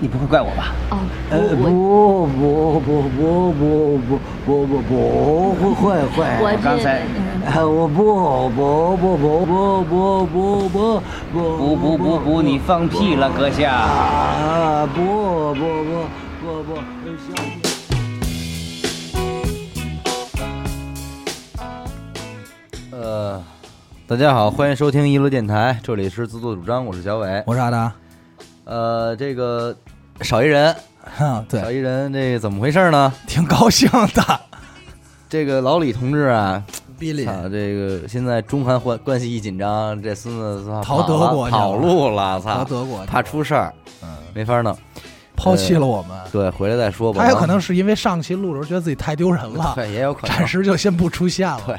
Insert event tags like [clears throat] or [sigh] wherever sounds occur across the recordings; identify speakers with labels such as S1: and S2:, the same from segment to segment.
S1: 你不会怪我吧？
S2: 哦，
S1: 呃，
S2: 我
S1: 不不不不不不不不不不会会，
S2: 我嗯
S1: 我刚才
S2: 这，
S1: 呃，我不不不不不不不不
S3: 不
S1: 不
S3: 不不不，你放屁了，阁下！
S1: 啊不不不不不，
S4: 呃，大家好，欢迎收听一路电台，这里是自作主张，我是小伟。
S3: 我是阿达， [laughs]
S4: 呃，这个少一人，
S3: 哈，
S4: 少
S3: 对，
S4: 一人，这怎么回事呢？
S3: 挺高兴的。
S4: 这个老李同志啊，
S3: 比利
S4: 操，这个现在中韩关关系一紧张，这孙子操
S3: 逃德
S4: 跑了
S3: 国去了
S4: 跑路了，操，
S3: 逃德国去了
S4: 怕出事儿，
S3: 嗯，
S4: 没法弄。
S3: 抛弃了我们，
S4: 对，回来再说吧。
S3: 他有可能是因为上期录的时候觉得自己太丢人了，
S4: [laughs] 对，也有可能
S3: 暂时就先不出现了。
S4: [laughs] 对。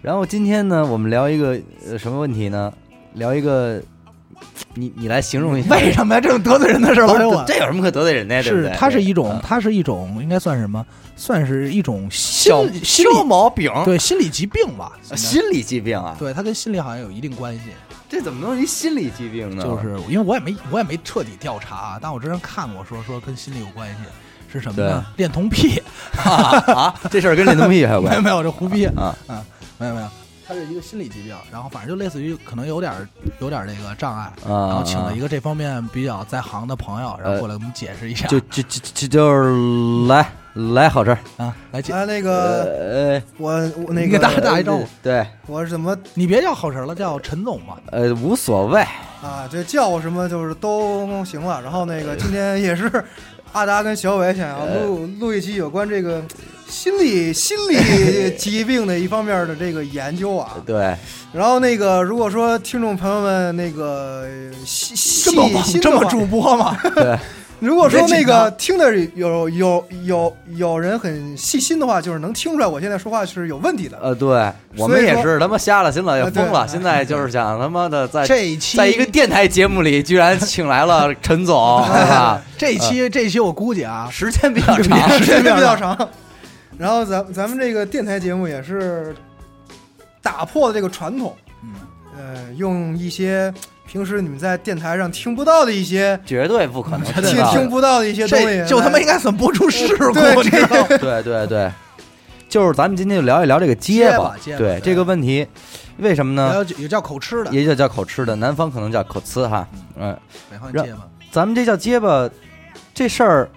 S4: 然后今天呢，我们聊一个呃什么问题呢？聊一个，你你来形容一下，
S3: 为什么呀？这种得罪人的事儿，
S4: 不
S3: 老
S4: 是
S3: 有我
S4: 这有什么可得罪人的呀？对不
S3: 是
S4: 对？
S3: 它是一种
S4: 嗯，
S3: 它是一种，应该算什么？算是一种心
S4: 小
S3: 心理
S4: 小毛病，
S3: 对心理疾病吧？应该
S4: 心理疾病啊，
S3: 对它跟心理好像有一定关系。
S4: 这怎么能是一心理疾病呢？
S3: 就是因为我也没我也没彻底调查啊，但我之前看过说说跟心理有关系是什么呢？恋童癖，
S4: [laughs] 啊，这事儿跟恋童癖还有
S3: 没
S4: 关
S3: 有
S4: 系
S3: [laughs] 没有，这胡逼
S4: 啊？
S3: 嗯，没有没有，它是一个心理疾病，然后反正就类似于可能有点儿有点儿这个障碍，
S4: 啊
S3: 然后请了一个这方面比较在行的朋友，然后过来给我们解释一下，
S4: 就就就就就是来来好事儿，
S3: 啊来解，
S5: 啊，那个
S4: 呃，
S5: 我我那
S3: 你给大家
S5: 个
S3: 打一招呼，
S4: 对，
S5: 我是怎么
S3: 你别叫好神了，叫陈总吧。
S4: 呃，无所谓，
S5: 啊，这叫什么就是都行了。然后那个今天也是阿达跟小伟想要
S3: 呃
S5: 录录一期有关这个心理心
S3: [laughs]
S5: 理疾病的一方面的这个研究啊。
S4: 对，
S5: 然后那个如果说听众朋友们那个细
S3: 这么
S5: 细
S3: 猛
S5: 心
S3: 这
S5: 的
S3: 么
S5: 话，
S3: 主播
S4: [laughs]
S3: 吗？
S5: 如果说那
S3: 你别紧张
S5: 个听的有有有有人很细心的话，就是能听出来我现在说话是有问题的。
S4: 呃，对，我们
S5: 所以
S4: 也
S5: 说
S4: 是他妈瞎了心了，也
S5: 呃对
S4: 疯了，现在就是想他妈的在
S3: 这一期
S4: 在一个电台节目里，居然请来了陈
S5: [laughs]
S4: 总，对吧？
S3: [laughs] 这一期这一期我估计啊，
S4: 时间比较
S3: [laughs]
S4: 长，
S5: 时间比较长。然后咱咱们这个电台节目也是打破了这个传统，
S3: 嗯
S5: 呃，用一些平时你们在电台上听不到的一些
S4: 绝对不可能
S3: 绝对
S4: 知
S5: 听
S4: 道
S5: 听不到的一些东西
S3: 这
S5: 来，
S3: 就他妈应该算播出事故，
S5: 对
S3: 你知道吗？
S4: 对对对，就是咱们今天就聊一聊这个结巴，
S3: 结巴结巴
S4: 对
S3: 对
S4: 这个问题，为什么
S3: [laughs] 也
S4: 呢？
S3: 有也叫口吃的，
S4: 也叫叫口吃的，南方可能叫口呲哈，嗯，
S3: 北方人结巴。
S4: 咱们这叫结巴，这事儿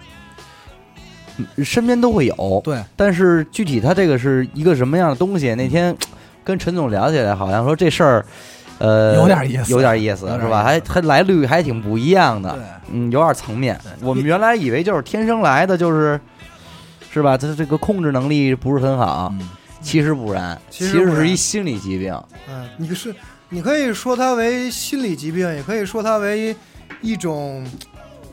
S4: 嗯身边都会有，
S3: 对，
S4: 但是具体它这个是一个什么样的东西？那
S3: 嗯
S4: 天跟陈总聊起来，好像说这事儿，呃，
S3: 有点意思
S4: 有点意思，
S3: 有点
S4: 是吧？
S3: 意思
S4: 还还来率还挺不一样
S3: 对
S4: 的，，嗯，有点层面。我们原来以为就是天生来的，就是是吧？他这个控制能力不是很好，
S3: 嗯，
S4: 其实不然，其
S5: 其实不然
S4: 实是一心理疾病。
S5: 嗯，你是你可以说它为心理疾病，也可以说它为一种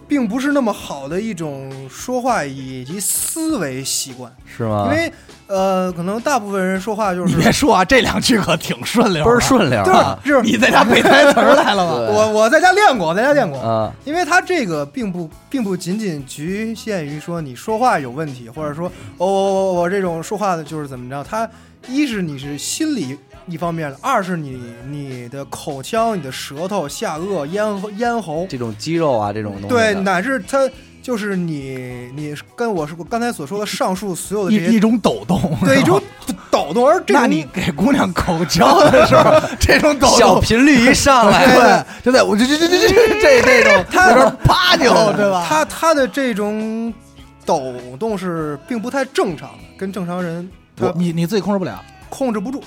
S5: 并不是那么好的一种说话以及思维习惯，
S4: 是吗
S5: 因？为呃，可能大部分人说话就
S3: 啊你
S5: 是
S3: 别说啊，这两句可挺顺溜的，
S4: 倍儿顺溜
S5: 就
S4: 啊！
S5: 是就是
S3: 你在家背台词儿来了吗？
S4: 对
S5: 啊我我在家练过，我在家练过，
S4: 啊，
S5: 因为它这个并不并不仅仅局限于说你说话有问题，或者说哦我我这种说话的就是怎么着，它一是你是心理一方面的，二是你你的口腔、你的舌头、下颚、咽喉咽喉，
S4: 这种肌肉啊，这种东西
S5: 对，
S4: 的，
S5: 乃至它就是你你跟我说刚才所说的上述所有的
S3: [laughs]
S5: 这
S3: 一一
S5: 些
S3: 种抖动，
S5: 对一
S3: 是吧 [laughs]
S5: 种抖动，而这
S3: 那
S5: 种
S3: 你给姑娘口交的时
S5: [laughs]
S3: 候，这种抖
S4: 小
S3: 动，
S4: 频率一上来，
S3: [laughs]
S4: [laughs]
S3: 对，就在我这这这这这这种，
S5: 他
S3: 有点啪
S5: [laughs]
S3: 就对吧？
S5: 他他的这种抖动是并不太正常的，跟正常人他
S3: 我你你自己控制不了，
S5: 控制不住。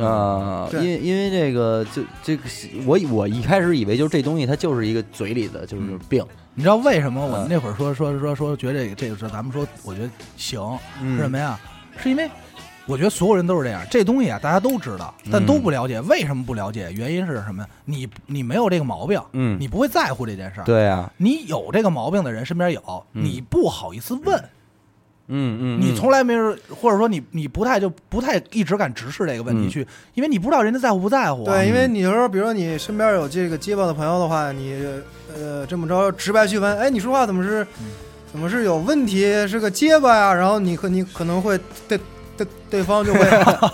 S4: 啊，因
S5: 对
S4: 为因为这个，就这个，我我一开始以为就是这东西，它就是一个嘴里的，就是病，
S3: 你知道为什么我
S4: 嗯
S3: 们那会儿说说说说觉得这个这个是咱们说，我觉得行
S5: 嗯
S3: 是什么呀？是因为我觉得所有人都是这样，这东西啊大家都知道，但
S5: 嗯
S3: 都不了解。为什么不了解？原因是什么呀？你你没有这个毛病，
S4: 嗯
S3: 你不会在乎这件事儿。
S4: 对啊，
S3: 你有这个毛病的人身边有，
S4: 嗯
S3: 你不好意思问，
S4: 嗯嗯，
S3: 你
S4: 嗯
S3: 从来没有，或者说你你不太就不太一直敢直视这个问题
S4: 嗯
S3: 去，因为你不知道人家在乎不在乎啊。
S5: 对，因为你有时候，比如说你身边有这个结巴的朋友的话，你呃这么着直白去问，哎，你说话
S3: 嗯
S5: 怎么是怎么是有问题，是个结巴呀？然后你可你可能会对对对
S3: [laughs]
S5: 方就会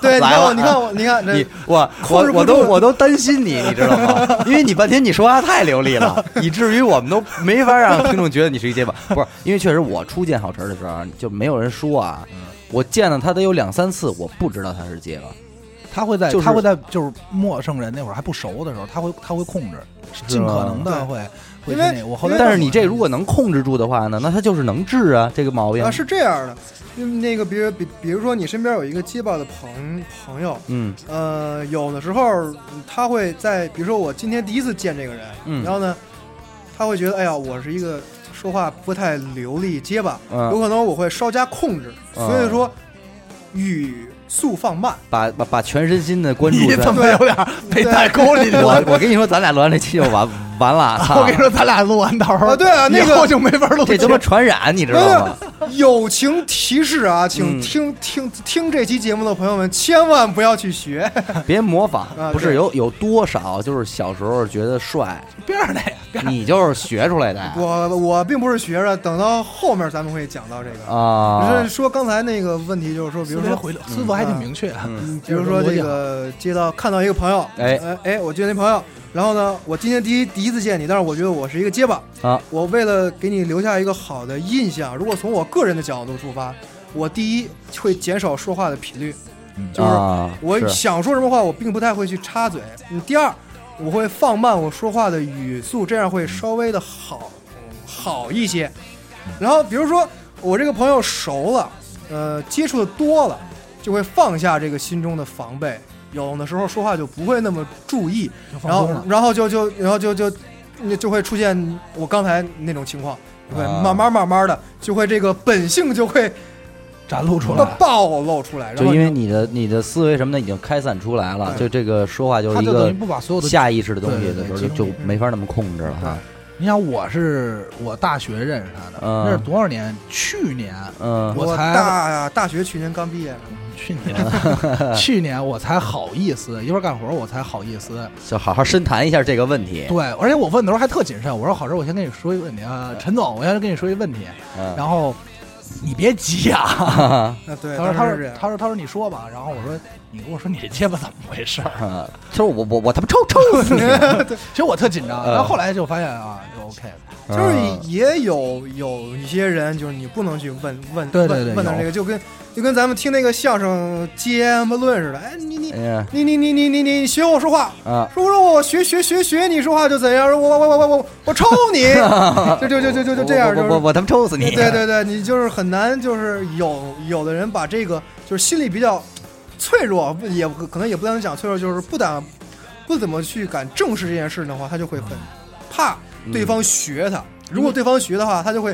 S5: 对，你
S4: 来
S5: 看
S4: 了
S5: 我，你看我，你看
S4: 你
S5: 这，
S4: 我
S5: 控
S4: 我
S5: 制不
S4: 我都
S5: 住
S4: 我都担心你，你知道吗？因为你半天你说话太流利了，以至于我们都没法让听众觉得你是一结巴。 [laughs] 不是，因为确实我初见好词儿的时候啊就没有人说啊，我见了他得有两三次，我不知道他是结巴。
S3: 他会在、
S4: 就是
S3: 他会在就是陌生人那会儿还不熟的时候，他会他会控制，尽可能的会会
S5: 因为
S3: 去那我后来
S4: 但是你这如果能控制住的话呢，那他就是能治啊，这个毛病
S5: 啊，。是这样的，嗯那个比如比比如说你身边有一个结巴的朋朋友，
S4: 嗯
S5: 呃，有的时候他会在，比如说我今天第一次见这个人，
S4: 嗯
S5: 然后呢，他会觉得，哎呀，我是一个说话不太流利结巴，有
S4: 嗯，
S5: 可能我会稍加控制，
S4: 嗯
S5: 所以说语速放慢。
S4: 把把把全身心的关注
S3: 你
S4: 在
S3: 怎。么有点被带沟里了？
S4: [laughs] 我我跟你说，咱俩录完这期就完完了，
S3: 我
S4: 操
S3: 跟！你说，咱俩录完到时候
S5: 啊对啊那个
S3: 以后就没法录
S4: 这
S3: 节
S4: 他
S3: 目
S4: 妈传染，你知道吗？
S5: 友情提示啊，请
S4: 嗯
S5: 听、听听这期节目的朋友们，千万不要去
S4: [laughs]
S5: 学。
S4: 别模仿
S5: 啊，
S4: 不是
S5: 对
S4: 有有多少就是小时候觉得帅，
S3: 边儿那个边儿
S4: 你就是学出来的呀
S5: 我我并不是学着，等到后面咱们会讲到这个。只
S4: 啊
S5: 是！说刚才那个问题，就是说，比
S3: 思
S5: 如
S3: 维
S5: 说
S3: 回路思路还挺明确。啊
S4: 嗯
S5: 嗯，比如说这个接到看到一个朋友，
S4: 哎
S5: 呃哎，我见那朋友，然后呢，我今天第一第一次见你，但是我觉得我是一个结巴
S4: 啊，
S5: 我为了给你留下一个好的印象，如果从我个人的角度出发，我第一会减少说话的频率，就是
S4: 啊
S5: 我
S4: 是
S5: 想说什么话，我并不太会去插嘴。嗯第二，我会放慢我说话的语速，这样会稍微的好好一些。
S4: 嗯
S5: 然后比如说我这个朋友熟了，呃，接触的多了，就会放下这个心中的防备，有的时候说话就不会那么注意，
S3: 就放
S5: 然
S3: 松
S5: 后
S3: 了，
S5: 然后就就然后就就那就会出现我刚才那种情况，就会
S4: 啊
S5: 慢慢慢慢的就会这个本性就会
S3: 展露出来。
S5: 暴露出来，然
S4: 就
S5: 后
S4: 因为你的你的思维什么的已经开散出来了，
S5: 对
S4: 就这个说话就是
S3: 他
S4: 一
S3: 就等
S4: 个
S3: 于不把所有的
S4: 下意识的东西
S3: 对
S4: 的
S3: 对
S4: 时候，就
S3: 集
S4: 就
S3: 中
S4: 没法那么控制了哈。
S3: 你想，我是我大学认识他的，
S4: 嗯
S3: 那是多少年？去年，
S4: 嗯
S3: 我才
S5: 大大学去年刚毕业。
S3: 去年， [laughs] 去年我才好意思一边干活，我才好意思。
S4: 就好好深谈一下这个问题。
S3: 对，而且我问的时候还特谨慎，我说好事，我先跟你说一个问题啊，陈总，我先跟你说一个问题，
S4: 嗯
S3: 然后你别急啊。
S5: 啊，对，
S3: 他说
S5: 当
S3: 他
S5: 时是这
S3: 说
S5: 样
S3: 他说他说你说吧，然后我说你跟我说你这结巴怎么回事儿？
S4: [laughs] 嗯，就是我我我他妈抽抽死你！
S3: 其实我特紧张，
S4: 嗯
S3: 然后后来就发现啊，就 OK 了。啊
S5: 就是也有有一些人，就是你不能去问问
S3: 对对对
S5: 问问到
S3: 有
S5: 这个，就跟就跟咱们听那个相声接论似的，哎，你你
S4: 哎呀
S5: 你你你你你你学我说话，
S4: 啊，
S5: 说说我学学学学你说话就怎样，我我我我我我抽你，
S3: [laughs]
S5: 就就就就就就这样，
S4: 我
S5: 就
S4: 我我
S5: 是
S4: 我他妈抽死你！
S5: 对
S4: [laughs]
S5: 对对，你就是很难，就是有有的人把这个就是心里比较脆弱，不也可能也不能讲脆弱，就是不敢不怎么去敢正视这件事的话，他就会很怕对方学他。如果对方学的话，他就会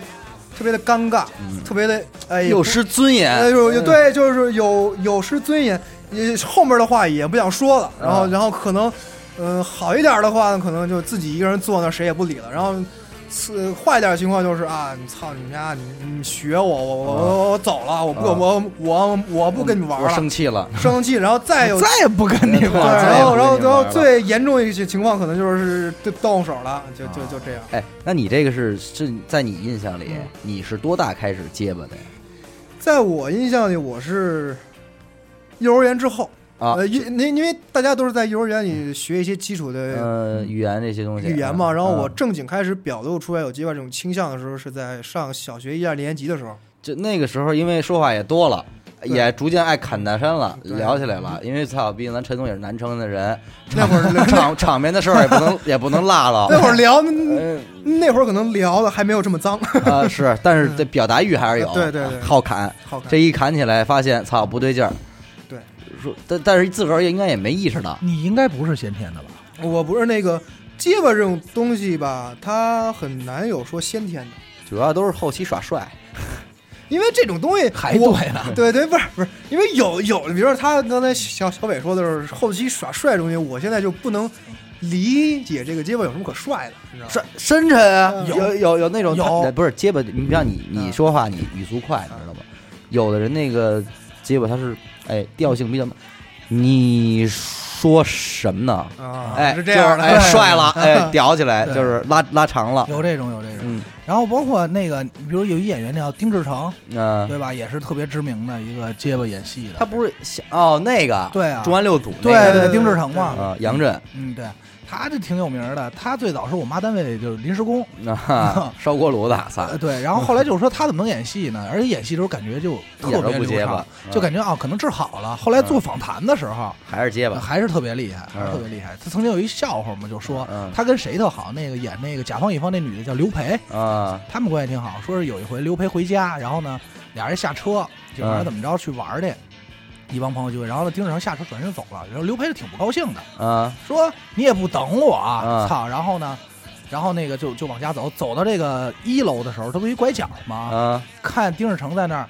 S5: 特别的尴尬，
S4: 嗯
S5: 特别的哎，
S4: 有失尊
S5: 哎
S4: 严。
S5: 有有对，就是有有失尊严，也后面的话也不想说了，然后然后可能，嗯、好一点的话呢，可能就自己一个人坐那儿谁也不理了，然后。是坏一点的情况就是啊，你操你们家，你你学我，我我我我走了，我不
S4: 啊
S5: 我我我不跟你玩
S4: 嗯我
S5: 了，
S4: 生气了。
S5: 生气，然后再有
S3: 再也不跟你
S5: 对，
S3: 玩
S4: 再也
S5: 然
S4: 不
S5: 后
S4: 跟
S5: 然后
S4: 你
S5: 然后
S4: 玩了
S5: 最严重一些情况可能就是对动手了，就就就这样。
S4: 哎，那你这个是是在你印象里
S5: 嗯，
S4: 你是多大开始结巴的呀？
S5: 在我印象里，我是幼儿园之后
S4: 啊嗯
S5: 呃，因因因为大家都是在幼儿园里学一些基础的
S4: 呃，语言这些东西，
S5: 语言嘛，然后我
S4: 嗯
S5: 正经开始表露出来有结巴这种倾向的时候，是在上小学一二年级的时候。
S4: 就那个时候，因为说话也多了。
S5: 对
S4: 也逐渐爱侃大山了，
S5: 对
S4: 聊起来了。因为操，毕竟咱陈总也是南城的人，
S5: [laughs] 那会
S4: [laughs]
S5: 儿
S4: 场场面的事儿也不能也不能落了。
S5: 那会
S4: [laughs]
S5: 儿聊，嗯
S4: 呃
S5: 那会儿可能聊的还没有这
S4: [laughs]
S5: 么脏，
S4: 啊是，但是这表达欲还是有，
S5: 嗯对对对
S4: 好侃。
S5: 好看。
S4: 这一侃起来，发现操不对劲儿，
S5: 对，
S4: 说但但是自个儿也应该也没意识到，
S3: 你应该不是先天的吧？
S5: 我不是那个结巴这种东西吧，它很难有说先天的，
S4: 主要都是后期耍帅。
S5: 因为这种东西
S3: 还
S5: 我
S3: 对呢，
S4: [laughs]
S5: 对对，不是不是，因为有有，比如说他刚才小小伟说的是后期耍帅这东西，我现在就不能理解这个结巴有什么可帅的，你知道吗？
S4: 深深沉啊，
S5: 嗯
S4: 有有有那种
S3: 有
S4: 他不是结巴，你像你你
S5: 嗯
S4: 说话你语速快，你知道吗？有的人那个结巴他是哎调性比较慢，你说什么呢？
S5: 啊，
S4: 哎，
S5: 是这样的，
S4: 就是哎
S5: 对
S3: [laughs]
S4: 帅了，哎
S5: 嗯
S4: 屌起来，
S3: 对
S4: 就是拉拉长了，
S3: 有这种有这种。
S4: 嗯，
S3: 然后包括那个，比如有一演员叫丁志诚，
S4: 嗯，
S3: 对吧？也是特别知名的一个结巴演戏
S4: 他
S3: 的，
S4: 不是想哦那个
S3: 对啊
S4: 中安六组那
S3: 对
S4: 个
S3: 对，丁志诚嘛，
S4: 啊，杨震
S3: 嗯，对，他这挺有名的。他最早是我妈单位就是临时工， [laughs]
S4: 啊，烧锅炉的仨
S3: 呃，，对，然后后来就是说他怎么能演戏呢？而且演戏的时候感觉就
S4: 一点
S3: 特
S4: 都
S3: 别
S4: 不
S3: 流
S4: 结
S3: 畅
S4: 巴，，
S3: 就
S4: 嗯
S3: 感觉啊，可能治好了。后来做访谈的时候，
S4: 还是结巴，
S3: [laughs] 还是特别厉害，还是特别厉害。他曾经有一笑话嘛，就说
S4: 嗯
S3: 他跟谁特好，那个演那个甲方乙方那女的叫刘培，
S4: 啊
S3: 他们关系挺好。说是有一回刘培回家，然后呢，俩人下车，就反正怎么着去玩儿去，一帮朋友聚会。然后呢，丁志诚下车转身走了，然后刘培就挺不高兴的，
S4: 啊
S3: 说你也不等我啊，
S4: 嗯
S3: 操！然后呢，然后那个就就往家走，走到这个一楼的时候，这不一拐角吗？
S4: 啊
S3: 看丁世成在那儿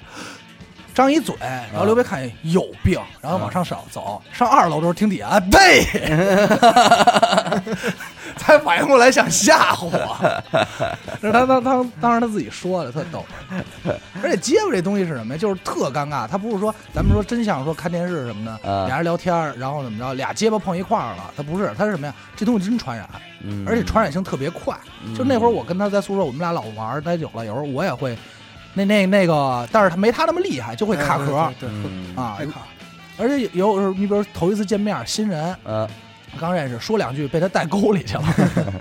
S3: 张一嘴，然后刘备看有病，然后往上上走，上二楼的时候听底下哎呸，才反应过来想吓唬我，这是他当当当时他自己说的，特逗。而且结巴这东西是什么呀？就是特尴尬，他不是说咱们说真像说看电视什么的，
S4: 嗯
S3: 俩人聊天儿，然后怎么着，俩结巴碰一块儿了，他不是，他是什么呀？这东西真传染。
S4: 嗯，
S3: 而且传染性特别快。就那会儿我跟他在宿舍，我们俩老玩儿待久了，有时候我也会，那那那个，但是他没他那么厉害，就会卡壳
S5: 哎对对
S4: [laughs]
S5: 对，
S4: 嗯
S3: 啊
S5: 爱。卡。
S3: 而且有时候你比如头一次见面，新人
S4: 呃
S3: 刚认识，说两句被他带沟里去了，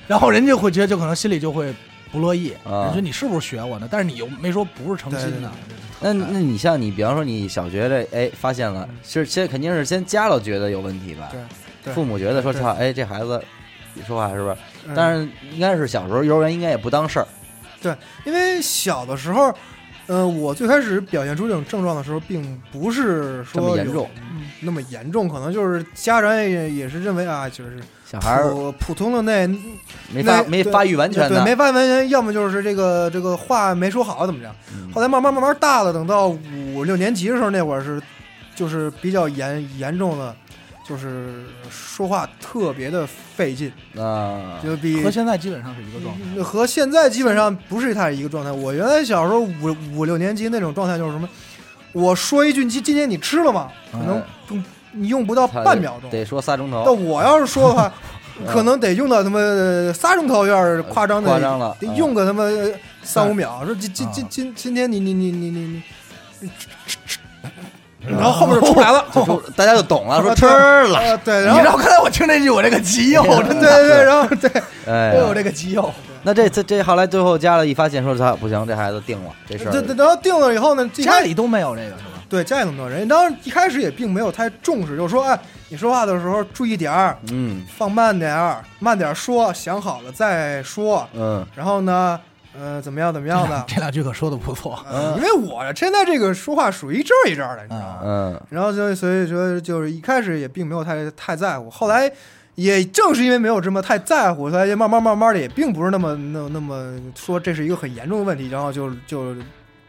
S3: 然后人家会觉得就可能心里就会不乐意，
S4: 啊
S3: 人觉得你是不是学我呢？但是你又没说不是诚
S5: 对
S3: 心的，
S4: 那那你像你，比方说你小学这，哎，发现了，是先肯定是先家里觉得有问题吧
S5: 对对，
S4: 父母觉得说
S5: 对
S4: 操，哎，这孩子说话是不是？
S5: 嗯
S4: 但是应该是小时候幼儿园应该也不当事儿，
S5: 因为小的时候，呃，我最开始表现出这种症状的时候，并不是
S4: 这么
S5: 说
S4: 严
S5: 有嗯
S4: 重，
S5: 那么严重，可能就是家长也也是认为啊，就是
S4: 小孩儿
S5: 普普通的那
S4: 没发
S5: 哦那
S4: 没
S5: 对
S4: 发育完全
S5: 对，
S4: 的，
S5: 没发育完全，要么就是这个这个话没说好怎么着。
S4: 嗯
S5: 后来慢慢慢慢大了，等到五六年级的时候，那会儿是就是比较严严重的，就是说话特别的费劲，
S4: 啊
S5: 就比
S3: 和现在基本上是一个状态。
S5: 和现在基本上不是太一个状态。我原来小时候五五六年级那种状态就是什么，我说一句你今今天你吃了吗？可能
S4: 哎
S5: 不你用不到
S4: 他
S5: 半秒钟。
S4: 得说仨钟头，
S5: 但我要是说
S4: [laughs]
S5: 的话，可能得用到他妈呃仨钟头，有点夸张的，
S4: 夸张了
S5: 得
S4: 嗯
S5: 用个他妈呃三五秒。说今今
S3: 啊
S5: 今今今天你你你你你你
S4: [laughs]
S5: 你吃吃吃，然后后面就出不来了。
S4: 就就大家就懂了，说
S5: [laughs] 啊
S4: 哦吃
S5: 对
S4: 了，
S5: 啊对，然
S3: 你知
S5: 后
S3: 道刚才我听这句，我这个急哟，
S5: 对
S4: [laughs]
S3: 真
S5: 对
S3: 的，
S5: 对，然后对，
S4: 哎
S3: 我有
S4: 呀，
S3: 这个急哟。
S4: 那这这这后来最后家里一发现说他不行，这孩子定了这事
S5: 对对，
S4: 儿，
S5: 然后定了以后呢，一
S3: 家
S5: 开
S3: 里都没有这个是吧？
S5: 对家里那么多人，当时一开始也并没有太重视，就是说哎，你说话的时候注意点儿，
S4: 嗯
S5: 放慢点儿，慢点儿说，想好了再说。
S4: 嗯
S5: 然后呢，呃，怎么样怎么
S4: [laughs]
S5: 样的，
S3: 这两句可说的不错。
S5: 嗯，因为我现在这个说话属于一阵儿一阵儿的，你知道吗？
S4: 嗯
S5: 然后就所以说就是一开始也并没有太太在乎，后来也正是因为没有这么太在乎，所以慢慢慢慢的也并不是那么那那么说这是一个很严重的问题，然后就就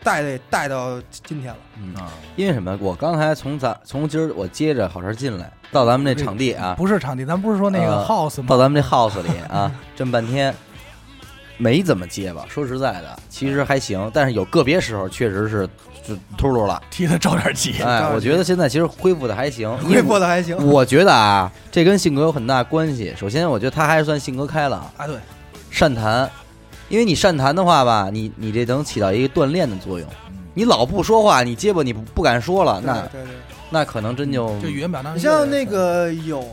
S5: 带的带到今天了。
S4: 嗯，
S3: 啊，
S4: 因为什么？我刚才从咱从今儿我接着好事儿进来到咱们这场地啊，
S3: 不是场地，咱不是说那个
S4: 呃
S3: house 吗？
S4: 到咱们这 house 里啊， [laughs] 这么半天没怎么接吧。说实在的，其实还
S3: 哎
S4: 行，但是有个别时候确实是就秃噜了。
S3: 踢得着点急。
S4: 哎，我觉得现在其实恢复的还行，
S5: [laughs]
S4: 因为
S5: 恢复的还行，
S4: 我觉得啊，这跟性格有很大关系。首先，我觉得他还是算性格开朗、
S3: 啊，对，
S4: 善谈，因为你善谈的话吧，你你这能起到一个锻炼的作用。
S3: 嗯
S4: 你老不说话，你结巴你不不敢说了，那
S5: 对对对，
S4: 那可能真就
S3: 就语言表达能
S5: 你
S3: 力的人。
S5: 像那个有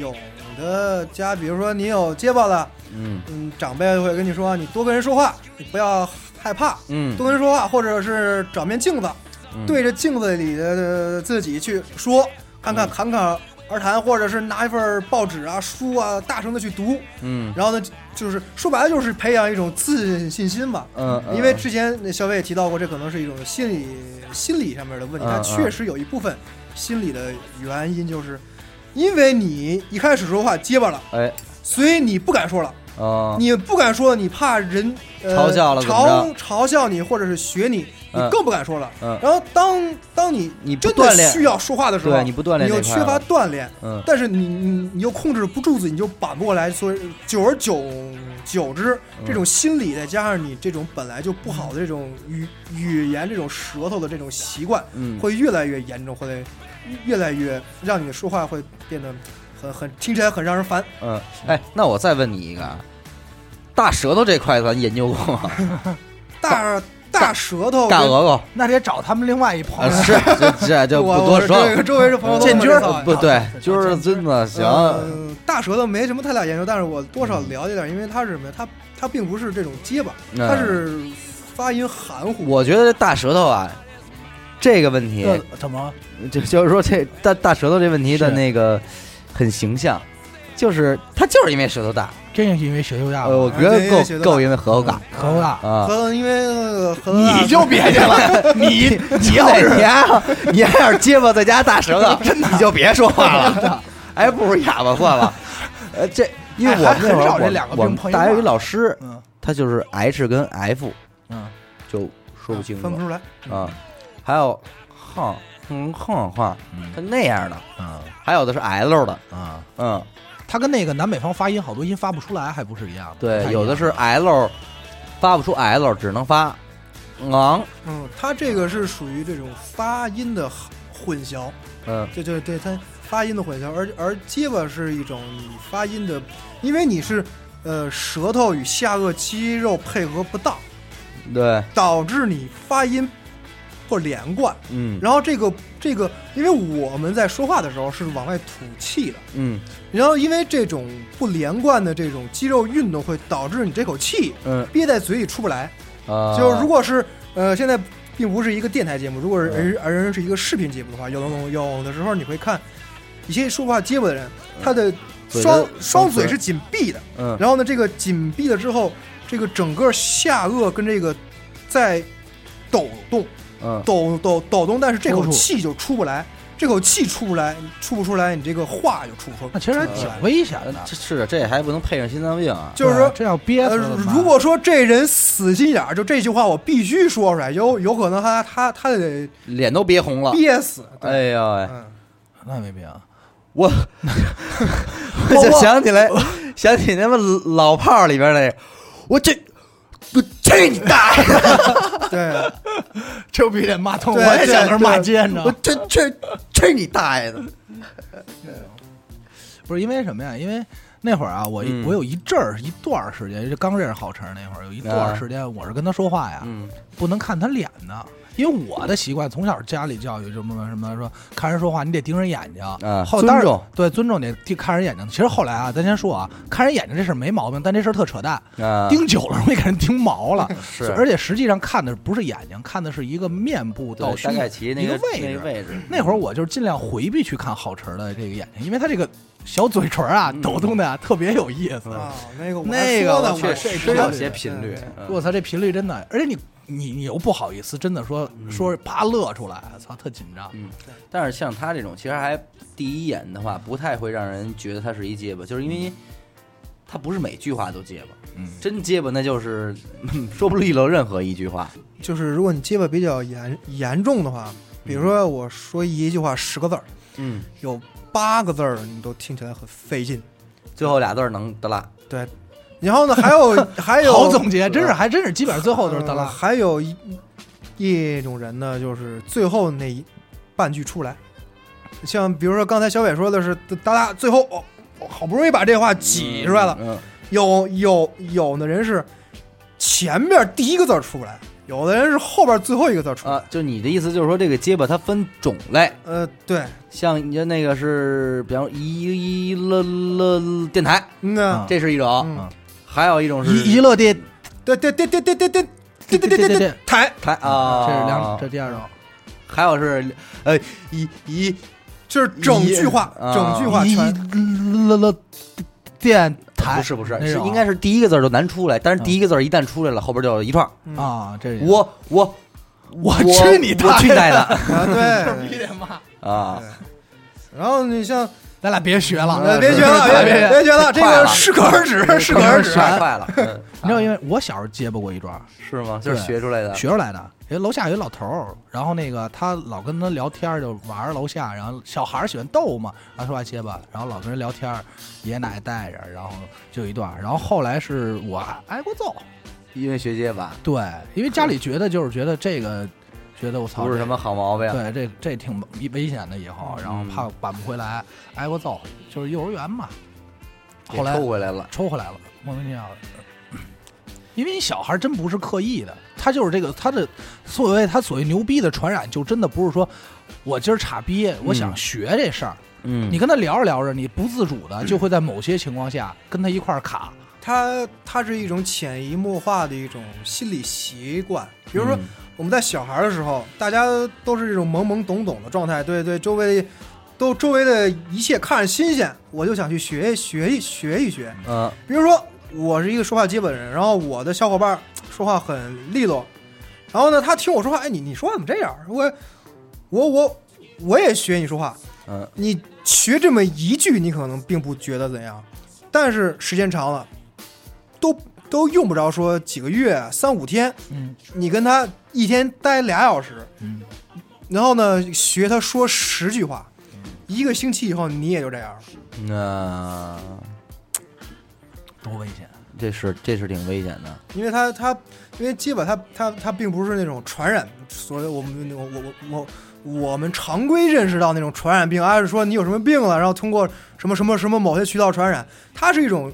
S5: 有的家，比如说你有结巴了，
S4: 嗯
S5: 嗯，长辈会跟你说你多跟人说话，你不要害怕，
S4: 嗯
S5: 多跟人说话，或者是找面镜子，
S4: 嗯
S5: 对着镜子里的呃自己去说，侃
S4: 嗯
S5: 侃侃侃而谈，或者是拿一份报纸啊、书啊，大声的去读。
S4: 嗯
S5: 然后呢，就是说白了就是培养一种自信心嘛。
S4: 嗯，嗯
S5: 因为之前那小伟也提到过，这可能是一种心理心理上面的问题，
S4: 嗯
S5: 它
S4: 嗯
S5: 确实有一部分心理的原因，就是因为你一开始说话结巴了，
S4: 哎
S5: 所以你不敢说了。
S4: 哦
S5: 你不敢说，你怕人、呃、
S4: 嘲笑了怎么
S5: 嘲嘲笑你，或者是学你，你
S4: 嗯
S5: 更不敢说了。
S4: 嗯
S5: 然后当当你
S4: 你不
S5: 真
S4: 锻
S5: 的
S4: 炼
S5: 需要说话的时候，
S4: 对你不锻炼
S5: 你又
S4: 这
S5: 缺
S4: 块儿
S5: 乏
S4: 了
S5: 锻炼，
S4: 嗯
S5: 但是你你你又控制不住自己，你就扳不过来，所以久而久久之，
S4: 嗯
S5: 这种心理再加上你这种本来就不好的这种语语言、这种舌头的这种习惯，
S4: 嗯
S5: 会越来越严重，会越来越让你的说话会变得很很听起来很让人烦。
S4: 嗯，哎，那我再问你一个啊，大舌头这块咱研究过吗？
S5: 大大舌头
S4: 大
S5: 跟
S4: 额
S5: [laughs]
S4: 头
S3: 那得找他们另外一
S4: 啊，
S3: 朋友。
S4: 是这这就
S5: 我
S4: 不多
S5: 哦我
S4: 说
S5: 这个
S4: 了。
S5: 周围的朋友都
S3: 建军
S5: 这
S3: 儿
S5: 么造的啊
S4: 不对，
S5: [laughs]
S4: 就是真的行。
S5: 呃大舌头没什么太大研究，但是我多少了解点，因为它是什么呀？它它并不是这种结巴，
S4: 嗯
S5: 它是发音含糊。
S4: 我觉得这大舌头啊，这个问题，
S3: 这怎么？
S4: 就就是说这大大舌头这问题的
S3: 是
S4: 那个很形象，就是他就是因为舌头大。
S3: 真是因为学修亚
S4: 呃，我
S3: 吗？
S4: 觉得
S5: 啊因为舌
S4: 够够，
S5: 头大嗯
S4: 因为合头大
S3: 可不大。
S4: 啊。
S5: 和因为那个和
S4: 你就别去 [laughs] 了，你你要是你还你要是结巴再加大舌头，真的你就别说话 [laughs] 了，还不如哑巴算了。呃，这因为我
S3: 哎
S4: 们
S3: 还
S4: 那会
S3: 很
S4: 儿
S3: 少这
S4: 我
S3: 两个
S4: 们我们
S3: 并排
S4: 大学有一
S3: 嘛
S4: 老师，
S3: 嗯
S4: 他就是 H 跟 F
S3: 嗯，
S4: 就说不清
S5: 分不
S4: 楚
S5: 出来。
S4: 啊，还有哼哼哼哼，他那样的，
S3: 啊
S4: 还有的是 L 的，
S3: 啊，
S4: 嗯，
S3: 他跟那个南北方发音好多音发不出来，还不是一样的？不太
S4: 对，
S3: 一
S4: 有的
S3: 样
S4: 是 L 发不出 L，只能发昂，
S5: 嗯，它这个是属于这种发音的混淆，
S4: 嗯
S5: 就就对它发音的混淆，而而结巴是一种你发音的，因为你是呃舌头与下颚肌肉配合不当，
S4: 对，
S5: 导致你发音不连贯。
S4: 嗯
S5: 然后这个这个，因为我们在说话的时候是往外吐气的，
S4: 嗯
S5: 然后因为这种不连贯的这种肌肉运动会导致你这口气
S4: 嗯
S5: 憋在嘴里出不来。
S4: 啊，
S5: 就是如果是呃现在并不是一个电台节目，如果是
S4: 嗯
S5: 而而是一个视频节目的话，有的有的时候你会看一些说话结巴的人，他的
S4: 嗯嘴
S5: 双
S4: 跟
S5: 双
S4: 跟
S5: 嘴
S4: 唇
S5: 是紧闭的，
S4: 嗯
S5: 然后呢这个紧闭了之后，这个整个下颚跟这个在抖动。
S4: 嗯
S5: 抖抖抖动，但是这口
S3: 抽搐
S5: 气就出不来，这口气出不来，出不出来，你这个话就出不出。
S3: 那其实还
S5: 出不
S3: 挺
S5: 来
S3: 危险
S4: 呃
S3: 的，
S4: 这是这还不能配上心脏病啊，
S5: 就是
S3: 对
S5: 说，
S3: 这要憋死
S5: 呃
S3: 了怎么，办
S5: 如果说这人死心眼儿，就这句话我必须说出来，有有可能他他他得
S4: 脸都憋红了。
S3: 啊
S5: 憋死。对，
S4: 哎呀喂，
S5: 嗯，
S3: 那没病啊，
S4: 我我就想起来，想起他们老炮儿里边那个，我这我去你大爷！
S5: 对，
S3: 这必须得骂 [laughs] 痛，我也想
S5: 对对
S3: 跟人骂街，你知道
S4: 我
S3: 吗？
S4: 去去去你大爷的！
S3: 不是因为什么呀？因为那会儿啊，我一
S4: 嗯
S3: 我有一阵儿一段儿时间，就刚认识郝晨那会儿，有一段儿时间我是跟他说话呀，
S4: 嗯
S3: 不能看他脸的。因为我的习惯，从小家里教育什么什么说，看人说话你得盯人眼睛，
S4: 啊
S3: 后当
S4: 尊
S3: 然
S4: 重
S3: 对尊重得盯看人眼睛。其实后来啊，咱先说啊，看人眼睛这事儿没毛病，但这事儿特扯淡，
S4: 啊，
S3: 盯久了容易给人盯毛了。
S4: [laughs] 是
S3: 而且实际上看的不是眼睛，看的是一个面部
S4: 对
S3: 到
S4: 大概其那
S3: 一个
S4: 位
S3: 位
S4: 置
S3: 置。
S4: 位置，
S3: 那会儿我就是尽量回避去看郝晨的这个眼睛，因为他这个小嘴唇啊抖动的啊特别有意思。
S5: 啊，那个
S4: 嗯
S5: 我
S3: 那个
S5: 还说呢
S3: 我
S4: 确
S5: 我这
S4: 实
S5: 频率
S4: 有些频率。
S3: 我操，这频嗯率真的，而且你你你又不好意思，真的说说啪乐出来，操，特紧张。
S4: 嗯，但是像他这种，其实还第一眼的话，不太会让人觉得他是一结巴，就是因为他不是每句话都结巴，
S3: 嗯
S4: 真结巴那就是嗯说不利落任何一句话。
S5: 就是如果你结巴比较严严重的话，比
S3: 嗯
S5: 如说我说一句话十个字儿，
S4: 嗯，
S5: 有八个字儿你都听起来很费劲。
S4: 最后俩字儿能得啦，
S5: 对，然后呢还有还有
S3: 好总结，真是还真是，基本上最后都是德
S5: 呃
S3: 拉。
S5: 还有一一种人呢，就是最后那一半句出不来，像比如说刚才小伟说的是哒哒，最后哦，我好不容易把这话挤出来了。
S4: 嗯，
S5: 有有有的人是前面第一个字儿出不来，有的人是后边最后一个字儿出不来。
S4: 啊，就你的意思就是说，这个结巴它分种类，
S5: 呃，对，
S4: 像你的那个是，比方说一一了了电台，
S5: 嗯呢
S3: 啊，
S4: 这是一种，
S5: 嗯，
S4: 还有一种是
S3: 一一乐的，
S5: 对对对对对对对对对对对对，台
S4: 台啊，
S3: 这是两，这第二种。
S4: 还有是呃一一
S5: 就是整句话，
S4: 一
S5: 整句话
S3: 一
S5: 全。
S3: 乐乐电台
S4: 不是不是，
S3: 那
S4: 是
S3: 种
S4: 应该是第一个字儿就难出来，但是第一个字儿一旦出来了，后边就一串儿。
S5: 嗯
S3: 啊，这是
S4: 我我
S3: 我
S4: 我
S3: 去你
S4: 我
S3: 大
S4: 去
S3: 爷！
S4: 你大爷 [laughs] 的
S5: 啊，对。
S4: 啊！
S5: 然后你像
S3: 咱俩别学了，
S5: 呃，别学了，
S4: 是
S5: 别
S4: 是
S5: 别
S4: 是
S5: 别学了，这
S4: 快
S5: 个
S4: 了
S5: 适可而止，适可
S4: 这
S5: 而
S4: 门
S5: 止。
S4: 学坏了，嗯
S3: 你知道，因为我小时候结巴过一段儿，
S4: 是吗？就是
S3: 对
S4: 学出来的。
S3: 学出来的。人楼下有一老头儿，然后那个他老跟他聊天儿，就玩儿楼下，然后小孩儿喜欢逗嘛，然后说话结巴，然后老跟人聊天儿，爷爷奶奶带着，然后就有一段儿。然后后来是我挨过揍，
S4: 因为学结巴
S3: 对，因为家里觉得就是觉得这个，觉得我操，
S4: 不是
S3: 这
S4: 什么嗯好毛病，
S3: 对，这这挺危险的，以后然后怕扳不回来，挨过揍，就是幼儿园嘛。
S4: 给
S3: 后来
S4: 抽回来了。
S3: 抽回来了，莫名其妙的。因为你小孩真不是刻意的，他就是这个他的所谓他所谓牛逼的传染，就真的不是说我今儿傻逼，我想学这事儿。
S4: 嗯
S3: 你跟他聊着聊着，你不自主的就会在某些情况下跟他一块儿卡。
S5: 它它是一种潜移默化的一种心理习惯。比如说
S4: 嗯，
S5: 我们在小孩儿的时候，大家都是这种懵懵懂懂的状态，对对，周围都周围的一切看着新鲜，我就想去学一学一学一学。
S4: 嗯
S5: 比如说，我是一个说话结巴的人，然后我的小伙伴儿说话很利落，然后呢，他听我说话，哎，你你说话怎么这样？我我我我也学你说话，
S4: 嗯
S5: 你学这么一句，你可能并不觉得怎样，但是时间长了，都都用不着说几个月、三五天，
S3: 嗯
S5: 你跟他一天待俩小时，
S3: 嗯，
S5: 然后呢学他说十句话，
S3: 嗯
S5: 一个星期以后你也就这样了。
S4: 那
S3: 多危险！
S4: 这是这是挺危险的。
S5: 因为他他，因为基本他他他并不是那种传染，所以我们我我我我们常规认识到那种传染病，而、是说你有什么病了，然后通过什么什么什么某些渠道传染，它是一种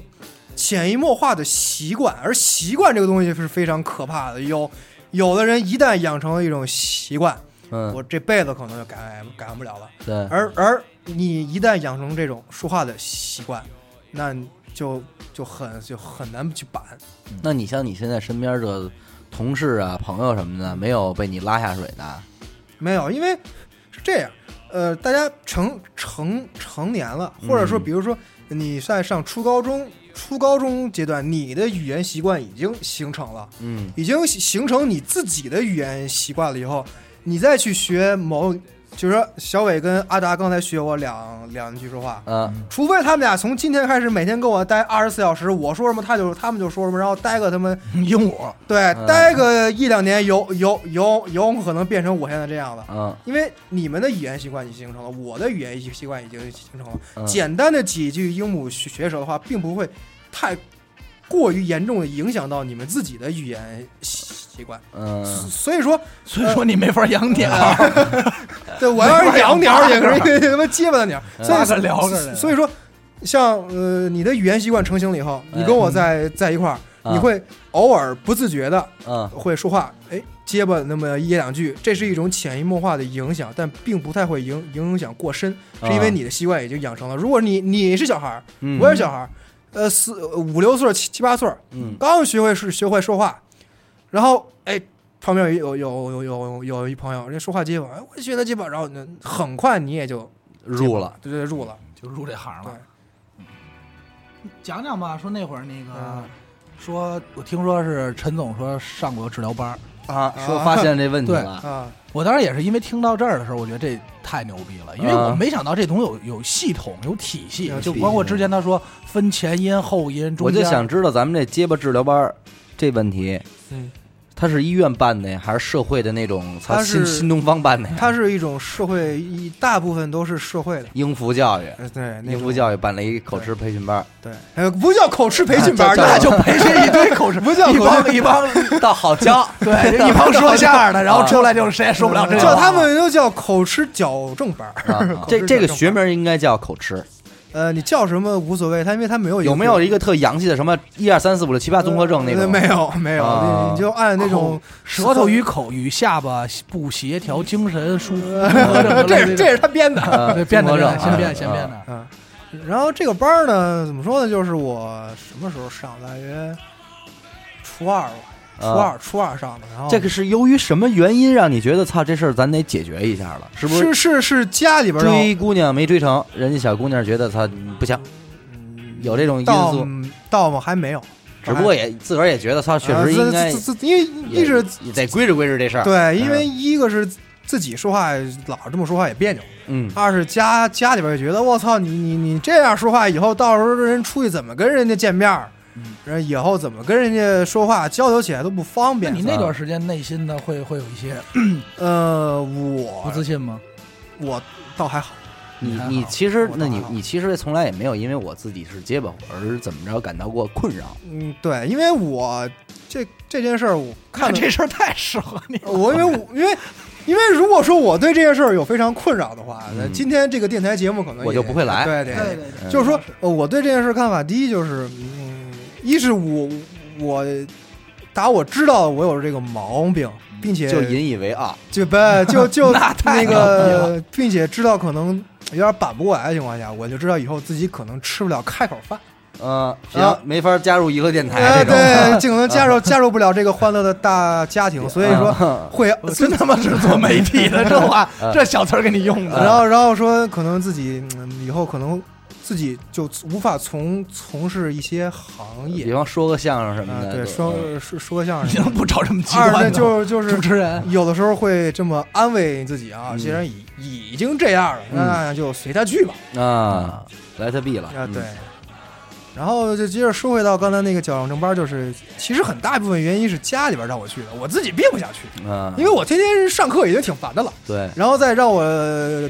S5: 潜移默化的习惯，而习惯这个东西是非常可怕的。有有的人一旦养成了一种习惯，
S4: 嗯，
S5: 我这辈子可能就改改变不了了。
S4: 对，
S5: 而而你一旦养成这种说话的习惯，那你就就很就很难去板。
S4: 那你像你现在身边这同事啊、朋友什么的，没有被你拉下水的，
S5: 没有，因为是这样，呃，大家成成成年了，或者说，
S4: 嗯
S5: 比如说你在上初高中、初高中阶段，你的语言习惯已经形成了，
S4: 嗯
S5: 已经形形成你自己的语言习惯了以后，你再去学某，就是说小伟跟阿达刚才学我两两句说话。
S4: 啊
S5: 除非他们俩从今天开始每天跟我待二十四小时，我说什么他就他们就说什么，然后待个他妈
S3: 鹦鹉，
S5: 对
S4: 嗯
S5: 待个一两年，有有有有可能变成我现在这样的。
S4: 嗯
S5: 因为你们的语言习惯已经形成了，我的语言习惯已经形成了。
S4: 嗯，
S5: 简单的几句英语学学手的话，并不会太过于严重的影响到你们自己的语言习惯。
S4: 嗯
S5: 所以说，
S3: 所以说你没法养鸟，
S5: 对我要是养鸟也是一个他妈结巴的鸟，所
S3: 拉
S5: 以
S3: 着聊着呢。
S5: 所以说，像呃你的语言习惯成型了以后，你跟我在在一块儿，
S4: 嗯
S5: 你会偶尔不自觉的
S4: 嗯
S5: 会说话，哎，结巴那么一两句，这是一种潜移默化的影响，但并不太会影影响过深，是因为你的习惯已经养成了。如果你你是小孩儿，
S4: 嗯，
S5: 我也是小孩儿，呃，四五六岁、七七八岁儿，
S4: 嗯
S5: 刚学会是学会说话，然后哎，旁边有有有有有有一朋友，人家说话结巴，哎，我学他结巴，然后呢，很快你也就
S4: 入了，
S5: 对对入了，
S3: [laughs] 就入这行
S5: 对
S3: 了。嗯讲讲吧，说那会儿那个，
S5: 嗯
S3: 说我听说是陈总说上过治疗班儿，
S4: 啊，说发现这问题了，
S5: 啊，
S3: 我当时也是因为听到这儿的时候，我觉得这太牛逼了，因为
S4: 啊
S3: 我没想到这东西有有系统、有体系
S5: 有，
S3: 就
S5: 体
S3: 包括
S4: 系
S3: 之前他说分前因、后因、中
S4: 我就
S3: 间。
S4: 想知道咱们这结巴治疗班儿这问题，
S5: 嗯，
S4: 它是医院办的呀，还是社会的那种？操
S5: 它
S4: 新
S5: 是
S4: 新东方办的呀？
S5: 它是一种社会，一大部分都是社会的，
S4: 英孚教育，
S5: 呃对，那
S4: 英孚
S5: 种
S4: 教育办了一口吃培训班儿，
S5: 对，呃，不叫口吃培训班，
S3: [laughs]
S4: 啊叫
S5: 那
S4: 叫
S5: 就
S3: 培训一 [laughs] 堆口吃，
S5: 不叫
S3: 一
S5: 口
S3: 帮一 [laughs] 帮
S4: 到好教，
S3: 对
S4: [laughs]
S3: 一帮说相声的，然后出来就是谁也受不了这个
S5: 嗯叫他们又叫口吃矫正班儿。
S4: 啊
S5: [laughs] 口吃
S4: 这这个
S5: 矫正
S4: 学
S5: 班儿，
S4: 名应该叫口吃。
S5: 呃，你叫什么无所谓，他因为他没有一个
S4: 有没有一个特洋气的什么一二三四五六七八综合症那
S5: 呃
S4: 种？
S5: 没有没有，
S4: 啊
S5: 你你就按那种
S3: 舌头与口与下巴不协调，精神疏忽。 [laughs]
S5: 这是这是他编的。 [laughs]
S4: 啊，
S3: 对变
S4: 综
S3: 的
S4: 合
S3: 变
S4: 症
S3: 的，先
S4: 啊
S3: 变先变
S4: 啊
S3: 的。
S5: 嗯，然后这个班儿呢，怎么说呢？就是我什么时候上的？大约初二吧，初
S4: 啊
S5: 二初二上的。然后
S4: 呃这个是由于什么原因让你觉得操这事儿咱得解决一下了？是不
S5: 是是是家里边儿让
S4: 追姑娘没追成，人家小姑娘觉得操嗯不行，
S5: 嗯
S4: 有这种因
S5: 到
S4: 素，
S5: 到我们还没有，
S4: 只不过也自个儿也觉得操确
S5: 哎啊
S4: 实应该
S5: 自自自因为
S4: 也
S5: 一是
S4: 也得规制规制这事儿。
S5: 对，因为一个是自己说话老这么说话也别扭，
S4: 嗯
S5: 二是家家里边也觉得我操你你你这样说话以后，到时候人出去怎么跟人家见面儿
S3: 嗯，
S5: 人以后怎么跟人家说话交流起来都不方
S3: 那
S5: 便
S3: 你。那段时间内心的会会有一些
S5: 呃，
S3: 不
S5: 我
S3: 自信吗？
S5: 我倒还好，
S4: 你
S3: 还好
S4: 你其实
S5: 我
S4: 那
S5: 倒
S4: 你
S5: 好
S4: 你其实从来也没有因为我自己是结巴而怎么着感到过困扰。
S5: 嗯，对，因为我这这件事儿我看
S3: 看
S5: 了
S3: 这事儿太适合你。
S5: 我因
S4: [laughs]
S5: 为我因为。因为如果说我对这件事儿有非常困扰的话，那
S4: 嗯
S5: 今天这个电台节目可能
S4: 我
S5: 也
S4: 就不会来
S5: 对对对，
S3: 对
S4: 嗯
S5: 就是说，呃，我对这件事看法，第一就是，嗯，一是我我打我知道我有这个毛病，并且
S4: 就引以为傲。
S5: 就不
S4: [laughs]
S5: 就就
S3: 那太牛逼
S5: 个，并且知道可能有点扳不过来的情况下，我就知道以后自己可能吃不了开口饭。
S4: 嗯，
S5: 啊
S4: 行，没法加入一个电台
S5: 哎，
S4: 这种。
S5: 对，尽可能加
S4: [laughs]
S5: 入加入不了这个欢乐的大家庭，所以说
S4: 啊
S5: [laughs] 会
S3: 我真
S4: [laughs]
S3: 他妈是做媒体 [laughs] 的，这话
S4: 嗯
S3: 这小词儿给你用
S4: 呃
S3: 的。
S5: 然后，然后说可能自己嗯以后可能自己就无法从从事一些行业
S4: 比，方说个相声什么
S5: 啊，
S4: 的，
S5: 对，
S4: 就
S5: 说说
S3: [laughs]
S5: 说相
S3: 你能
S5: 声。
S3: 不找这么极
S5: 二
S3: 端
S5: 呢，
S3: 的？
S5: 就是就是
S3: 主持人，
S5: 有的时候会这么安慰自己啊，
S4: 嗯
S5: 既然已已经这样了，那就随他去吧。
S4: 啊，来他毙了
S5: 啊，对
S4: 嗯。
S5: 然后就接着说回到刚才那个矫正正班，就是其实很大一部分原因是家里边让我去的，我自己并不想去，
S4: 嗯，
S5: 因为我天天上课已经挺烦的了，
S4: 对，
S5: 然后再让我呃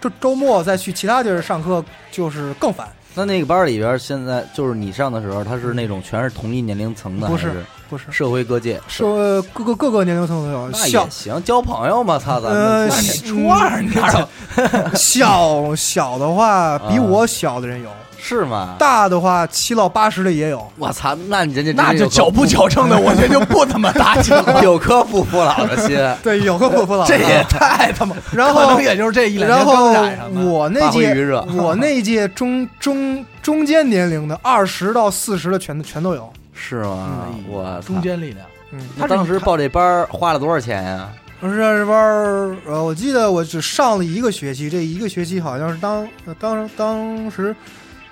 S5: 这周末再去其他地儿上课，就是更烦。
S4: 那那个班里边现在就是你上的时候，他是那种全是同一年龄层的，
S5: 不
S4: 还
S5: 是
S4: 是
S5: 不是，
S4: 社会各界，
S5: 说各个各个年龄层都有，
S4: 那
S5: 小
S4: 也行，交朋友嘛，操咱们
S5: 呃
S3: 那
S4: 那
S3: 你
S4: 你
S5: 是
S3: 初二你哪有？
S5: [laughs] 小小的话比我小的人有，
S4: 是吗？
S5: 大的话七老八十的也有。
S4: 我操，那你人家
S3: 那
S4: 真
S3: 就是
S4: 有
S3: 矫
S4: 颗
S3: 不矫正的，我这就不他妈打起 [laughs] 了。
S4: 有颗不服老的心，
S5: [laughs] [laughs] 对，有个不不老
S3: 这也太他妈，
S5: 然
S3: 可
S5: 后
S3: 能也就是这一两天
S5: 然后
S3: 刚染上的。
S5: 我那
S4: 发挥
S5: 届
S4: 余热
S5: 我那 [laughs] 届中中中间年龄的二十到四十的全全都有，
S4: 是吗？啊我操
S3: 嗯中。间力量，
S5: 嗯，
S4: 那当时报这班儿花了多少钱呀？
S5: 我是这班儿，呃，我记得我只上了一个学期，这一个学期好像是当呃当当时，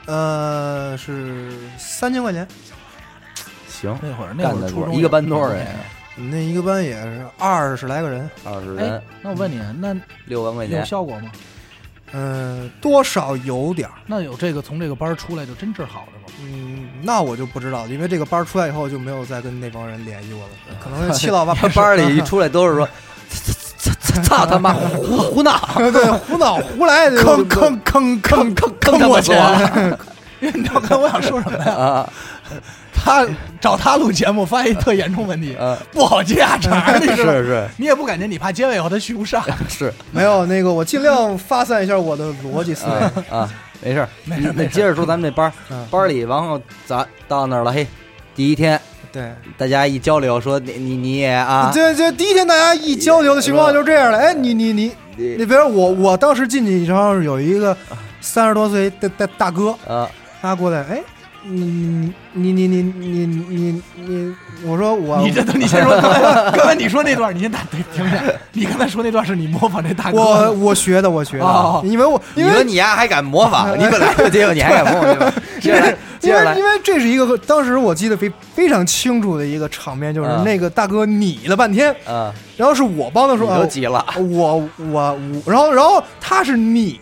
S5: 呃，是三千块钱，
S4: 行，
S3: 那会儿那
S4: 干
S3: 会儿
S4: 得
S3: 初
S4: 过
S3: 中
S4: 一个班多少人？啊
S5: 那一个班也是二十来个人，
S4: 二十
S3: 哎
S4: 人，，
S3: 那我问你，那
S4: 六万块
S3: 有
S4: 钱。
S3: 效果吗？
S5: 嗯、多少有点儿，
S3: 那有这个从这个班儿出来就真治好的吗？
S5: 嗯，那我就不知道了，因为这个班儿出来以后就没有再跟那帮人联系过了，可能七老八八
S4: [laughs] 班儿里一
S5: 一
S4: 出来都是说，操操操操他妈胡胡闹，
S5: 对胡闹胡来的，
S3: 坑坑坑坑坑坑我钱！ [laughs] 你知道刚才我想说什么呀？
S4: 啊
S3: 他找他录节目，发现一特严重问题，
S4: 啊！
S3: 不好接下
S4: [laughs]
S3: 茬儿，你知道吗？
S4: 是
S3: 你也不感觉你怕结尾以后他续不上，
S4: 是
S5: 没有那个，我尽量发散一下我的逻辑思维。
S4: 啊啊，没事儿，
S3: 没事儿
S4: 那
S3: 没事
S4: 接着说咱们这班儿
S5: 嗯
S4: 班儿里，然后咱到那儿了，嘿，第一天
S5: 对，
S4: 大家一交流说你你你也啊，
S5: 这这第一天大家一交流的情况就是这样了。哎，你你你，
S4: 你
S5: 那边我我当时进去，然后有一个三十多岁的大大大哥，
S4: 啊
S5: 他过来，哎，你你你你你你你你，我说我
S3: 你这你先说，刚才刚才你说那段，你先打停停下。你刚才说那段是你模仿这大哥
S5: 我
S3: 的，
S5: 我学的我学
S3: 哦
S5: 的，因为我因
S4: 你说
S5: 为
S4: 你呀还敢模仿？你本来就结巴，你还敢模仿？对吧接着来， [laughs] 接
S5: 因
S4: 着
S5: 为
S4: 来
S5: 因，为这是一个当时我记得非非常清楚的一个场面，就是
S4: 嗯
S5: 那个大哥你了半天，
S4: 啊，
S5: 然后是我帮他
S4: 你
S5: 说，
S4: 都
S5: 啊
S4: 急了
S5: 我我我，然后然后他是你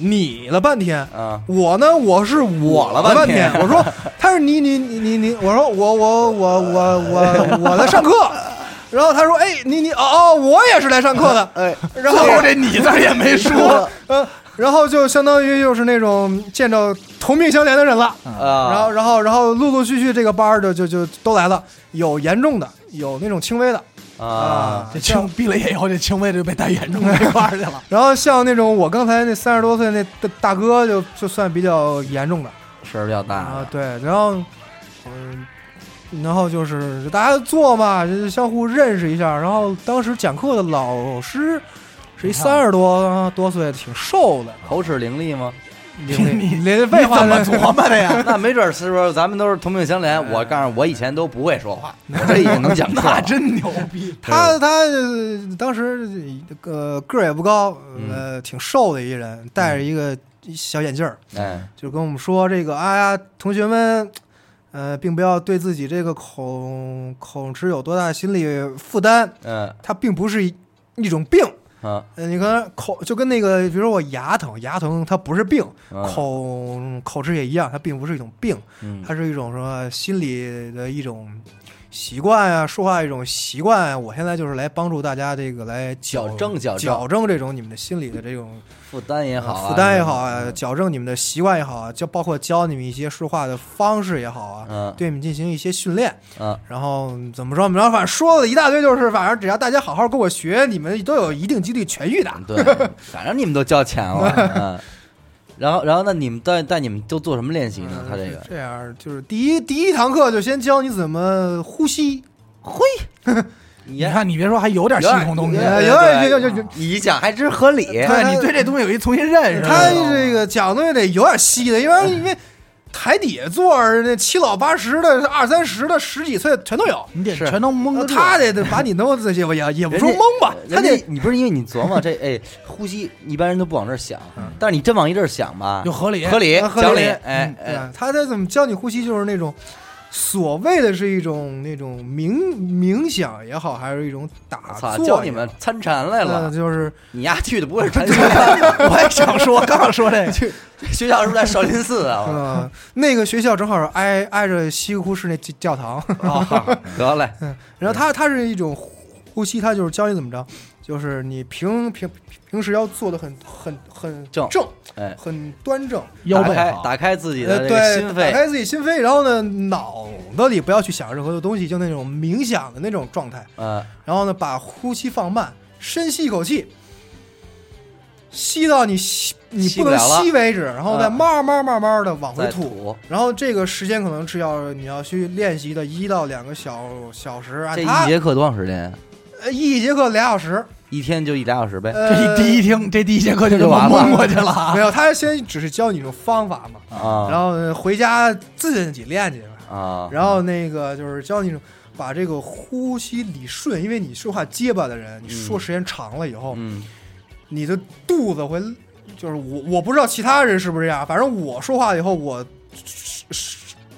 S5: 你了半天，
S4: 啊，
S5: 我呢我是我了半
S4: 我了半天
S5: 我说他是你你你你你，我说我我我我我我来上课，
S4: [laughs]
S5: 然后他说哎你你哦哦我也是来上课的，
S4: [laughs] 哎，
S5: 然后
S3: 最后这你字儿也没说。
S5: 呃然后就相当于又是那种见着同病相怜的人了，
S4: 啊，
S5: 然后然后然后陆陆续续这个班儿就就就都来了，有严重的，有那种轻微的
S4: 啊，
S3: 这青毕了业以后，这青薇就被带严重那块儿去了。
S5: 然后像那种我刚才那三十多岁那大大哥就就算比较严重的
S4: 事儿比较大
S5: 啊，对，然后嗯、然后就是大家坐嘛，就是相互认识一下。然后当时讲课的老师是一
S3: 你看
S5: 三十多啊多岁，挺瘦的，
S4: 口齿伶俐吗？
S5: 你连
S3: 你
S5: 废话
S3: 怎么
S5: 呢
S3: 琢磨的呀？
S4: [laughs] 那没准儿是说咱们都是同病相怜。我告诉你，我以前都不会说话，我这已经能讲课
S3: 那
S4: 了。
S3: 真牛逼！
S5: 他他呃当时呃个儿也不高，呃、挺瘦的一人，戴着一个小眼镜儿，
S4: 哎，
S5: 就跟我们说这个，哎呀，同学们，呃，并不要对自己这个口口吃有多大心理负担，
S4: 嗯
S5: 它并不是一一种病。
S4: 啊，
S5: 呃，你看口就跟那个，比如说我牙疼，牙疼它不是病，
S4: 嗯
S5: 口口吃也一样，它并不是一种病，
S4: 嗯
S5: 它是一种什么心理的一种习惯啊，说话一种习惯啊。我现在就是来帮助大家这个来
S4: 矫正矫正
S5: 矫正这种你们的心理的这种
S4: 负担也好啊，
S5: 负担也好啊，矫正你们的习惯也好啊，就包括教你们一些说话的方式也好啊，
S4: 嗯
S5: 对你们进行一些训练。
S4: 嗯
S5: 然后怎么说？然后反正说了一大堆，就是反正只要大家好好跟我学，你们都有一定几率痊愈的。
S4: 对，反正你们都交钱了，嗯，然后然后那你们带带你们都做什么练习呢？他这个
S5: 这样就是第一第一堂课就先教你怎么
S4: [laughs]
S5: 呼吸，哎嘿，
S4: 你
S3: 你看，你别说，还有点系统东西。
S5: 哎
S4: 有
S5: 有
S4: 点
S5: 点
S4: 有
S5: 有
S4: 点
S5: 点
S4: 有，你一讲还真合理。哎
S5: 他
S3: 对你对这东西有一重新认识。
S5: 他这个讲东西得有点稀的，因
S4: 哎
S5: 为因为台底下坐着那七老八十的、二三十的、十几岁的全都有，
S3: 你得
S4: 是呃
S3: 全都蒙
S5: 那
S3: 得住。
S5: 他得得把你弄这些吧，
S4: [laughs]
S5: 也也不说
S4: 人家
S5: 懵吧，他
S4: 人家
S5: 得
S4: 你不是因为你琢磨这哎呼吸，一般人都不往这儿想，但是你真往一这儿想吧，
S3: 就合理，
S4: 合理
S5: 合理
S4: 讲理，
S5: 嗯
S4: 哎
S5: 对
S4: 哎，
S5: 啊，他他怎么教你呼吸，就是那种所谓的是一种那种冥冥想也好，还是一种打
S4: 操，
S5: 坐，
S4: 教你们参禅来
S5: 呃，
S4: 了，
S5: 就是
S4: 你丫去的不会是禅啊修 [laughs] 吧？
S3: 我也想说，刚想说
S4: [laughs]
S3: 这个，
S4: 学校是不是在少林寺
S5: [laughs]
S4: 啊？
S5: 呃，那个学校正好是挨挨着西湖市那教
S4: [laughs]
S5: 教堂，
S4: 哦，得嘞，
S5: 然后它它是一种呼呼吸，它就是教你怎么着，就是你平平平时要做的很很很
S4: 正
S5: 正，
S4: 哎，
S5: 很端正，
S3: 腰
S4: 打
S3: 背
S4: 开
S3: 好
S4: 打开自己的
S5: 呃，
S4: 这个
S5: 对
S4: 心，
S5: 打
S4: 扉，
S5: 开自己心扉，然后呢，脑子里不要去想任何的东西，就那种冥想的那种状态。
S4: 嗯，
S5: 然后呢，把呼吸放慢，深吸一口气，吸到你吸你
S4: 吸
S5: 不
S4: 不
S5: 能
S4: 了了
S5: 吸为止，然后
S4: 啊
S5: 再慢慢慢慢的往回
S4: 再
S5: 吐。
S4: 吐
S5: 然后这个时间可能是要你要去练习的一到两个小小时，按
S4: 这
S5: 他
S4: 一节课多长时间？
S5: 呃一节课俩小时。
S4: 一天就一俩小时呗。
S5: 呃，
S3: 这一第一听，这第一节课就
S4: 就
S3: 给我
S4: 完了
S3: 蒙过去了
S5: [laughs]
S3: 啊
S5: 没。有，他先只是教你一种方法嘛，然
S4: 啊
S5: 后呢回家自己练去吧。
S4: 啊，
S5: 然后那个就是教你把这个呼吸理顺，因为你说话结巴的人，你说时间长了以后，
S4: 嗯，
S5: 你的肚子会，就是我我不知道其他人是不是这样，反正我说话以后，我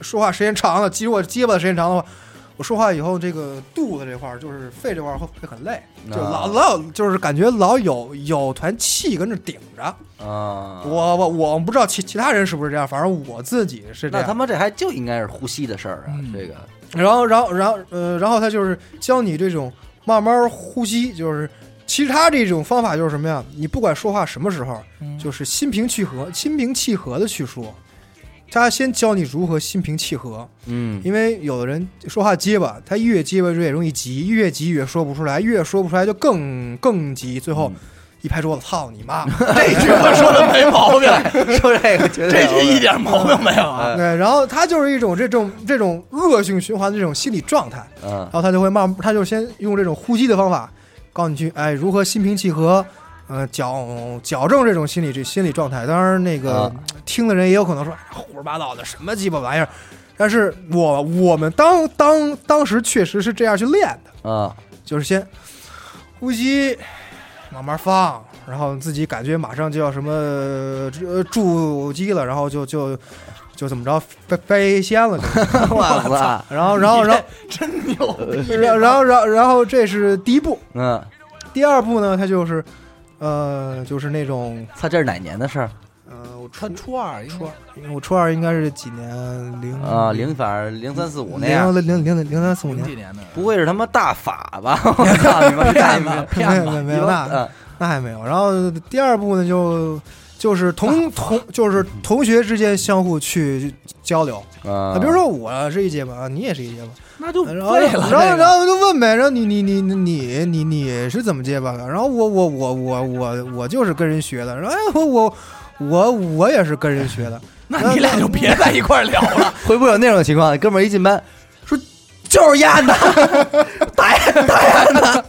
S5: 说话时间长了，其实我结巴的时间长的话，我说话以后这个肚子这块儿就是肺这块儿会会很累，就老老有就是感觉老有有团气跟着顶着。
S4: 啊，
S5: 我我我不知道其其他人是不是这样，反正我自己是
S4: 那
S5: 这样
S4: 他。妈这还就应该是呼吸的事儿啊，
S3: 嗯
S4: 这个
S5: 然后，然后，然后，呃，然后他就是教你这种慢慢呼吸，就是其实他这种方法就是什么呀？你不管说话什么时候，
S3: 嗯
S5: 就是心平气和、心平气和的去说。他先教你如何心平气和，
S4: 嗯
S5: 因为有的人说话结巴，他越结巴越容易急，越急越说不出来，越说不出来就更更急，最后
S4: 嗯
S5: 一拍桌子，操你
S4: [laughs]
S5: 妈！
S4: 这句话说的没毛病，说这个绝对
S3: 这
S4: 有
S3: 句一点毛病没有啊。
S4: 哎
S5: 对，然后他就是一种这种这种恶性循环的这种心理状态。
S4: 嗯
S5: 然后他就会慢，他就先用这种呼吸的方法，告诉你去，哎，如何心平气和，呃，矫矫正这种心理这心理状态。当然，那个、
S4: 啊
S5: 听的人也有可能说、哎胡说八道的，什么鸡巴玩意儿。但是我我们当当当时确实是这样去练的，
S4: 啊
S5: 就是先呼吸，慢慢放，然后自己感觉马上就要什么呃筑基了，然后就就就怎么着飞飞仙了就。
S4: [laughs] 我操，
S5: 然后然后然后
S3: 真牛逼！
S5: 然后然后然后然后这是第一步，
S4: 嗯，
S5: 第二步呢，它就是，呃，就是那种，
S4: 他这是哪年的事儿
S5: 呃，我初
S3: 穿初二，初二
S5: 我初二应该是几年零
S4: 啊？零反正零三四五那样，
S5: 零零零零三四五
S3: 零
S5: 年，
S3: 几年的，
S4: 不会是他妈大法
S5: [laughs]
S4: 吧？我操你妈
S3: 骗
S4: 骗
S3: 子
S4: 子！
S5: 没
S3: 骗
S5: 有没
S3: 子
S5: 有，没有那
S4: 嗯
S5: 那还没有。然后第二步呢，就就是同
S4: 啊
S5: 同就是同学之间相互去交流，
S4: 啊
S5: 啊，比如说我是一结巴，啊你也是一结巴，
S3: 那就
S5: [laughs] 然后
S3: 废了。
S5: 然后
S3: 这个
S5: 然后就问呗，然后你你你你你你你是怎么结巴的？然后我我我我我我就是跟人学的，然后哎我我我我也是跟人学的，
S3: 那你俩就别在一块儿聊了。
S4: [laughs] 会不会有那种情况？哥们儿一进班说就是丫的， [laughs] 打丫打丫
S5: [laughs]
S4: 的，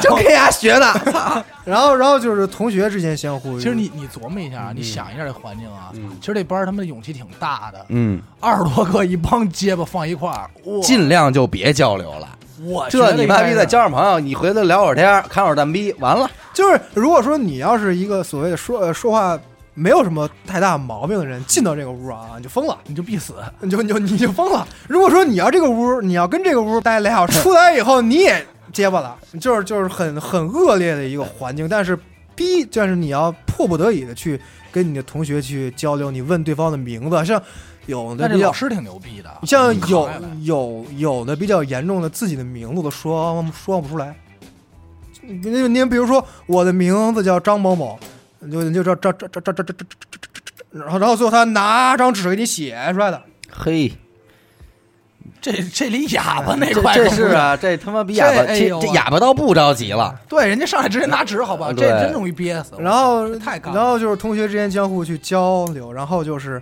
S4: 就给丫学的。操
S5: 然后然后就是同学之间相互，
S3: 其实你你琢磨一下啊，你想一下这环境啊
S4: 嗯，
S3: 其实这班儿他们的勇气挺大的，
S4: 嗯，
S3: 二十多个一帮结巴放一块儿，我
S4: 尽量就别交流了。
S5: 啊
S3: 我觉
S4: 这
S3: 得
S4: 你
S3: 应
S4: 妈
S3: 该
S4: 逼
S3: 是
S4: 再交上朋友，你回头聊会儿天儿，看会儿蛋逼，完了。
S5: 就是如果说你要是一个所谓的说呃说话没有什么太大毛病的人进到这个屋啊，你就疯了，
S3: [laughs] 你就必死。
S5: 你就你就你就疯了。如果说你要这个屋，你要跟这个屋待俩小时，出来以后你也结巴了，就是就是很很恶劣的一个环境，但是逼，但是你要迫不得已的去跟你的同学去交流，你问对方的名字，像有的
S3: 但这
S5: 比
S3: 老
S5: 较。
S3: 师挺牛逼的，
S5: 像
S3: 扛
S5: 有
S3: 下来
S5: 有有的比较严重的，自己的名字都说说不出来。您您比如说我的名字叫张某某，就就叫张张张张张张张张，然后然后最后他拿张纸给你写出来的，
S4: 嘿，
S3: 这这离哑巴那
S4: 这
S3: 块
S4: 这
S3: 可不
S4: 是啊，这他妈比哑巴，
S3: 这哎
S4: 这
S3: 呦
S4: 这哑巴倒不着急了。
S3: 对，人家上来直接拿纸，好吧，
S4: 啊
S3: 这
S4: 对
S3: 真容易憋死。
S5: 然后
S3: 这太尬了
S5: 然后就是同学之间相互去交流，然后就是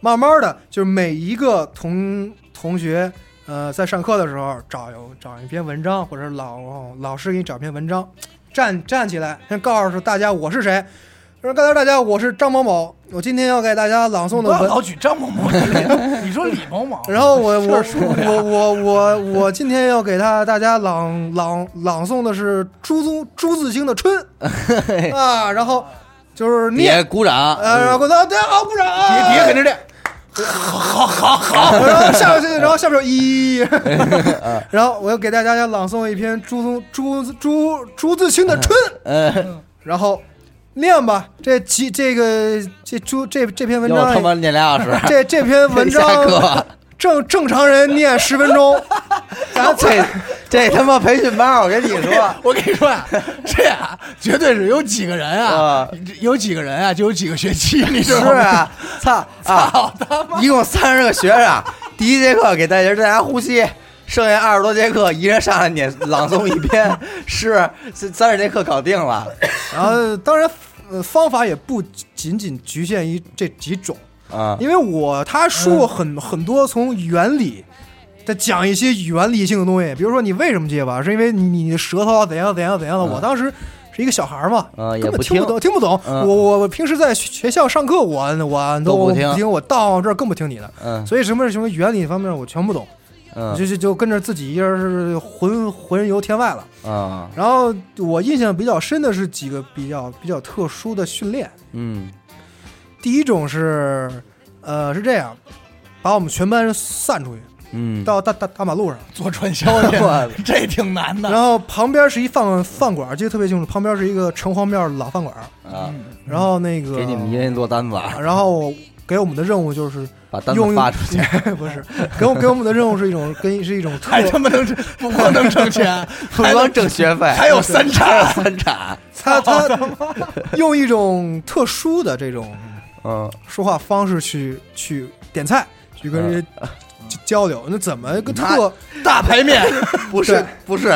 S5: 慢慢的，就是每一个同同学，呃，在上课的时候找有找一篇文章，或者是老老师给你找篇文章，站站起来，先告诉大家我是谁。说告诉大家，我是张某某，我今天要给大家朗诵
S3: 不
S5: 的
S3: 要
S5: 文，
S3: 老举张某某之类
S4: [laughs]
S3: 的，你说李某某，
S5: 然后我
S3: 事
S5: 我
S3: 儿说不
S5: 我我我我今天要给他大家朗朗朗诵的是朱宗朱自清的《春》
S3: [laughs]
S5: 啊，然后就是念
S4: 别鼓掌，
S5: 呃，然后大家好鼓掌啊，
S3: 别别跟着
S5: 这。好好好，然后下去，然后下边有一，然后我又给大家朗诵一篇朱宗朱朱朱自清的《春》，
S4: 呃，
S5: 然后念吧，这几这个这朱这这篇文
S4: 又他
S5: 章，
S4: 妈念俩小时，
S5: 这这篇文
S4: 下
S5: 章
S4: 课吧
S5: 正正常人念十分钟， [laughs] 咱
S4: 这
S5: 才
S4: 这他妈培训班，我跟你说，
S3: 我跟你
S4: [laughs]
S3: 说啊，这啊，绝对是有几个人啊
S4: 啊，
S3: 有几个人啊，就有几个学期，你知
S4: 是
S3: 道吗？
S4: 啊， [laughs] 操啊，一共三十个学生，啊第一节课给大家大家呼吸，剩下二十多节课一人上来念朗诵一篇诗，这三十节课搞定了
S5: 然后当然，呃，方法也不仅仅局限于这几种，
S4: 啊！
S5: 因为我他说过很、很多从原理。他讲一些原理性的东西，比如说你为什么结巴，是因为你你的舌头啊怎样怎样怎样的。我当时是一个小孩儿嘛，
S4: 嗯也
S5: 根本
S4: 不
S5: 听不
S4: 听
S5: 懂，听不懂。
S4: 嗯
S5: 我我我平时在学校上课，我我
S4: 都不
S5: 不
S4: 听
S5: 我到这儿更不听你的。
S4: 嗯
S5: 所以什么什么原理方面我全不懂，
S4: 嗯
S5: 就就就跟着自己一人是魂魂游天外了。
S4: 嗯
S5: 然后我印象比较深的是几个比较比较特殊的训练。
S4: 嗯
S5: 第一种是，呃，是这样，把我们全班散出去，
S4: 嗯，
S5: 到大大大马路上，
S3: 做传销
S4: 我
S3: 去，这挺难的。
S5: 然后旁边是一饭饭馆，记得特别清楚，旁边是一个城隍庙老饭馆，
S4: 啊，
S3: 嗯
S5: 然后那个
S4: 给你们一人落单子，啊，
S5: 然后给我们的任务就是
S4: 把单
S5: 用
S4: 子发出去。
S5: [laughs] 不是给我给我们的任务是一种跟是一种
S4: [laughs]
S5: 特
S3: 还他妈能挣不光能挣钱，
S4: 不
S3: 还
S4: 光
S3: 能
S4: 挣学费，
S3: 还有三
S4: 还有
S3: 叉，
S4: 三产，
S5: 他他 [laughs] 用一种特殊的这种
S4: 嗯
S5: 说话方式去去点菜，去跟人
S4: 嗯
S5: 家交流。那怎么个 [laughs] 特？
S3: 大排面，
S4: [laughs] 不是
S5: 对
S4: 不是，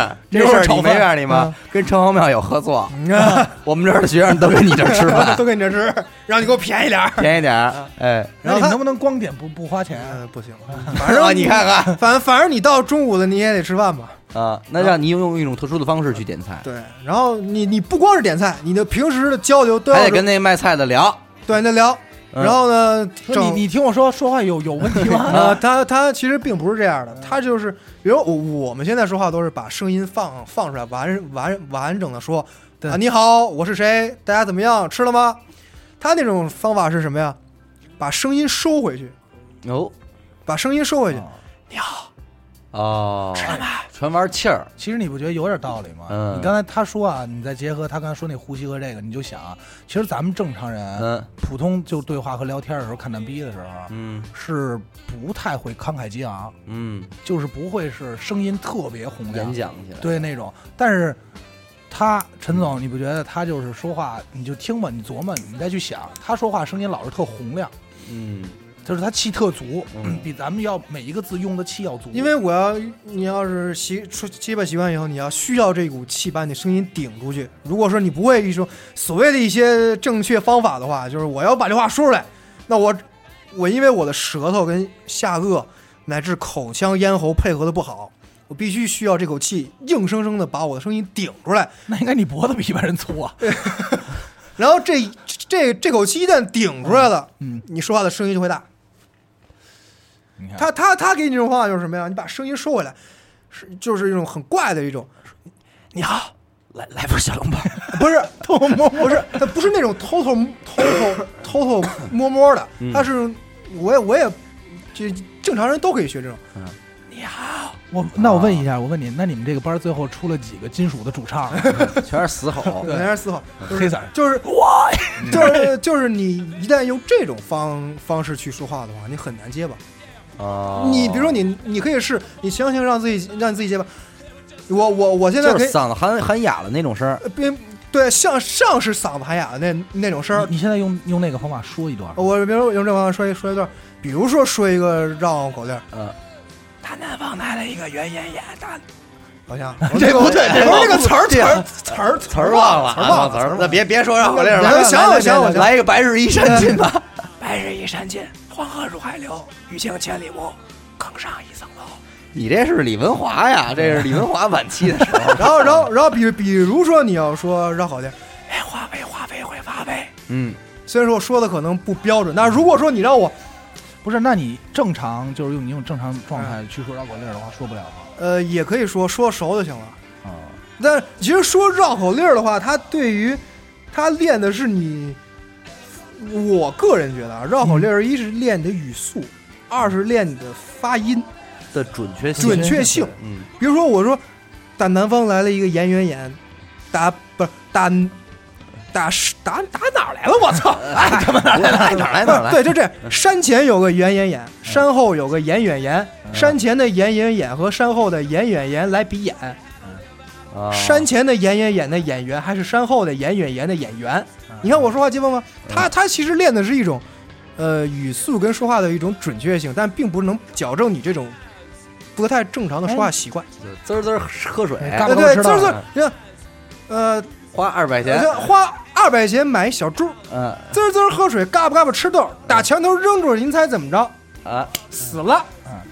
S4: 这
S3: 牛肉
S4: 事儿
S3: 炒
S4: 你没
S3: 饭嗯
S4: 告诉你吗？跟城隍庙有合作，
S5: 啊，
S4: 我们这儿的学生都跟你
S5: [laughs]
S4: 这儿吃
S3: [laughs]
S4: 饭，
S5: 都给你这吃，然后你给我便宜点儿。
S4: 便宜点儿，哎，
S3: 那你
S5: 然后他
S3: 能不能光点不不花钱？
S5: 嗯，不行，
S4: 反 [laughs] 正啊你看看
S5: [laughs] 反正反正你到中午了，你也得吃饭吧。
S4: 啊，那让你用一种特殊的方式去点菜，
S5: 对，然后你你不光是点菜，你的平时的交流都
S4: 还
S5: 要
S4: 得跟那卖菜的聊，
S5: 对那聊。
S4: 嗯
S5: 然后呢，
S3: 说
S5: 整
S3: 你你听我说说话有有问题
S5: [laughs]
S3: 吗？
S5: 啊，他他其实并不是这样的，他就是，比如我我们现在说话都是把声音放放出来，完完完整的说，
S3: 对
S5: 啊，你好，我是谁，大家怎么样，吃了吗？他那种方法是什么呀？把声音收回去，
S4: 哦
S5: 把声音收回去。
S4: 哦，全玩气儿，
S3: 其实你不觉得有点道理吗？
S4: 嗯
S3: 你刚才他说啊，你再结合他刚才说那呼吸和这个，你就想啊，其实咱们正常人，
S4: 嗯
S3: 普通就对话和聊天的时候，看蛋逼的时候，啊
S4: 嗯
S3: 是不太会慷慨激昂，
S4: 嗯，
S3: 就是不会是声音特别洪亮
S4: 演，讲起来，
S3: 对那种。但是他陈总，你不觉得他就是说话，你就听吧，你琢磨，你再去想，他说话声音老是特洪亮，
S4: 嗯
S3: 就是他气特足，
S4: 嗯
S3: 比咱们要每一个字用的气要足。
S5: 因为我要你要是习出结巴习惯以后，你要需要这股气把你的声音顶出去。如果说你不会一种所谓的一些正确方法的话，就是我要把这话说出来，那我我因为我的舌头跟下颚乃至口腔咽喉配合的不好，我必须需要这口气硬生生的把我的声音顶出来。
S3: 那应该你脖子比一般人粗
S5: [laughs]
S3: 啊，
S5: 然后这这这口气一旦顶出来了，嗯，你说话的声音就会大。
S3: 你看
S5: 他他他给你这种方法就是什么呀？你把声音收回来，是就是一种很怪的一种。你 [laughs] 好，
S4: 来来份小笼包， [laughs]
S5: 不是偷偷摸，不是，他不是那种偷偷偷偷偷偷摸摸的，他是我也我也这正常人都可以学这种。
S3: 我那我问一下，我问你，那你们这个班最后出了几个金属的主
S5: [laughs]
S3: 唱？
S4: 全是死吼，
S5: 本来是四号，
S3: 黑色儿
S5: [laughs] 就是
S3: 哇，
S5: 就是就是你一旦用这种方方式去说话的话，你很难结巴。
S4: 哦，
S5: 你比如说你你可以试，你强行让自己让自己结巴。我我我现在
S4: 就
S5: 可
S4: 是
S5: 以
S4: 嗓子喊喊哑了那种声儿，
S5: 呃并对像上是嗓子喊哑的那那种声儿，
S3: 你现在用用那个方法说一段，
S5: 我比如用这方法说一说一段，比如说说一个绕口令，
S4: 嗯，
S5: 他
S3: 南方来了一个圆圆眼的，
S5: 好像
S3: 这不对，这不是这个词儿词儿
S5: 词儿
S4: 词儿忘了，啊
S5: 词儿忘了
S4: 词儿。那别别说绕口令
S5: 来
S4: 了，
S5: 来想我想我想我嗯
S4: 来一个白日依山尽吧。
S3: [laughs] 白日依山尽，黄河入海流。雨行千里目，更上一层楼。
S4: 你这是李文华呀，这是李文华晚期的时候。
S5: 然后，然后，然后，比比如说你要说绕口令，
S3: 哎，花呗花呗会发呗。
S4: [laughs] 嗯，
S5: 虽然说我说的可能不标准，但是如果说你让我，
S3: 不是，那你正常就是用你用正常状态去说绕口令的话，说不了吗？
S5: 呃，也可以说说熟就行了。
S3: 啊、
S5: 但是其实说绕口令的话，它对于它练的是你，我个人觉得啊，绕口令一是练你的语速，二是练你的发音
S4: 的准确性，
S5: 准确性。
S4: 嗯，
S5: 比如说我说打南方来了一个严元眼，打不是打打打打哪儿来了？我操！
S4: 哎，他们哪来来哪来哪来？
S5: 啊 [laughs] 对，就这。山前有个严眼眼，
S3: 嗯
S5: 山后有个严远眼。山前的严眼眼和山后的严远眼来比演，
S3: 哦
S4: 啊
S5: 山前的严眼眼的演员还是山后的严远眼的演员。
S3: 嗯
S5: 你看我说话结巴吗？他他其实练的是一种，呃，语速跟说话的一种准确性，但并不能矫正你这种不太正常的说话习惯。
S4: 滋儿滋儿喝水，
S3: 哎大家
S5: 对
S3: 都
S5: 对，
S3: 知
S5: 就
S3: 道
S5: 是你看，呃，
S4: 花二百
S5: 我
S4: 钱
S5: 就，花二百钱买小猪，
S4: 嗯
S5: 滋儿滋儿喝水，嘎巴嘎巴吃豆，打墙头扔住，您猜怎么着？
S4: 啊
S5: 死了。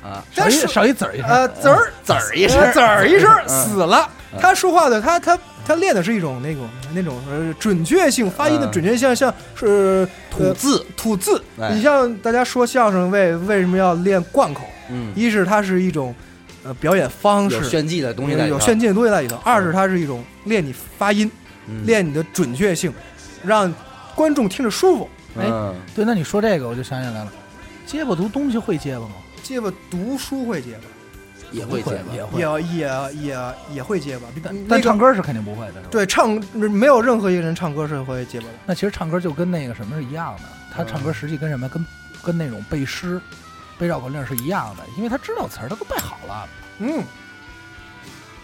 S4: 啊，
S3: 少
S5: 但
S3: 一
S5: 是
S3: 少一子儿一声。
S5: 呃，滋儿
S4: 滋儿一声
S5: 呃滋儿一声
S4: 嗯
S5: 死了。他说话的，他他他练的是一种那种那种呃准确性发音的
S4: 嗯
S5: 准确性，像是呃
S4: 吐字，
S5: 吐字。
S4: 哎
S5: 你像大家说相声为为什么要练贯口？
S4: 嗯，
S5: 一是它是一种呃表演方
S4: 有
S5: 式，
S4: 炫技的东西在里
S5: 有
S4: 头
S5: 炫，技的东西在里头；二是它是一种练你发音，
S4: 嗯，
S5: 练你的准确性，让观众听着舒服。哎
S4: 嗯，
S3: 对，那你说这个我就想起来了，结巴读东西会结巴吗？
S5: 结巴读书会结巴，
S4: 也会嗯结巴
S3: 也，会，
S5: 也也也也会结巴，
S3: 但
S5: 那
S3: 但
S5: 个
S3: 唱歌是肯定不会的，是吧？
S5: 对，唱没有任何一个人唱歌是会结巴的。
S3: 那其实唱歌就跟那个什么是一样的，他唱歌实际跟什么跟跟那种背诗、背绕口令是一样的，因为他知道词儿，他都背好了，
S5: 嗯，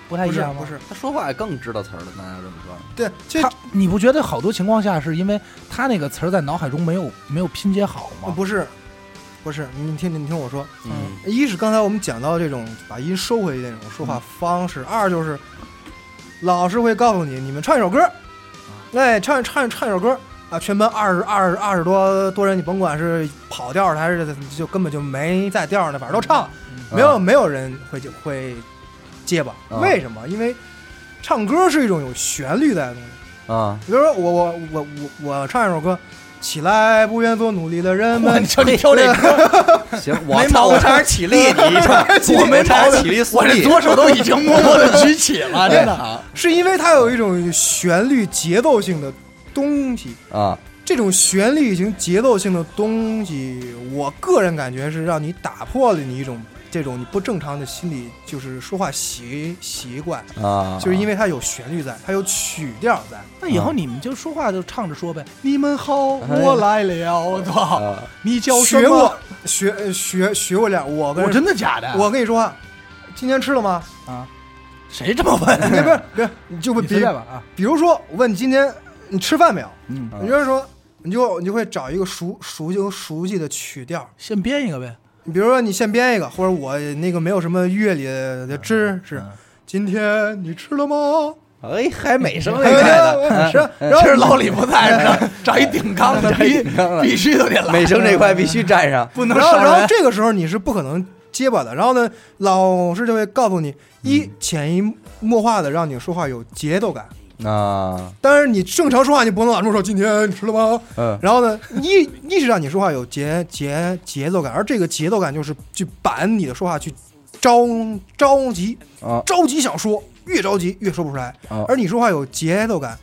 S3: 不太
S5: 不
S3: 一
S5: 是
S3: 样吗？
S5: 不，是，
S4: 他说话更知道词儿了，那要这么说，
S5: 对，这
S3: 他你不觉得好多情况下是因为他那个词儿在脑海中没有没有拼接好吗？
S5: 不是，不是，你听你听我说，
S4: 嗯
S5: 一是刚才我们讲到这种把音收回去那种说话方
S3: 嗯
S5: 式，二就是老师会告诉你，你们唱一首歌，
S3: 啊
S5: 哎，唱唱唱一首歌啊，全班二十二二十多多人，你甭管是跑调儿的还是就根本就没在调儿呢，反正都唱了，
S3: 嗯
S5: 没有没有人会就会结巴，
S4: 啊
S5: 为什么？因为唱歌是一种有旋律在的东西。
S4: 啊，
S5: 比如说我我我我我唱一首歌，起来不愿做奴隶的人
S3: 哇
S5: 们
S3: 你，瞧你挑这歌，
S4: [laughs] 行，我
S5: 没
S4: 操，
S5: 毛
S4: 我
S5: 病
S4: 差点起 [laughs] 立，你我没差点起立肃
S3: 我这
S4: 立，
S3: 左手都已经默默的举起了，真的。
S4: 啊
S5: 是因为它有一种旋律节奏性的东西。
S4: 啊，
S5: 这种旋律型、节奏性的东西，我个人感觉是让你打破了你一种这种你不正常的心理，就是说话习习惯，
S3: [laughs]
S4: 啊，
S5: 就是因为它有旋律在，它有曲调在。
S3: 那以后你们就说话就唱着说呗。你们好，我来了，多好！
S4: 啊
S3: 你叫什
S5: 学
S3: 么
S5: 我，学呃学学过点儿，我跟
S3: 我真的假的？
S5: 我跟你说话，今天吃
S3: [laughs]
S5: 了吗？哎
S3: 啊，谁这么 [laughs] 问？
S5: 别别别，你就
S3: 你
S5: 比
S3: 随便吧啊，
S5: 比如说，我问你今天你吃饭没有？
S3: 嗯，
S5: 你就是说，你就你就会找一个熟熟就熟悉的曲调。
S3: 先编一个呗。
S5: 你比如说，你先编一个，或者我那个没有什么乐理的知识。
S3: 嗯
S5: 今天你吃了吗？
S4: 哎，还美声
S5: 哎
S4: 厉害
S3: 嗯
S4: 的，
S5: 呀是，
S4: 哎
S5: 然
S3: 今
S5: 后
S3: 儿老李不在这儿，哎找一顶缸的，
S4: 找一
S3: 必
S4: 顶缸的
S3: 必须都得来。
S4: 美声这块必须
S3: 嗯
S4: 占上，不
S5: 然后然后这个时候你是不可能结巴的。然后呢，老师就会告诉你，
S3: 嗯
S5: 一潜移默化的让你说话有节奏感。
S4: 啊，
S5: 但是你正常说话，你不能老这么说。今天你吃了吗？
S4: 嗯
S5: 然后呢，一一是让你说话有节节节奏感，而这个节奏感就是去板你的说话，去着着急，
S4: 啊
S5: 着急想说，越着急越说不出来。
S4: 啊，
S5: 而你说话有节奏感，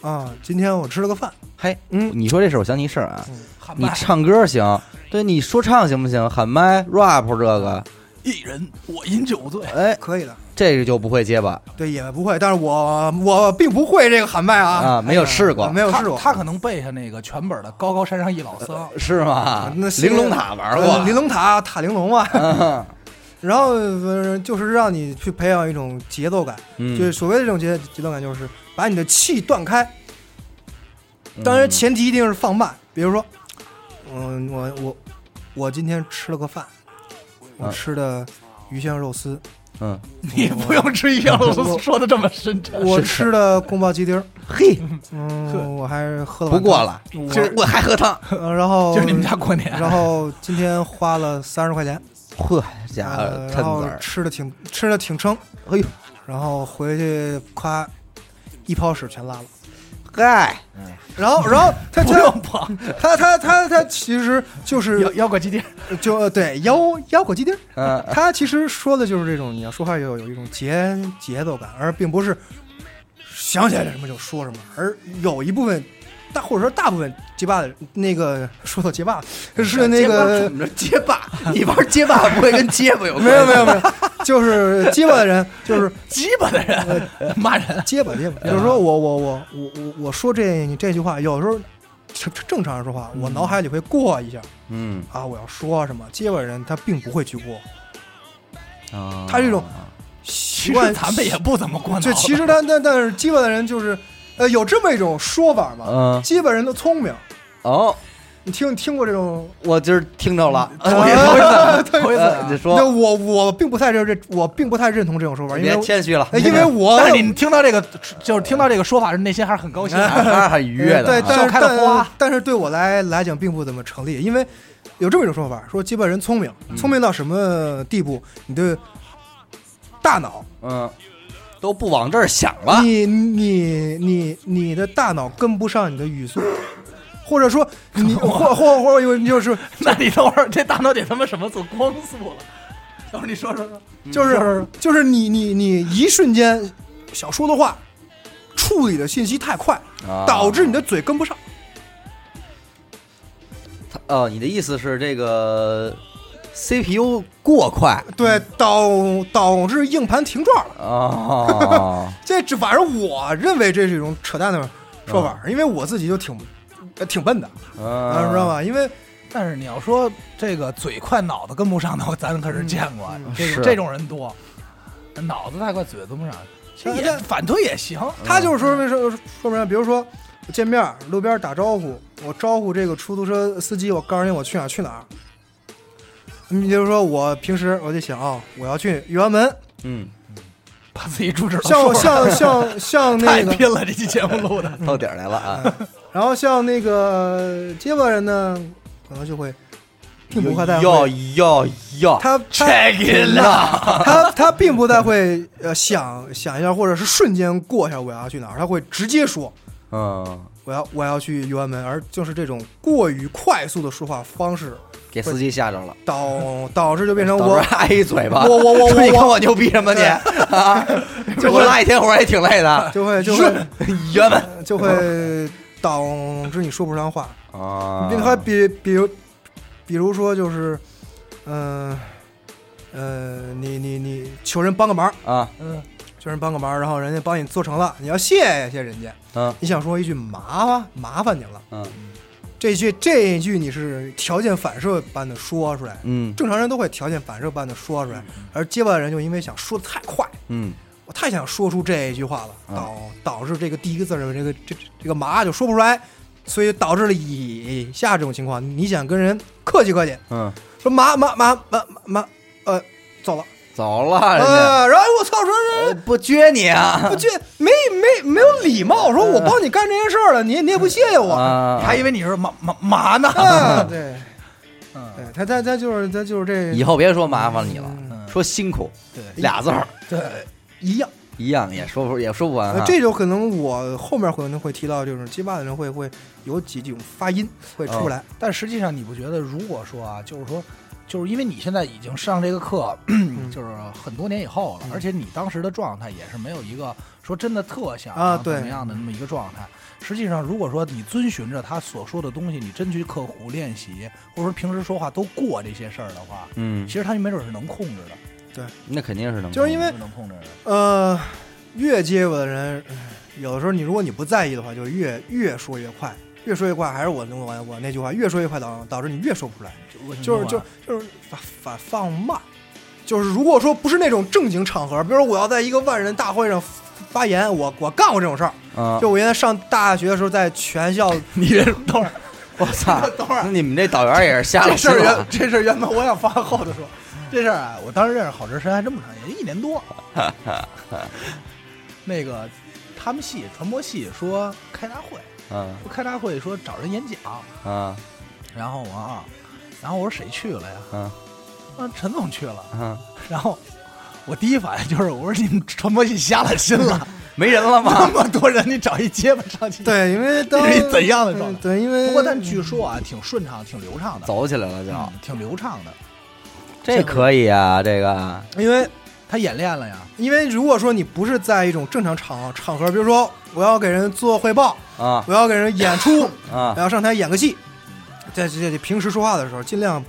S5: 啊，今天我吃了个饭，
S4: 嘿，
S5: 嗯，
S4: 你说这事儿，我想起一事儿啊，
S3: 喊
S4: 你
S3: 麦
S4: 唱歌行，对你说唱行不行？喊麦、rap 这个，
S3: 一人我饮酒醉，
S4: 哎，
S5: 可以的，
S4: 这个就不会结巴
S5: 对，也不会。但是我我并不会这个喊麦啊，
S4: 啊，没有试过
S5: 啊没，有试
S3: 他
S5: 过。
S3: 他可能背下那个全本的《高高山上一老 [laughs] 僧》，
S4: 是吗？
S5: 那是
S4: 啊玲珑塔玩
S5: 呃玲
S4: 过，
S5: 珑塔塔玲珑
S4: [laughs]
S5: 嘛，
S4: 啊
S5: 然后呃就是让你去培养一种节奏感，
S4: 嗯
S5: 就是所谓的这种节节奏感，就是把你的气断开。
S4: 嗯
S5: 当然，前提一定是放慢，比如说，嗯，我我我今天吃了个饭，我
S4: 啊
S5: 吃的鱼香肉丝，
S4: 嗯，
S3: [laughs] 你不用吃鱼香肉丝，说的这么深沉。
S5: 我吃的宫保鸡丁儿，
S4: 呃嘿，
S3: 呵
S5: 嗯，我还喝了
S4: 不
S5: 碗
S4: 过了，
S5: 汤，
S4: 今儿我还喝
S5: [laughs]
S4: 汤，
S5: 我呃然后
S3: 就是你们家过年，
S5: 然后今天花了三十块钱，
S4: 呵家伙
S5: 呃，
S4: 趁
S5: 然后
S4: 子儿，
S5: 吃的挺吃的挺撑，
S4: 哎呦，
S5: 然后回去夸一泡屎全拉了。
S4: 嗨，
S5: 然后，然后
S4: [laughs]
S5: 他
S3: 不
S5: 他
S3: 用跑，
S5: 他他他他其实就是
S3: 腰腰果鸡丁，
S5: 就呃对腰腰果鸡丁儿，
S4: 嗯，
S5: 他其实说的就是这种，你要说话有有一种节节奏感，而并不是想起来什么就说什么，而有一部分大或者说大部分结巴的人那个说到结巴是那个
S4: 怎么着结巴？你玩结巴不会跟结巴有关？
S5: 没有没有没有，就是结巴的人就是
S3: 鸡巴的人骂人，
S5: 结巴结巴，就是说我我我我我我说这你这句话，有时候正正常人说话，我脑海里会过一下
S4: 嗯
S5: 啊，我要说什么，结巴人他并不会去过，
S4: 啊，
S5: 他这种
S3: 其
S5: 习
S3: 实
S5: 惯
S3: 咱们也不怎么过脑子。
S5: 就其实他但但是基本的人就是，呃，有这么一种说法嘛，
S4: 嗯
S5: 基本人都聪明。
S4: 哦，
S5: 你听听过这种？啊
S4: 我今儿听着了，
S5: 嗯
S3: 头一次，头一
S4: 呃你
S3: 次。
S5: 那
S4: 说，
S5: 我我并不太认这，我并不太认同这种说法，因
S4: 哎别
S5: 为
S4: 谦虚了
S5: 呃，因为我
S3: 但是你听到这个，就是听到这个说法，内心还是很高兴 [laughs]
S4: [laughs]
S3: 的。
S4: 还是很愉悦的啊，
S5: 呃对，但
S3: 笑
S5: 是
S3: 开了花
S5: 但但是对我来来讲并不怎么成立，因为有这么一种说法，说基本人聪明，聪明到什么地步？你对大脑，
S4: 嗯，都不往这儿想了，
S5: 你你你你的大脑跟不上你的语速，或者说你或或或者就是
S3: 那你等会儿这大脑得他妈什么做光速了？等会儿你说说说，
S5: 就是就是你你你一瞬间想说的话，处理的信息太快，
S4: 啊
S5: 导致你的嘴跟不上。
S4: 哦，你的意思是这个 CPU 过快
S5: 对，导导致硬盘停转了。 [laughs]
S4: 啊？
S5: 这这反正我认为这是一种扯淡的说法，因为我自己就挺呃挺笨的，
S4: 嗯，
S5: 知道？啊吧？因为
S3: 但是你要说这个嘴快脑子跟不上的，我咱可是见过，啊
S5: 嗯
S3: 这
S4: 是
S3: 种这种人多，脑子太快，嘴跟不上，其实也
S5: 但
S3: 反对也行。
S5: 他就是说明说说明，比如说见面儿路边儿打招呼，我招呼这个出租车司机，我告诉你我去哪儿去哪儿。你比如说我平时我就想啊、我要去芮阳
S3: 啊
S5: 门，
S4: 嗯，
S3: 把自己住址都
S5: 像
S3: 说出来
S5: 像
S3: [laughs]
S5: 像像那
S3: 太
S5: 个，
S3: 拼了，这期节目录
S5: 嗯
S3: 的。
S4: 到点儿来了
S5: [laughs]
S4: 啊！
S5: 然后像那个结巴人呢，可能就会并不太在
S4: 要
S5: [laughs] 乎
S4: 要要，
S5: 他他
S3: Check it
S5: [laughs]
S3: out，
S5: 他他并不太会呃想想一下，或者是瞬间过一下我要去哪儿，他会直接说
S4: 嗯，
S5: 我要我要去右安门，而就是这种过于快速的说话方式
S4: 给司机吓着了，
S5: 导导致就变成
S4: 到时候
S5: 我
S4: 挨一嘴巴。
S5: 我我我
S4: 说你
S5: 我
S4: 看我牛逼什么你
S5: [laughs]
S4: 啊？就我拉一天活儿也挺累的，
S5: 就会就会
S4: 原本
S5: [laughs] 就会导致你说不上话。
S4: 啊
S5: 你还比比如比如说就是，嗯呃，你你你求人帮个忙，
S4: 啊
S3: 嗯，
S5: 求人帮个忙，然后人家帮你做成了，你要谢谢人家。
S4: 嗯
S5: 你想说一句麻烦麻烦您了，
S4: 嗯
S5: 这句这一句你是条件反射般的说出来，
S4: 嗯
S5: 正常人都会条件反射般的说出来，而结巴的人就因为想说的太快，
S4: 嗯
S5: 我太想说出这一句话了，
S4: 嗯
S5: 导导致这个第一个字儿这个这这个麻就说不出来，所以导致了以下这种情况：你想跟人客气客气，
S4: 嗯，
S5: 说麻麻麻麻麻麻，呃，走了，
S4: 走了人家
S5: 呃，然后我操，说
S4: 呃
S5: 说
S4: 不撅你啊
S5: 不去，没没没有礼貌，我说我帮你干这件事儿了，你也你也不谢谢我，
S4: 啊！
S3: 还以为你是麻麻麻
S4: [laughs]
S3: 呢。 [laughs]
S5: 啊，对，对
S3: 嗯，
S5: 他他他就是他就是这
S4: 以后别说麻烦你了，
S3: 嗯
S4: 说辛苦
S3: 对
S4: 俩字
S5: 哎
S4: 儿
S3: 对，
S5: 呃一样。
S4: 一样也说不也说不完啊
S5: 呃
S4: 哈，
S5: 这就可能我后面可能会提到，就是结巴的人会会有几种发音会出
S4: 哦
S5: 来，
S3: 但实际上你不觉得，如果说啊，就是说，就是因为你现在已经上这个课，
S5: 嗯
S3: 就是很多年以后了，而且你当时的状态也是没有一个说真的特想
S5: 啊
S3: 怎么
S5: 对
S3: 样的那么一个状态。实际上，如果说你遵循着他所说的东西，你真去刻苦练习，或者说平时说话都过这些事儿的话，
S4: 嗯
S3: 其，实他没准是能控制的，
S4: 那肯定是能，
S5: 就是因为
S3: 是能控制的。
S5: 呃，越结巴的人，嗯有的时候你如果你不在意的话，就越越说越快，越说越快。还是我我我那句话，越说越快导导致你越说不出来，就是就就是反反放慢。就是如果说不是那种正经场合，比如说我要在一个万人大会上发言，我我干过这种事儿。
S4: 啊， [laughs]
S5: 就我原来上大学的时候，在全校
S3: [laughs] 你别等
S5: [laughs]
S3: 会儿，
S4: 我操，等会儿，那你们这导员也是瞎
S3: [laughs] 这
S4: 了
S3: 事
S4: 心
S3: 儿
S4: 了
S3: 原这事儿原本我想放后头说，这事儿啊，我当时认识郝志深还这么长时间，一
S4: [laughs]
S3: 年多。那个他们系传播系说开大会，
S4: 嗯
S3: 说开大会说找人演讲，
S4: 嗯
S3: 然后我啊，然后我说谁去了呀？
S4: 嗯
S3: 啊，陈总去了。
S4: 嗯，
S3: 然后我第一反应就是我说你们传播系瞎了
S4: [laughs]
S3: 心了，
S4: 没人了
S3: 那
S5: [laughs]
S4: 吗？
S3: 么多人，你找一结巴上去。。
S5: 对，因
S3: [laughs]
S5: 为当
S3: 这是一怎样的状态
S5: 嗯对，因为
S3: 不过但据说啊，挺顺畅，挺流畅的，
S4: 走起来了就，
S3: 嗯挺流畅的。
S4: 这可以啊，这个
S5: 因为
S3: 他演练了呀，
S5: 因为如果说你不是在一种正常场场合，比如说我要给人做汇报，
S4: 啊
S5: 我要给人演出，
S4: 啊
S5: 我要上台演个戏，在这这平时说话的时候，尽量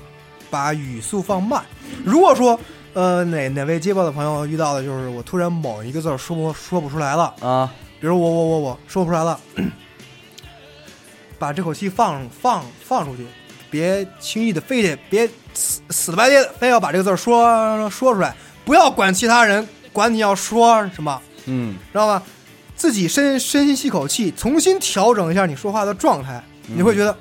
S5: 把语速放慢。如果说呃哪哪位接报的朋友遇到的就是我突然某一个字儿说不说不出来了，
S4: 啊，
S5: 比如我我我我说不出来了， [clears throat] 把这口气放放放出去，别轻易的非得别死死了白咧的非要把这个字儿说说出来，不要管其他人，管你要说什么，
S4: 嗯
S5: 知道吧？自己深深吸口气，重新调整一下你说话的状态，
S4: 嗯
S5: 你会觉得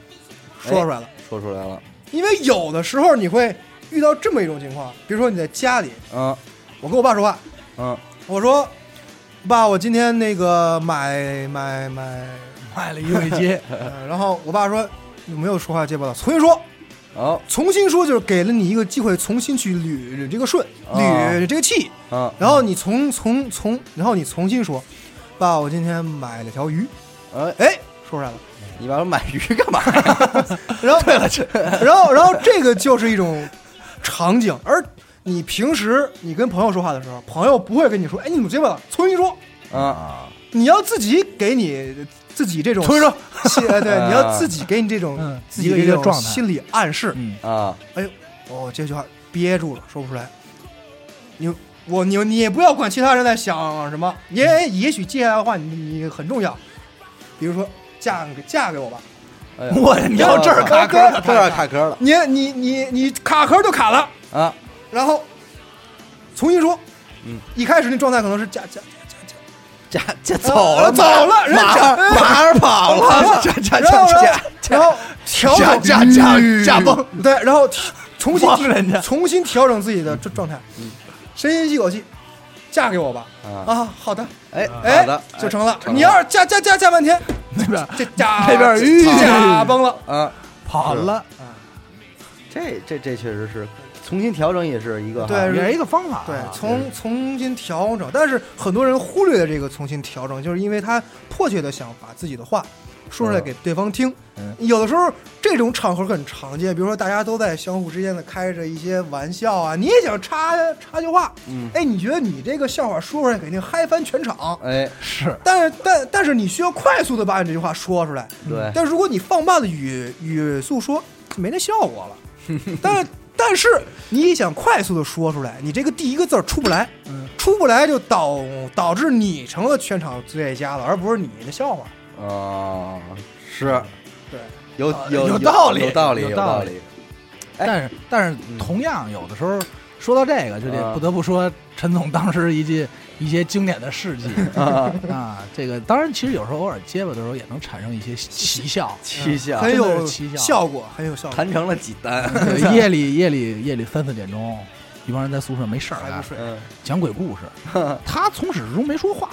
S5: 说出来了。
S4: 说出来了，
S5: 因为有的时候你会遇到这么一种情况，比如说你在家里，
S4: 嗯
S5: 我跟我爸说话，
S4: 嗯
S5: 我说：“爸，我今天那个买买买。
S3: 买了一位
S5: [laughs]
S3: 接，
S5: 呃”然后我爸说：“你没有说话接不到，重新说，
S4: 哦
S5: 重新说，就是给了你一个机会，重新去捋捋这个顺，
S4: 啊
S5: 捋这个气，
S4: 嗯
S5: 然后你从从从，然后你重新说，爸，我今天买了条鱼，
S4: 哎，
S5: 哎，说出来了。”
S4: 你把我买鱼干嘛呀？
S5: 然后对了，这 [laughs] 然后然后这个就是一种场景，而你平时你跟朋友说话的时候，朋友不会跟你说，哎，你怎么结巴了？重新说，
S4: 啊
S5: 你要自己给你自己这种
S3: 重新说
S5: 心，
S3: [laughs]
S5: 哎对，
S4: 啊
S5: 你要自己给你这
S3: 嗯
S5: 种自己
S3: 一个
S5: 给
S3: 一个
S5: 这种
S3: 状态
S5: 心理暗示，
S3: 嗯，
S4: 啊，
S5: 哎呦，哦，这句话憋住了，说不出来，你。我你你也不要管其他人在想什么，也也许接下来的话你你很重要，比如说嫁给嫁给我吧，
S4: 哎呀
S3: 我你要这儿卡壳了，
S4: 这儿卡壳了
S5: 你你你你卡壳就卡了，
S4: 啊，
S5: 然后重新说，
S4: 嗯，
S5: 一开始那状态可能是假假
S4: 这这走了
S5: 走了，人
S4: 马
S5: 假
S4: 上马上跑了，这 [laughs]
S5: [laughs]
S4: 这
S5: 然后
S4: 这
S5: 然后
S4: 这
S5: 然后调整
S3: 假假假崩，
S5: 对，然后提重新
S3: 忘了人家
S5: 提重新调整自己的状状态，深吸一口气，嫁给我吧，
S4: 啊，
S5: 啊，好的，
S4: 哎
S5: 哎
S4: 好的，，
S5: 就成
S4: 哎
S5: 了。你要是嫁嫁嫁嫁半天，
S3: 那边
S5: 这假
S3: 那边儿
S5: 这
S3: 哎
S5: 假崩了，
S4: 啊，
S3: 跑了，
S4: 这这这确实是重新调整也是一个哈
S5: 对
S3: 也是一个方法啊，
S5: 对，从重新调整，但是很多人忽略了这个重新调整，就是因为他迫切的想把自己的话说出来
S4: 嗯
S5: 给对方听。
S3: 嗯
S5: 有的时候这种场合很常见，比如说大家都在相互之间的开着一些玩笑啊，你也想插插句话，
S4: 嗯
S5: 哎，你觉得你这个笑话说出来肯定嗨翻全场，
S4: 哎
S3: 是
S5: 但是但但是你需要快速的把你这句话说出来，
S4: 对
S5: 但是如果你放慢了语语速说，没那效果了。 [laughs] 但是但是你也想快速的说出来，你这个第一个字儿出不来，
S3: 嗯
S5: 出不来就导导致你成了全场最佳了，而不是你的笑话。嗯
S4: 啊是
S5: 对，
S4: 有
S3: 啊
S4: 有
S3: 有道理
S4: 有道理
S3: 有
S4: 有
S3: 道
S4: 道
S3: 理
S4: 理，哎
S3: 但是但是同样有的时候说到这个，就
S4: 啊
S3: 得不得不说陈总当时一些一些经典的事迹
S4: 啊
S3: 啊。这个当然，其实有时候偶尔结巴的时候也能产生一些奇效。
S4: 奇效
S5: 很
S3: 真
S5: 有
S3: 的是奇效
S5: 效果，很有效果。
S4: 谈成了几单，
S3: [laughs] [laughs] 对夜里夜里夜里三四点钟，一帮人在宿舍没事儿
S5: 还
S3: 干
S5: 不，睡，
S4: 嗯
S3: 讲鬼故事。 [laughs] 他从始至终没说 [laughs] 话，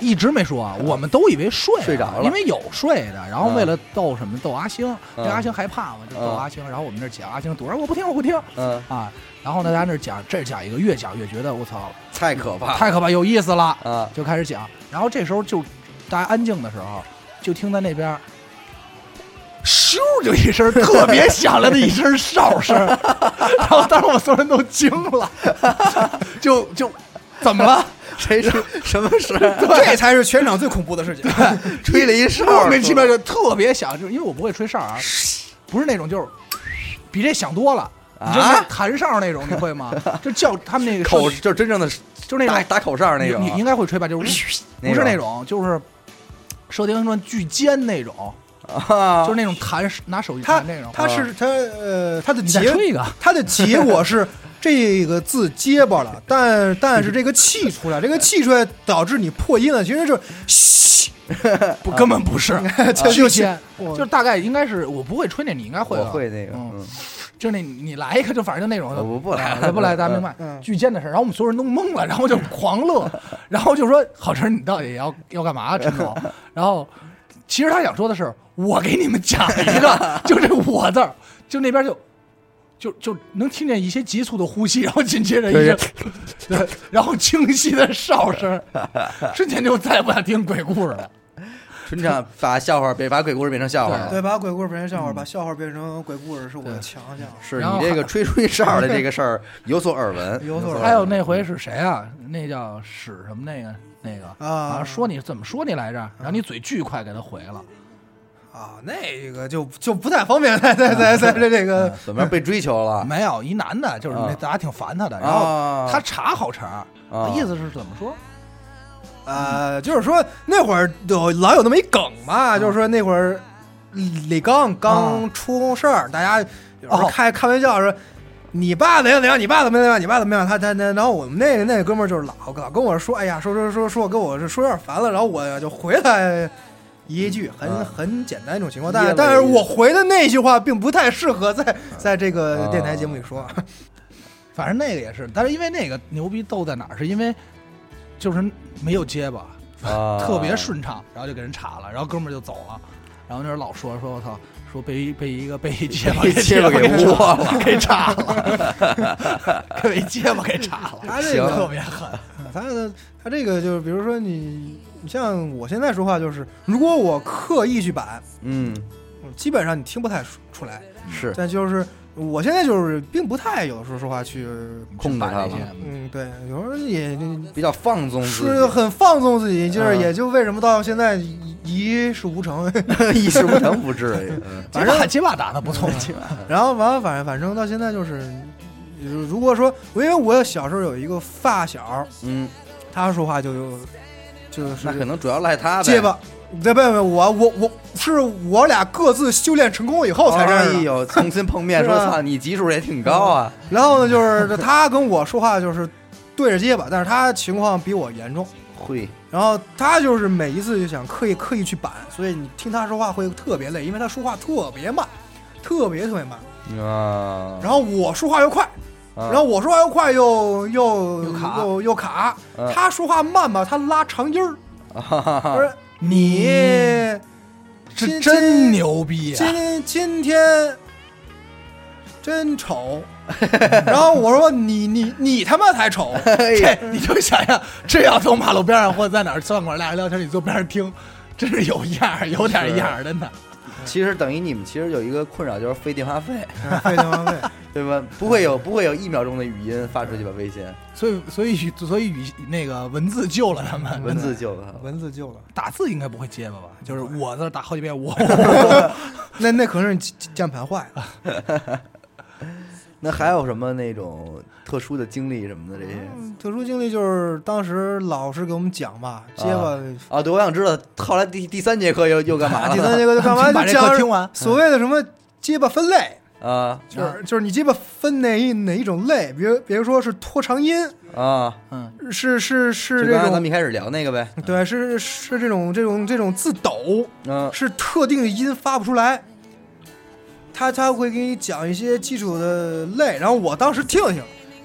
S3: 一直没说啊。我们都以为睡
S4: 睡着了
S3: 因为有睡的。然后
S4: 嗯
S3: 为了逗什么逗阿星，
S4: 嗯
S3: 那阿星害怕嘛，就逗
S4: 嗯
S3: 阿星。然后我们这儿讲阿星躲着我不听我不听
S4: 嗯，
S3: 啊。然后呢，大家那儿讲，这儿讲一个，越讲越觉得我操，
S4: 太可怕了
S3: 太可怕，有意思了，
S4: [laughs] 啊
S3: 就开始讲。然后这时候就大家安静的时候，就听在那边儿，咻就一声特别响亮的一声哨声，然后当时我们所有人都惊了，就就怎么了？
S4: 谁 [laughs] 是什么事？
S5: 这才是全场最恐怖的
S3: [laughs]
S5: 事情。
S4: 吹了一哨，
S3: 莫名其妙就特别响，就是因为我不会吹哨啊，不是那种就是比这响多了。你知道那
S4: 啊
S3: 弹哨那种你会吗？就叫他们那
S4: [laughs]
S3: 个
S4: 口就是真正的
S3: 就是那
S4: 打
S3: 种
S4: 打口哨那种啊
S3: 你你应该会吹吧？就是
S4: 那种
S3: 不是那种，就是《射雕英雄传》巨尖那种，
S4: 啊， [laughs]
S3: 就是那种弹拿手机
S5: 他
S3: 弹那种。
S5: 他是他呃他的
S3: 你再
S5: 结
S3: 吹一个，
S5: 他的结果 [laughs] 是这个字结巴了，但但是这个气出来，这个气出来导致你破音了，其实就是 [laughs] 嘘，
S3: 不根本不是
S5: 啊 [laughs] 就
S3: 巨
S5: 是
S3: 尖，
S5: 我
S3: 就是大概应该是我不会吹那，你应该会吧啊
S4: 我会那个，
S3: 嗯
S4: 嗯
S3: 就是那你来一个，就反正就那种，
S4: 我不来
S3: 啊不来，大家明白
S5: 嗯
S3: 巨奸的事儿。然后我们所有人都懵了，然后就狂乐，然后就说：“好晨，你到底要要干嘛、啊陈总？”然后其实他想说的是，我给你们讲一个，就这“我”字儿，就那边就。就就能听见一些急促的呼吸，然后紧接着一些，对，然后清晰的哨声，瞬间就再也不想听鬼故事了。
S4: [laughs] 村长把笑话别把鬼故事变成笑话了，
S5: 对，把鬼故事变成笑话，把笑话变成鬼故事，是我的强项。
S4: 是
S3: 然后
S4: 你这个吹吹哨的这个事
S3: [laughs]
S4: 儿有所耳闻，
S5: 有所耳闻
S4: 嗯
S3: 还有那回是谁啊？那叫史什么那个那个
S5: 啊
S3: 说你怎么说你来着？然后你嘴巨快给他回了，
S5: 啊，那个就就不太方便再再再再这这个
S4: 怎么样被追求了？
S3: 没有一男的，就是那
S4: 啊
S3: 大家挺烦他的，然
S4: 啊
S3: 后他查好茬
S4: 啊
S3: 儿，意思是怎么说？
S5: 呃，就是说那会儿有老有那么一梗嘛，就是说那会儿李刚刚出事儿，大家有时候
S3: 哦
S5: 开开玩笑说。你爸怎样怎样？你爸怎么样？你爸怎么样？他他他，然后我们那个那个哥们儿就是老老跟我说，哎呀，说说说说跟我说有点烦了，然后我就回他一句，很、
S4: 啊
S5: 很简单一种情况，
S4: 噎
S5: 但
S4: 了
S5: 但是
S4: 一
S5: 我回的那句话并不太适合在在这个
S4: 啊
S5: 电台节目里说，
S3: 反正那个也是，但是因为那个牛逼逗在哪儿，是因为就是没有结巴，
S4: 啊
S3: 特别顺畅，然后就给人查了，然后哥们儿就走了，然后那人老说说我操，说被一被一个被一结巴
S4: 被结巴给
S3: 给
S4: 窝
S3: 查了，给查了， [laughs] 被一结巴给查了，
S5: 他这个
S3: 特别狠。
S5: 他的他这个就是，比如说你，你像我现在说话就是，如果我刻意去板，
S4: 嗯，
S5: 基本上你听不太出出来。
S4: 是
S5: 但就是我现在就是，并不太有的时候说话去，
S4: 控制他
S3: 那
S4: 了
S3: 些，，
S5: 嗯，对，有时候也
S4: 比较放纵自
S5: 是
S4: 己，
S5: 很放纵自己，就是
S4: 嗯
S5: 也就为什么到现在一一事
S4: [laughs]
S5: 无成，
S4: [laughs] 一事无成不
S3: [laughs]
S4: 至于。嗯
S3: 结巴结巴打的不错， [laughs]
S5: 然后完了，反正反正到现在就是，如果说我因为我小时候有一个发小，
S4: 嗯，
S5: 他说话就有就是
S4: 那可能主要赖他呗。
S5: 结巴。对，不不，我我我是我俩各自修炼成功以后才
S4: 哎
S5: 认识的。
S4: 呦，重新
S3: [laughs]
S4: 碰面说
S5: 是吧
S4: 操，你级数也挺高啊。
S5: 然后呢，就是他跟我说话就是对着结巴，但是他情况比我严重。
S3: 嗯
S4: 会，
S5: 然后他就是每一次就想刻意刻意去板，所以你听他说话会特别累，因为他说话特别慢，特别特别慢。
S4: 啊，
S5: 然后我说话又快，
S4: 啊
S5: 然后我说话又快又又
S3: 又卡
S5: 又又卡
S4: 嗯。
S5: 他说话慢吧，他拉长音儿。
S4: [laughs]
S5: 不是你
S3: 这
S5: 今
S3: 真牛逼啊！
S5: 今今天真丑， [laughs] 然后我说你你你他妈才丑，
S3: [laughs] 这你就想想，这要走马路边上或者在哪儿饭馆，俩人聊天，你坐边上听，真是有样儿，有点样儿，真的。
S4: 其实等于你们其实有一个困扰，就是费电话费， [laughs]
S5: 费他妈费，
S4: 对吧？不会有不会有一秒钟的语音发出去吧？微信
S5: 嗯
S3: 所以，所以语，所以语那个文字救了他们，
S4: 文字救了
S5: 文字救了，
S3: 打字应该不会结巴吧？就是我字打好几遍，我
S5: [laughs] 那那可能是键键盘坏了，
S4: 他。那还有什么那种特殊的经历什么的这些？
S5: 特殊经历就是当时老师给我们讲嘛，结巴。
S4: 啊，对，我想知道后来第第三节课又又干嘛
S5: [laughs] 第三
S4: 了？
S5: 节课就干嘛？
S3: 请 [laughs] 把
S5: 就
S3: 这课
S5: 讲
S3: 听完
S5: 所谓的什么结巴分类，
S4: [laughs] 啊
S5: 就是就是你结巴分哪一哪一种类，比如比如说是拖长音，
S4: 啊，
S3: 嗯，
S5: 是是是
S4: 就
S5: 这
S4: 刚才咱们
S5: 种，
S4: 一开始聊那个呗。
S5: 对，是是这种这种这种自抖，
S4: 嗯，
S5: 是特定的音发不出来。他他会给你讲一些基础的类，然后我当时听了听，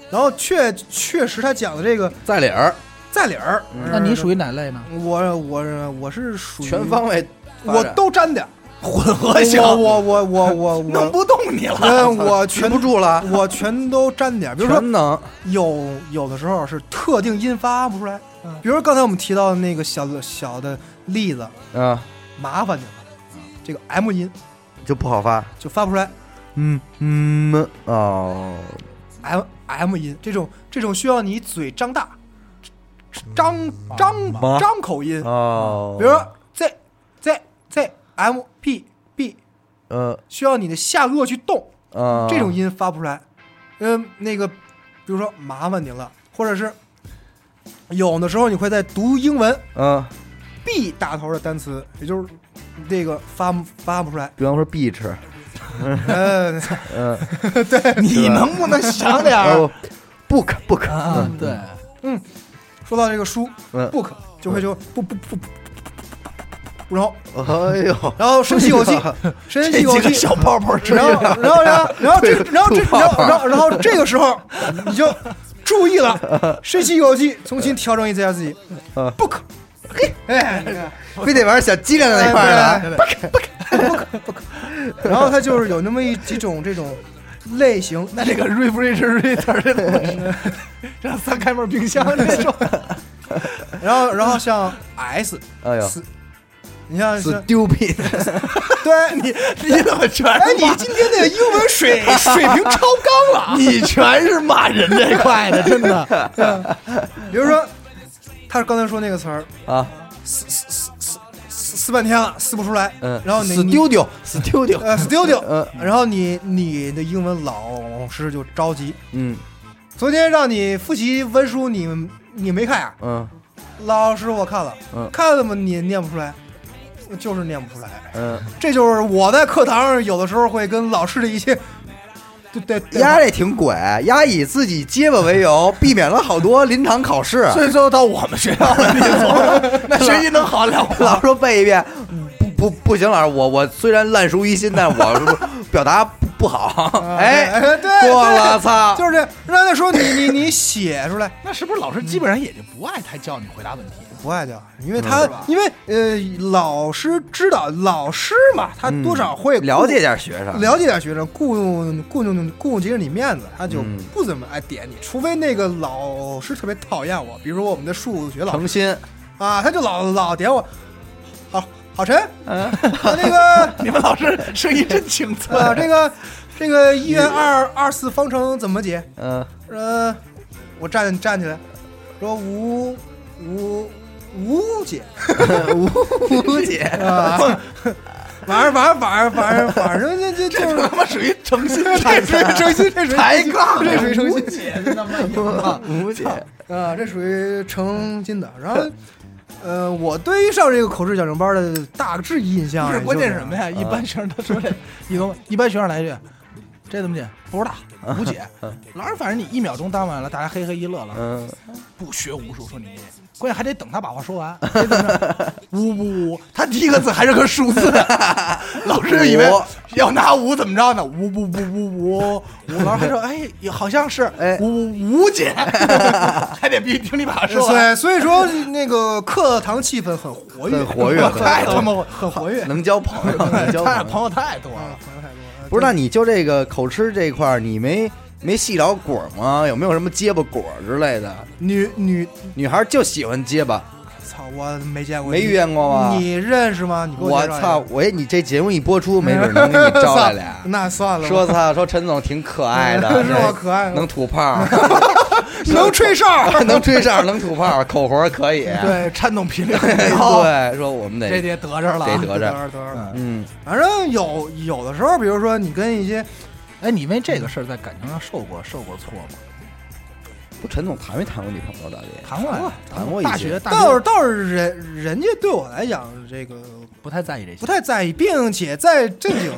S5: 然后确确实他讲的这个
S4: 在理儿，
S5: 在理儿。
S3: [laughs] 那你属
S5: 于
S3: 于哪类呢？
S5: 我我我是属于
S4: 嗯全方，位发
S5: 我
S4: 展，
S5: 都沾点儿。
S3: 混合型，
S5: 我我我我我
S3: 弄
S5: 我，
S3: 不动你了。
S5: 嗯，
S4: [laughs]
S5: 我
S4: 全
S5: 全
S4: 不住了，
S5: 我全都沾点儿。比如说
S4: 全能
S5: 有有的时候是特定音发不出来，比如说刚才我们提到的那个小的小的例子，
S4: 啊，
S5: 麻烦你了，这个 M 音
S4: 就不好发。
S5: 就发不出来。
S4: 嗯嗯哦，
S5: M M ，M，M 音这种这种需要你嘴张大，张张
S4: 妈
S5: 张口音，
S4: 哦，
S5: 比如说 Z Z Z M P B，
S4: 呃
S5: 需要你的下颚去动，
S4: 呃，
S5: 这种音发不出来。嗯，那个比如说麻烦您了，或者是有的时候你会在读英文
S4: 嗯，
S5: B 打头的单词，也就是这个发发不出来。
S4: 比方说 beach，
S5: 嗯，
S4: 嗯
S3: [laughs] 你能不能想点儿？
S4: 哦，book book，
S3: 啊， [laughs] 对，
S5: 说到这个书
S4: 嗯
S5: ，book 就会就不不不不不成，
S4: 哎呦，，
S5: 然后深吸口气
S4: [laughs]
S5: 深吸口
S4: 这几个
S5: 气，
S4: 小泡泡吃
S5: 然后
S4: 着
S5: 然后然后然后这然后这
S4: 吐泡
S5: 然后
S4: 泡
S5: 然后然后这个时候你就注意了，深吸一口气，重新调整一下自己，不可，嘿，哎，你看
S4: 非得玩小鸡蛋在那块儿
S5: 哎
S4: 了。
S5: 对对对 [laughs] 不可不可不可不可，然后它就是有那么一几种这种类型，
S3: 那这个 refrigerator 这
S5: [laughs]
S3: 怎么是让三开门冰箱这种，
S5: 然后然后像 S，
S4: 哎呦
S5: 死你像像
S4: ，stupid，
S5: [laughs] 对你
S4: 你怎么全是 [laughs]
S5: 哎，你今天的英文水水平超纲了。
S3: 你全是骂人这块的，真
S5: [laughs]
S3: 的。
S5: 比如说，他刚才说那个词儿，
S4: 啊？
S5: 撕撕撕撕撕撕半天了，撕不出来。
S4: 嗯，
S5: 然后你
S4: 死丢丢，死丢
S5: 你
S4: 丢，
S5: 呃，死丢丢。
S4: 嗯
S5: 然后你你的英文老师就着急。
S4: 嗯
S5: 昨天让你复习文书，你你没看呀、
S4: 嗯
S5: 老师，我看了，
S4: 嗯
S5: 看了吗？你念不出来，就是念不出来。
S4: 嗯，
S5: 这就是我在课堂上有的时候会跟老师的一些，对对对
S4: 丫这挺鬼，丫以自己结巴为由，避免了好多临场考试。 [laughs]
S3: 所以最后到我们学校了，你说那学习能好了吗？
S4: [laughs] 老师说背一遍，不不不行，老师，我我虽然烂熟于心，但我表达不不好。哎，
S5: 啊对，对
S4: 过了，操！
S5: 就是这样。让他说你你你写出来，
S3: 那是不是老师基本上也就不爱太叫你回答问题？
S5: 不爱教，因
S4: [laughs]
S5: 为他、因为呃老师知道老师嘛，他多少会顾、
S4: 嗯 [laughs] 了解点学生，
S5: 了解点学生，顾顾顾顾及着你面子，他就
S4: 嗯
S5: 不怎么爱点你，除非那个老师特别讨厌我，比如说我们的数学老师
S4: 诚心。
S5: 啊，他就老老点我，好好陈，啊那个
S3: 嗯 [laughs] 你们老师声音真清脆。
S5: 呃这个这个一元二二次方程怎么解？
S4: 嗯，
S5: 呃，我站站起来，说无无无解
S4: 无解。
S5: 啊， [laughs] 反正反正反正反正反正
S3: [laughs]
S5: 这这就是
S3: 他妈属于诚 [laughs]
S5: [laughs]
S3: 心
S5: 这属于诚心，这属于
S4: 抬杠
S5: 这属于诚心
S4: 无解，
S5: 啊，这属于诚心的。
S3: [laughs]
S5: 然后，呃，我对于上这个口试矫正班的大致印象
S3: 不是
S5: 也就呃
S3: 关键
S5: 这
S3: 是
S5: 样
S3: 什么？呀？一般学生他说
S5: [laughs]
S3: 这，一个一般学生来一句，这怎么解？不知道，无
S5: [laughs]
S3: 解。老师反正你一秒钟当完了，大家嘿嘿一乐了，
S4: 嗯，
S3: 不学无术，说你关键还得等他把话说完， [laughs] 得等着五五五，他第一个字还是个数 [laughs] 字，老师以为
S4: 五
S3: 要拿五怎么着呢？五五五五五五，老师还说哎，好像是
S4: 哎
S3: 五五五姐， [laughs] 还得必须听你把话说完，
S5: 对，呃所以说那个课堂气氛很活跃，
S4: 很活
S5: [laughs]
S4: 跃
S5: 太他妈很嗯活跃。
S4: 能交朋友，能交朋友。
S3: 太朋友太多了。
S4: 不是，那你就这个口吃这块儿，你没没细聊果吗？有没有什么结巴果之类的？
S5: 女女，
S4: 女孩就喜欢结巴，
S5: 操，我没见过，
S4: 没遇见过吗？
S5: 你认识吗？你给
S4: 我
S5: 介绍一下
S4: 操！我一你这节目一播出，没准能给你招来俩
S5: 操。 [laughs] 那算了，
S4: 说操，说陈总挺可爱的，
S5: [laughs] 是我可爱吗
S4: 能吐泡，
S5: 能吹哨，
S4: [laughs]
S5: [laughs]
S4: 能吹哨，能吐泡，口活可以。
S3: 对，颤动频率很
S4: [laughs]
S3: 高，
S4: 对，说我们
S3: 这
S4: 得
S3: 得得着了啊。
S4: 得得着，
S5: 得着了。
S4: 嗯，
S5: 反正有有的时候，比如说你跟一些
S3: 哎，你因为这个事儿在感情上受过受过挫吗？
S4: 不，陈总谈没谈过女朋友到底？
S3: 谈过呀，
S4: 谈过一
S3: 大
S4: 些
S3: 学大
S5: 倒是
S3: 学
S5: 倒是人人家对我来讲，这个
S3: 不太在意这些，
S5: 不太在意，并且在正经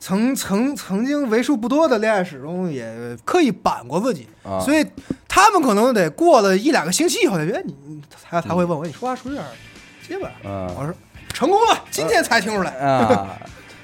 S5: 曾曾曾经为数不多的恋爱史中，也刻意板过自己，
S4: 啊
S5: 所以他们可能得过了一两个星期以后，才觉得哎你你才才会问我，你说话说有点结巴，
S4: 嗯
S5: 我说成功了，今天才听出来， [laughs]
S4: 啊，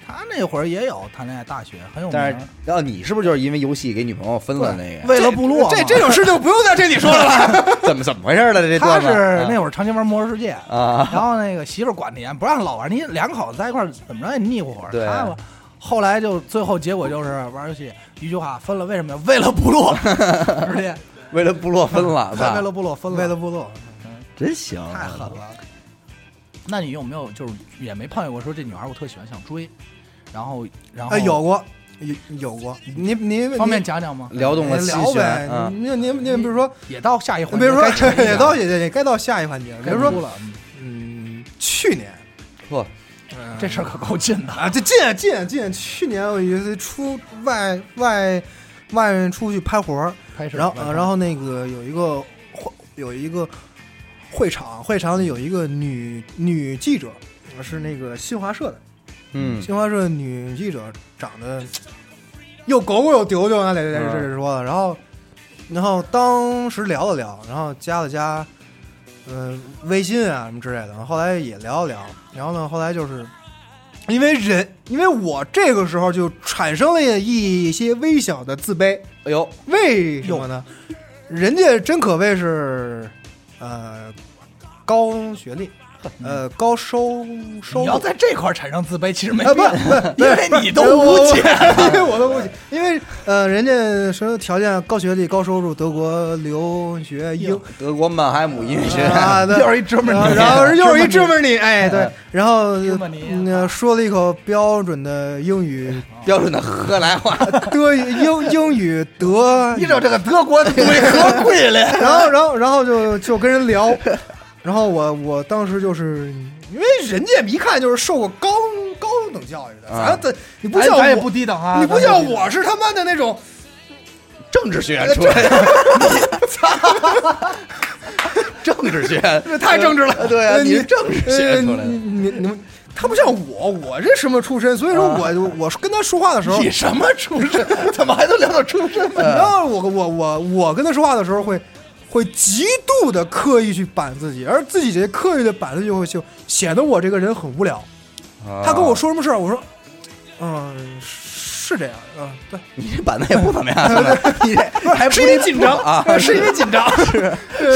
S3: 他那会儿也有谈恋爱，大学很有名
S4: 但
S3: 儿
S4: 是。，然后你是不是就是因为游戏给女朋友分了那个？
S3: 为了部落嘛，
S5: 这这种事就不用在这里说了吧。
S4: 怎么怎么回事了？这
S3: 他
S4: 段子
S5: 嗯
S3: 是那
S4: 啊
S3: 会儿长期玩《魔兽世界》
S4: 啊
S3: 然后那个媳妇儿管得严，不让老玩。你两口子在一块儿怎么着也腻乎会儿。
S4: 对
S3: 他吧后来就最后结果就是玩游戏一句话分了，为什么呀？为了部
S5: [laughs]
S3: 落，而且
S4: 为了部落分了，操
S3: 为了部落分了，
S5: 为了部落，
S4: 真行，
S3: 太狠了。那你有没有就是也没碰见过说这女孩我特喜欢想追，然后然后
S5: [laughs] 哎，有过有有过，你你
S3: 方便
S5: 你
S3: 讲讲吗？
S4: 撩动了心
S5: 哎聊
S4: 弦
S5: 呗
S4: 啊，！
S3: 嗯
S5: 你你你比如说，
S3: 也到下一
S5: 你
S3: 环
S5: 嗯比
S3: 节
S5: 如
S3: 该
S5: 说
S3: 讲一讲，
S5: [laughs] 也到也也该到下一环节了，比
S3: 该
S5: 如
S3: 哭
S5: 说，
S3: 了嗯
S5: 嗯，去年
S4: 嚯，
S3: 这事儿可够近的。
S5: 啊，这近啊近啊近啊，去年我有一次出外外外面出去拍活儿，
S3: 拍摄
S5: 然后
S3: 完
S5: 呃
S3: 了
S5: 然后那个有一个会有一个会场，会场里有一个女女记者，是那个新华社的，
S4: 嗯
S5: 新华社女记者长得又狗狗又丢丢啊，在这
S4: 嗯
S5: 这这说的。然后，然后当时聊了聊，然后加了加，呃微信啊什么之类的。后来也聊一聊，然后呢，后来就是因为人，因为我这个时候就产生了一些微小的自卑，
S4: 哎呦，
S5: 为什么呢？人家真可谓是呃高
S3: [laughs]
S5: 学历，呃高收
S3: 嗯
S5: 收
S3: 你要
S5: 入。
S3: 在这块儿产生自卑，其实没
S5: 啊
S3: 必
S5: 不
S3: 要，
S5: 不，
S3: 哎因为你都无解。 [laughs]
S5: [laughs] 因为我都无解，因为呃，人家什么条件高学历、高收入，德国留学英
S4: 德国曼海姆音乐学
S5: 啊，
S3: [laughs]
S4: 院，
S5: 对
S3: 又是一哥们
S5: 然后
S3: 儿， [laughs]
S5: 然后又是一哥们儿你，哎对，然后
S3: 芝麻泥
S5: 嗯说了一口标准的英语，
S4: 标准的荷兰话，
S5: 德语英英语德
S3: [laughs] 你知道这个德国为
S5: [laughs]
S3: 何贵嘞？
S5: 然后，然后，然后就就跟人聊，然后我我当时就是因为人家一看就是受过高高等教育的，
S4: 啊
S5: 咱咱你不像
S3: 哎咱也
S5: 我，
S3: 不低等啊，
S5: 你不
S3: 咱也
S5: 像
S3: 低等
S5: 我是他妈的那种，
S4: 政治学院
S5: [laughs]
S4: 出来的，政治学院
S5: 这 [laughs] 太政治了，
S4: 对啊
S5: 呃
S4: 你是政治学
S5: 呃
S4: 出来的
S5: 你你你们。他不像我，我这什么出身，所以说我、
S4: 啊
S5: 我我跟他说话的时候，
S3: 你什么出
S4: [laughs]
S3: 身？怎么还能聊到出身呢？
S5: 然后我我我我跟他说话的时候会会极度的刻意去板自己，而自己这刻意的板自己就会就显得我这个人很无聊。
S4: 啊
S5: 他跟我，说什么事儿，我说，嗯，是这样，嗯，对，
S4: 你这板子也不怎么样， [laughs] 你这还是因为紧张啊，是因为紧张， [laughs] 是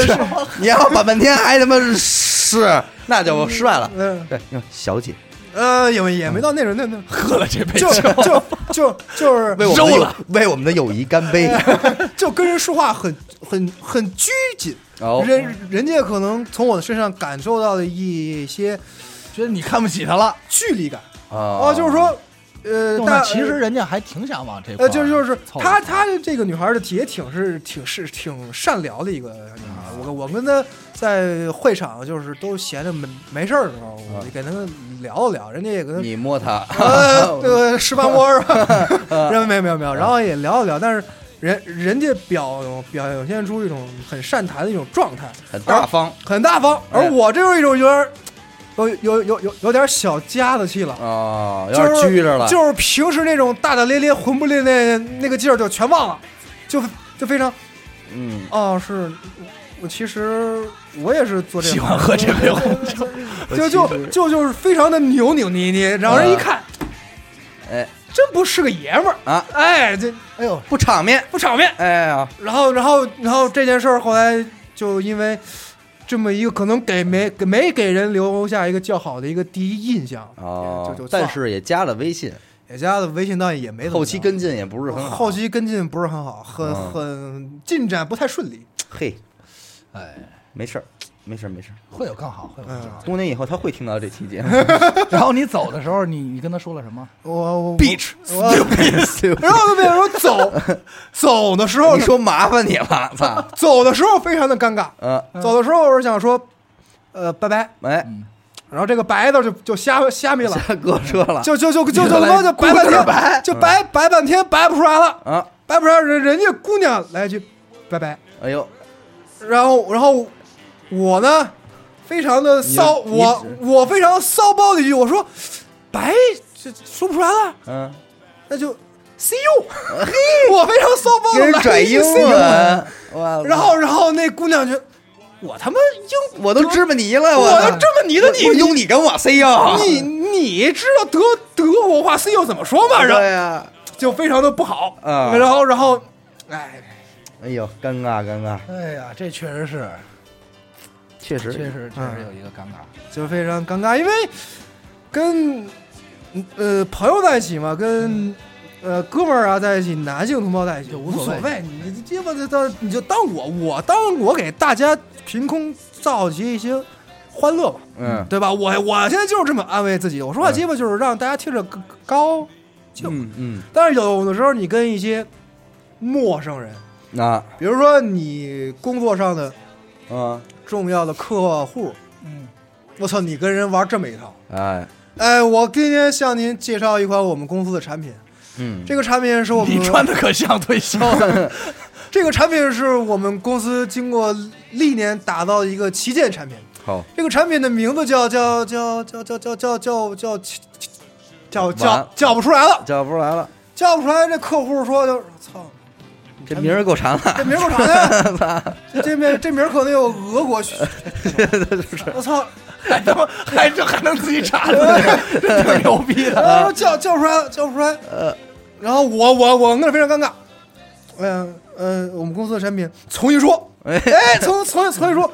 S4: 是， [laughs] 你要板半天还他妈是， [laughs] 那就失败了。
S5: 嗯，
S4: 对，你看小姐
S5: 呃，也没也没到那种那那，
S3: 喝了这杯
S5: 就
S3: 酒，
S5: 就就就是
S4: 为我们的
S3: 肉
S4: 友
S3: 了
S4: 为我们的友谊干 [laughs] 杯。
S5: [laughs] 就跟人说话很很很拘谨，
S4: 哦
S5: 人人家可能从我的身上感受到了一些
S3: 觉得你看不起他了。
S5: 距离感
S4: 啊
S5: 啊，就是说，呃，
S3: 哦那
S5: 但
S3: 其实人家还挺想往这块
S5: 呃，
S3: 儿
S5: 就
S3: 凑一
S5: 是
S3: 凑，
S5: 就是她，她这个女孩儿的体也挺是挺是挺善良的一个女孩儿。我跟我跟她在会场就是都闲着没没事儿的时候，
S4: 啊
S5: 我就跟她聊了聊，人家也跟她
S4: 你摸 [laughs] 他，
S5: 呃这个十八摸是
S4: [laughs]
S5: 吧？然后没有没有
S4: 嗯
S5: 没有，然后也聊了聊，但是人人家表表现出一种很善谈的一种状态，
S4: 很大方
S5: 很大方，
S4: 哎
S5: 而我这有一种有点儿有有有有有点小家子气了。
S4: 啊，有
S5: 就
S4: 点
S5: 是
S4: 拘着了，
S5: 就是平时那种大大咧咧、魂不吝那那个劲儿就全忘了，就就非常
S4: 嗯，
S5: 哦，是我其实我也是做这个，
S3: 喜欢喝这杯红酒，
S5: [laughs] 就就就就是非常的扭扭捏捏，让人一看
S4: 啊哎
S5: 真不是个爷们儿，
S4: 啊，
S5: 哎，这
S3: 哎呦，
S4: 不场面，
S5: 不场面。
S4: 哎呀，
S5: 然后然后然后这件事儿后来就因为。这么一个可能给没给没给人留下一个较好的一个第一印象
S4: 哦
S5: 就就，算
S4: 但
S5: 了
S4: 是也加了微信，
S5: 也加了微信，倒也没怎么
S4: 后期
S5: 着
S4: 跟进也不是很好，
S5: 后期跟进不是很好，很
S4: 嗯
S5: 很进展不太顺利。
S4: 嘿，
S3: 哎，
S4: 没事儿，没事儿，没事儿。
S3: 会有更好，会有更好。
S4: 多年以后他会听到这期 [laughs] 节目。
S5: 嗯
S3: [laughs] 然后你走的时候，你你跟他说了什
S5: [laughs]
S3: 么？
S5: 我我
S3: Beach
S5: 我然后那说走走的时
S4: [laughs]
S5: 候
S4: 你，说麻烦你了， [laughs] 操！
S5: 走的时候非常的尴尬。
S4: 呃，
S5: 走的时候我是想说，呃，拜拜，
S4: 哎，
S5: 然后这个白字就就瞎瞎咪了，
S4: 大哥说了，
S5: 就就就就就
S4: [laughs] 原
S5: 他
S4: 来
S5: 妈就白半
S4: 姑娘
S5: 天，
S4: 白嗯
S5: 就白白半天白不出来了，
S4: 啊，
S5: 白不出来，人人家姑娘来一句拜拜，
S4: 哎呦，
S5: 然后然后我呢，非常的骚，
S4: 你你
S5: 我我非常骚包的一句，我说白这说不出来了，
S4: 嗯，
S5: 那就 see you，我非常骚包 [laughs]
S4: 给
S5: 的
S4: 人拽英文， [laughs] 哇！
S5: 然后，然后那姑娘就，我他妈英，
S4: 我都芝麻泥了，
S5: 我
S4: 我
S5: 都这么泥了，
S4: 我
S5: 你
S4: 用你跟我 say 呀，
S5: 你你知道德德国话 see you 怎么说吗？然
S4: 对
S5: 后
S4: 呀，
S5: 就非常的不好。
S4: 啊
S5: 然后，然后，哎，
S4: 哎呦，尴尬尴尬，
S3: 哎呀，这确实是，
S4: 确实
S3: 确实确
S5: 嗯
S3: 实有一个尴尬。
S5: 就非常尴尬，因为跟呃朋友在一起嘛，跟。呃，哥们儿啊，在一起，男性同胞在一起
S3: 就
S5: 无
S3: 无所谓
S5: 谓，你你鸡巴的到你就当我我当我给大家凭空造集一些欢乐吧，
S4: 嗯
S5: 对吧？我我现在就是这么安慰自己，我说话鸡巴就是让大家听着更更高。
S4: 嗯嗯，
S5: 但是有的时候你跟一些陌生人，
S4: 那
S5: 比如说你工作上的
S4: 嗯
S5: 重要的客户，
S3: 嗯，
S5: 我操，你跟人玩这么一套。
S4: 哎
S5: 哎，我今天向您介绍一款我们公司的产品，
S4: 嗯，
S5: 这个产品是我们
S3: 你穿的可像推销了。
S5: [laughs] 这个产品是我们公司经过历年打造的一个旗舰产品。
S4: 好，
S5: 这个产品的名字叫叫叫叫叫叫叫叫叫叫叫叫不出来了。
S4: 叫不出来了，
S5: 叫不出来，这客户说就是操，
S4: 这名儿够长啊的，
S5: 这名儿够长呀，
S3: [laughs]
S5: 这名这名儿可能有俄国血，
S4: [laughs]
S5: 我操，
S3: [laughs] 还他
S5: [laughs]
S3: 妈还这还能自己查出来，挺牛逼的。呃
S5: 然后叫叫不出来了，叫不出来，然后我我我那非常尴尬，嗯、嗯、我们公司的产品从一说，
S4: 哎
S5: 哎，从从从一说，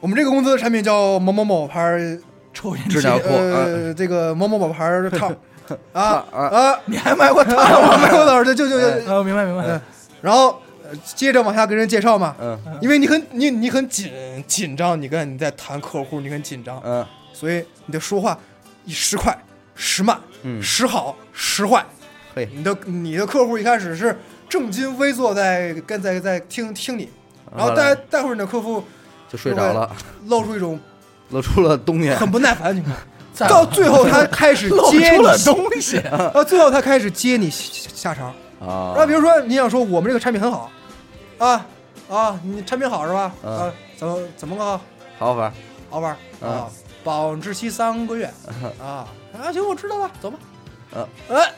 S5: 我们这个公司的产品叫某某某牌儿，
S3: 抽烟
S4: 纸
S3: 机
S4: 尿裤啊
S3: 嗯
S5: 呃，这个某某某牌
S3: [laughs]
S5: 儿套，啊
S4: 啊
S5: 啊，
S3: 你还买过 [laughs] 它？
S5: 我没有老师就就就
S3: 啊，明白明白
S5: 嗯。，然后呃接着往下跟人介绍嘛，
S4: 嗯
S5: 因为你很你你很紧紧张，你跟你在谈客户，你很紧张，
S4: 嗯
S5: 所以你的说话以时快、时慢、
S4: 嗯
S5: 时好、时坏。
S4: 嘿
S5: 你的你的客户一开始是正襟危坐在跟在在听听你，然后
S4: 后来
S5: 待待会儿你的客户
S4: 就睡着了，
S5: 露出一种
S4: 露出了东西，
S5: 很不耐烦的情况，
S3: 在
S5: 到最后他开始
S3: 露
S5: 接
S3: 出
S5: 你
S3: 了，东西，
S5: [laughs] 到最后他开始接你下下场。
S4: 啊
S5: 然后比如说你想说我们这个产品很好，啊啊，你产品好是吧？
S4: 嗯
S5: 啊，怎么怎么个好？
S4: 好法，
S5: 老板儿啊，保质期三个月
S4: 嗯
S5: 啊啊，行，我知道了，走吧。
S4: 啊，
S5: 哎，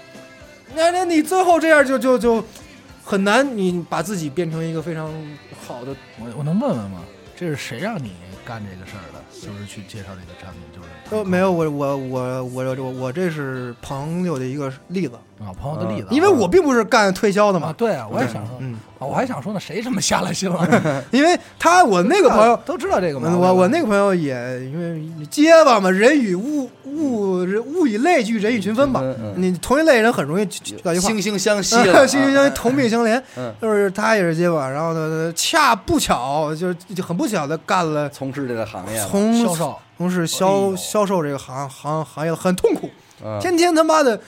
S5: 那那你最后这样就就就很难，你把自己变成一个非常好的
S3: 我我能问问吗？这是谁让你干这个事儿的？就是去介绍这个产品，就是
S5: 呃，没有我我我我我我这是朋友的一个例子，
S3: 啊，朋友的例子啊，
S5: 因为我并不是干推销的嘛
S3: 啊，，对啊，我也想说，
S5: 嗯，
S3: 啊，我还想说呢，谁他妈下了心
S5: [laughs]
S3: 了？
S4: 嗯
S5: 因为他我那个朋友，
S3: 都知道这个吗？
S5: 嗯我我那个朋友也因为结巴嘛，人与物物人物以类聚，人以群分吧
S4: 嗯嗯，嗯
S5: 你同一类人很容易去搞一块儿。
S4: 惺
S5: [laughs]
S4: 惺相惜
S5: 啊，
S4: 了，
S5: 惺惺相惜，同病相怜。
S4: 嗯
S5: [laughs] 就是他也是结巴，然后呢，恰不巧，就是就很不巧的干了
S4: 从事这个行业了，
S5: 从
S3: 销售
S5: 从事
S3: 哎
S5: 销
S3: 呦
S5: 销售这个行行行业，很痛苦，
S4: 嗯
S5: 天天他妈的，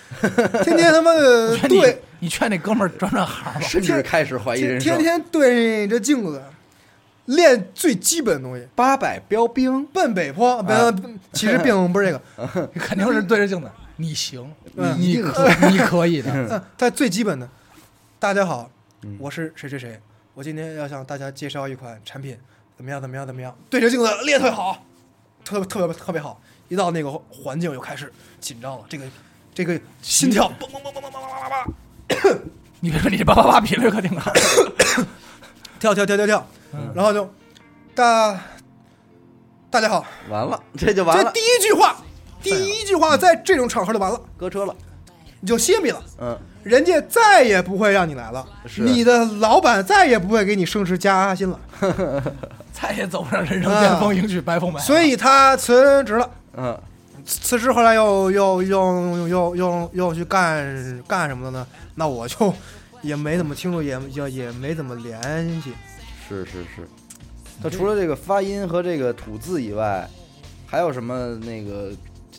S5: 天天他妈的
S3: 劝你
S5: 对，，
S3: 你劝那哥们儿转转行吧。
S4: 甚至开始怀疑
S5: 天
S4: 人
S5: 天
S4: 生。
S5: 天对着镜子练最基本的东西，
S4: 八百标兵，
S5: 奔北坡。
S4: 啊嗯
S5: 奔，其实并不是这个，
S3: 肯定是对着镜子，你行，
S5: 嗯
S3: 你可你可以的。
S5: [laughs] 嗯，它最基本的。大家好，
S4: 嗯
S5: 我是谁谁谁，我今天要向大家介绍一款产品，怎么样怎么样怎么样？对着镜子练特别好，特特别特别好。一到那个环境又开始紧张了，这个这个心跳嘣嘣嘣嘣嘣嘣嘣
S3: 你别说你这叭叭叭比率可挺高，
S5: 跳跳跳跳跳，
S4: 嗯
S5: 然后就大大家好，
S4: 完了，这就完
S5: 这
S4: 了
S5: 第，一句话，第一句话在这种场合就完了，
S4: 搁车了。
S5: 你就歇米了。
S4: 嗯，
S5: 人家再也不会让你来了，
S4: 是
S5: 你的老板再也不会给你升职加薪了，
S3: 再也走不上人生巅峰，迎娶白富美。
S5: 嗯所以他辞职了。
S4: 嗯，
S5: 辞职后来又又又又又又去干干什么了呢？那我就也没怎么听说，也也也没怎么联系。
S4: 是是是。他除了这个发音和这个吐字以外，还有什么那个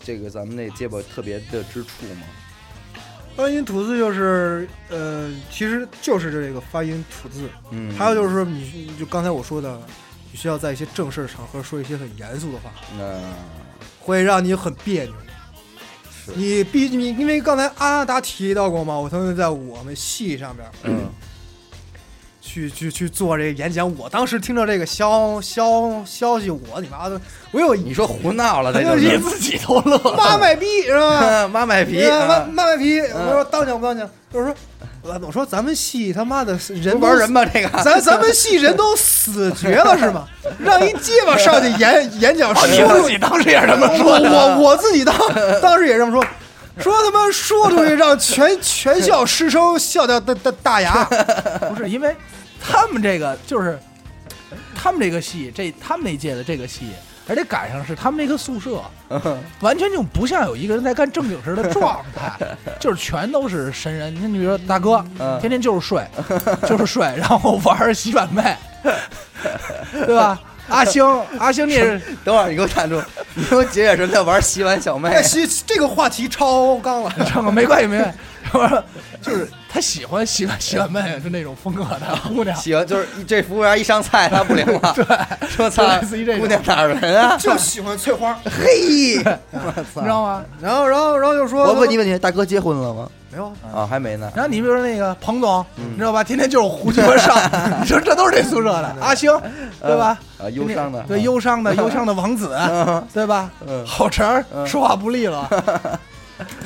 S4: 这个咱们那结巴特别的之处吗？
S5: 发音吐字就是，呃，其实就是这个发音吐字。
S4: 嗯，
S5: 还有就是说你，你就刚才我说的，你需要在一些正式的场合说一些很严肃的话，
S4: 那
S5: 会让你很别扭。
S4: 是
S5: 你毕你因为刚才阿达提到过嘛，我曾经在我们系上边，
S4: 嗯
S5: 去去去做这个演讲。我当时听到这个消消消息，我你妈的，我有
S4: 你说胡闹 [laughs] 了，这就
S3: 你
S4: 是
S3: 自己都乐了。
S5: 妈卖逼是吧？
S4: 妈卖皮，
S5: 啊 [laughs] 妈
S4: 啊
S5: 妈卖逼，我说当讲不当讲？就是说，我我说咱们系他妈的人
S4: 不
S5: 都
S4: 玩人？吧这个。
S5: [laughs] 咱咱们系人都死绝了是吗？让一结巴上去演演讲，
S3: 你
S5: 说
S3: 自己当时也是这么说
S5: 我
S3: 的。
S5: 我我自己当当时也这么说，说他妈说出去让全全校师生笑掉大大
S3: [laughs]
S5: 大牙。
S3: 不是因为他们这个就是他们这个系，这他们那届的这个系，而且赶上是他们那个宿舍，完全就不像有一个人在干正经事的状态，就是全都是神人。你看，你比如说大哥，
S4: 嗯
S3: 天天就是睡，就是睡，然后玩洗碗妹，对吧？阿星，阿星这是
S4: [laughs] 等会儿你给我站住！ [laughs] 你给我解解释，在玩洗碗小妹 [laughs]
S5: 哎，，西这个话题超纲了。 [laughs]
S3: 唱个没关系没关系， [laughs] 完了就是他喜欢洗碗洗碗妹，就那种风格的姑娘。
S4: 喜欢就是一这服务员一上菜，他不灵了， [laughs] 对，说操
S3: 就类似于这，种
S4: 姑娘哪儿人 [laughs] 啊？
S5: 就喜欢翠花，
S4: 嘿，我
S3: 你知道
S4: 操！
S3: 吗？
S5: 然后，然后，然后就说，
S4: 我问你问题，大哥结婚了吗？
S5: 没有啊？
S4: 啊，还没呢。
S3: 然后你比如说那个彭总，
S4: 嗯
S3: 你知道吧？天天就是胡鸡巴
S4: [laughs]
S3: 上，你说这都是这宿舍的阿星，对吧？
S4: 嗯啊忧伤的嗯
S3: 对忧伤的忧伤的王子，对吧？好成儿说话不
S4: [laughs]
S3: 利落，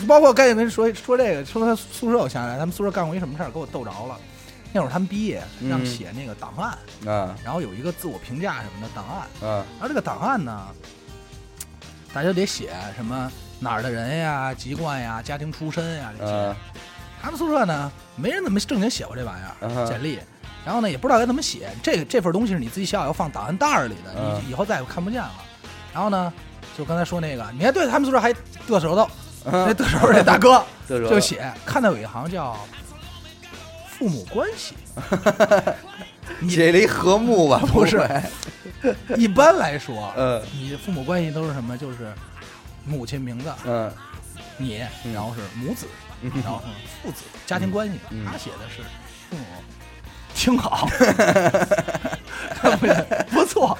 S3: 包括刚才跟你说说这个，说他宿舍我想起来，他们宿舍干过一什么事儿，给我逗着了。那会儿他们毕业
S4: 嗯
S3: 让写那个档案，
S4: 嗯
S3: 然后有一个自我评价什么的档案，
S4: 嗯
S3: 而这个档案呢，大家得写什么哪儿的人呀、籍贯呀、家庭出身呀这些。
S4: 嗯
S3: 他们宿舍呢，没人怎么正经写过这玩意儿、
S4: 嗯哼
S3: 简历，然后呢也不知道该怎么写。这个这份东西是你自己想要放档案袋儿里的，
S4: 嗯
S3: 你以后再也看不见了。然后呢，就刚才说那个，你还对他们宿舍还得手头，那
S4: 嗯，
S3: 得手这大哥
S4: 这
S3: 就写，看到有一行叫父母关系。你
S4: 写了一和睦 [laughs] 吧？
S3: 不是
S4: 会
S3: 一般来说，
S4: [laughs] 嗯
S3: 你父母关系都是什么？就是母亲名字，
S4: 嗯
S3: 你，
S4: 嗯
S3: 然后是母子，
S4: 嗯
S3: 然后父子，家庭关系。
S4: 嗯
S3: 他写的是父母，挺好，
S4: [laughs]
S3: 不是不错，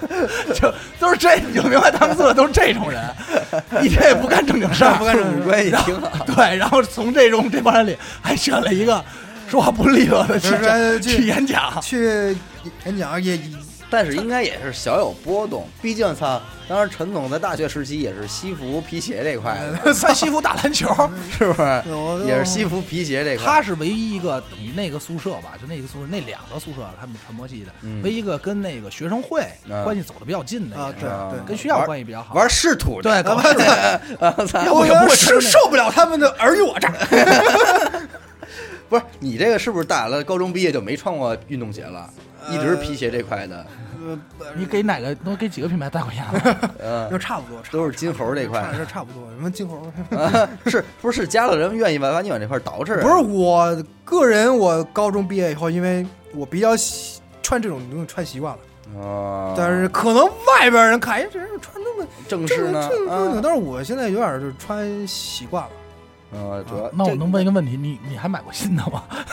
S3: 就都是这，你就明白他们四个都是这
S4: [laughs]
S3: 种人，一天也不干正经事儿，
S4: 不干正经事儿
S3: 然后
S4: 父母关系挺好
S3: 对，然后从这种这帮人里还选了一个说话不利落的去
S5: 就是说
S3: 去演讲，
S5: 去演讲也
S4: 但是应该也是小有波动，毕竟操，当时陈总在大学时期也是西服皮鞋这块的，
S3: 穿西服打篮球。
S4: 是不是
S5: 有？
S4: 也是西服皮鞋这块。
S3: 他是唯一一个等于那个宿舍吧，就那个宿舍那两个宿舍，他们传播系的，
S4: 嗯
S3: 唯一一个跟那个学生会
S4: 嗯
S3: 关系走的比较近的一个
S5: 啊
S3: 人，
S5: 对
S4: 啊
S5: 对
S3: 跟学校关系比较好。
S4: 玩仕途的，
S3: [laughs] 对，搞事儿
S4: [laughs] 我操！
S3: 要不哎也不会吃那个
S5: 受受不了他们的尔虞我诈。
S4: 不是你这个是不是大了高中毕业就没穿过运动鞋了？一直是皮鞋这块的，
S3: [laughs]
S5: 呃
S3: 你给哪个能给几个品牌带啊回家了？
S4: 嗯，
S5: 就差不多，差不多
S4: 都是金猴这块
S5: 呃差这差不多，什么金猴。
S4: 啊， [laughs] 是不是家里人愿意把把你往这块捯饬啊？
S5: 不是我个人，我高中毕业以后，因为我比较喜穿这种东西穿习惯了，
S4: 啊，
S5: 但是可能外边人看，哎，这人穿那么
S4: 正
S5: 正
S4: 式呢
S5: 正正经，
S4: 啊，
S5: 但是我现在有点就是穿习惯了。
S4: 嗯，主要
S3: 那我
S4: 这
S3: 能问一个问题，你你还买过新的吗？ [laughs]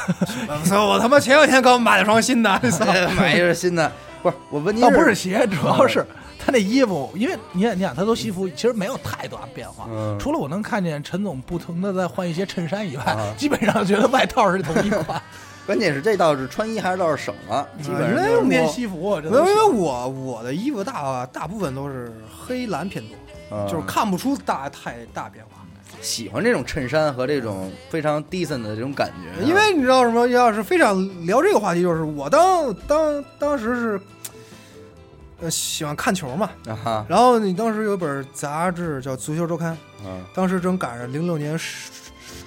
S5: 我操！呃我他妈前两天刚买了双新 [laughs] 的，操！
S4: 买一个新的，不是我问你
S3: 倒不是鞋，主要是他那衣服，因为你看你看他都西服，其实没有太大变化
S4: 嗯，
S3: 除了我能看见陈总不停的在换一些衬衫以
S4: 啊
S3: 外， [laughs] 基本上觉得外套是同一款，
S4: 关键是这倒是穿衣还是倒是省了，基本上就
S5: 因为
S4: 是
S5: 我
S3: 面西服，这
S5: 没有，
S3: 都
S5: 因
S3: 是
S5: 为我我的衣服大大部分都是黑蓝偏多，
S4: 嗯
S5: 就是看不出大太大变化。
S4: 喜欢这种衬衫和这种非常 decent 的这种感觉，
S5: 嗯因为你知道什么？要是非常聊这个话题，就是我当当当时是，呃，喜欢看球嘛。
S4: 啊哈，
S5: 然后你当时有一本杂志叫《足球周刊》，
S4: 嗯
S5: 当时正赶上零六年世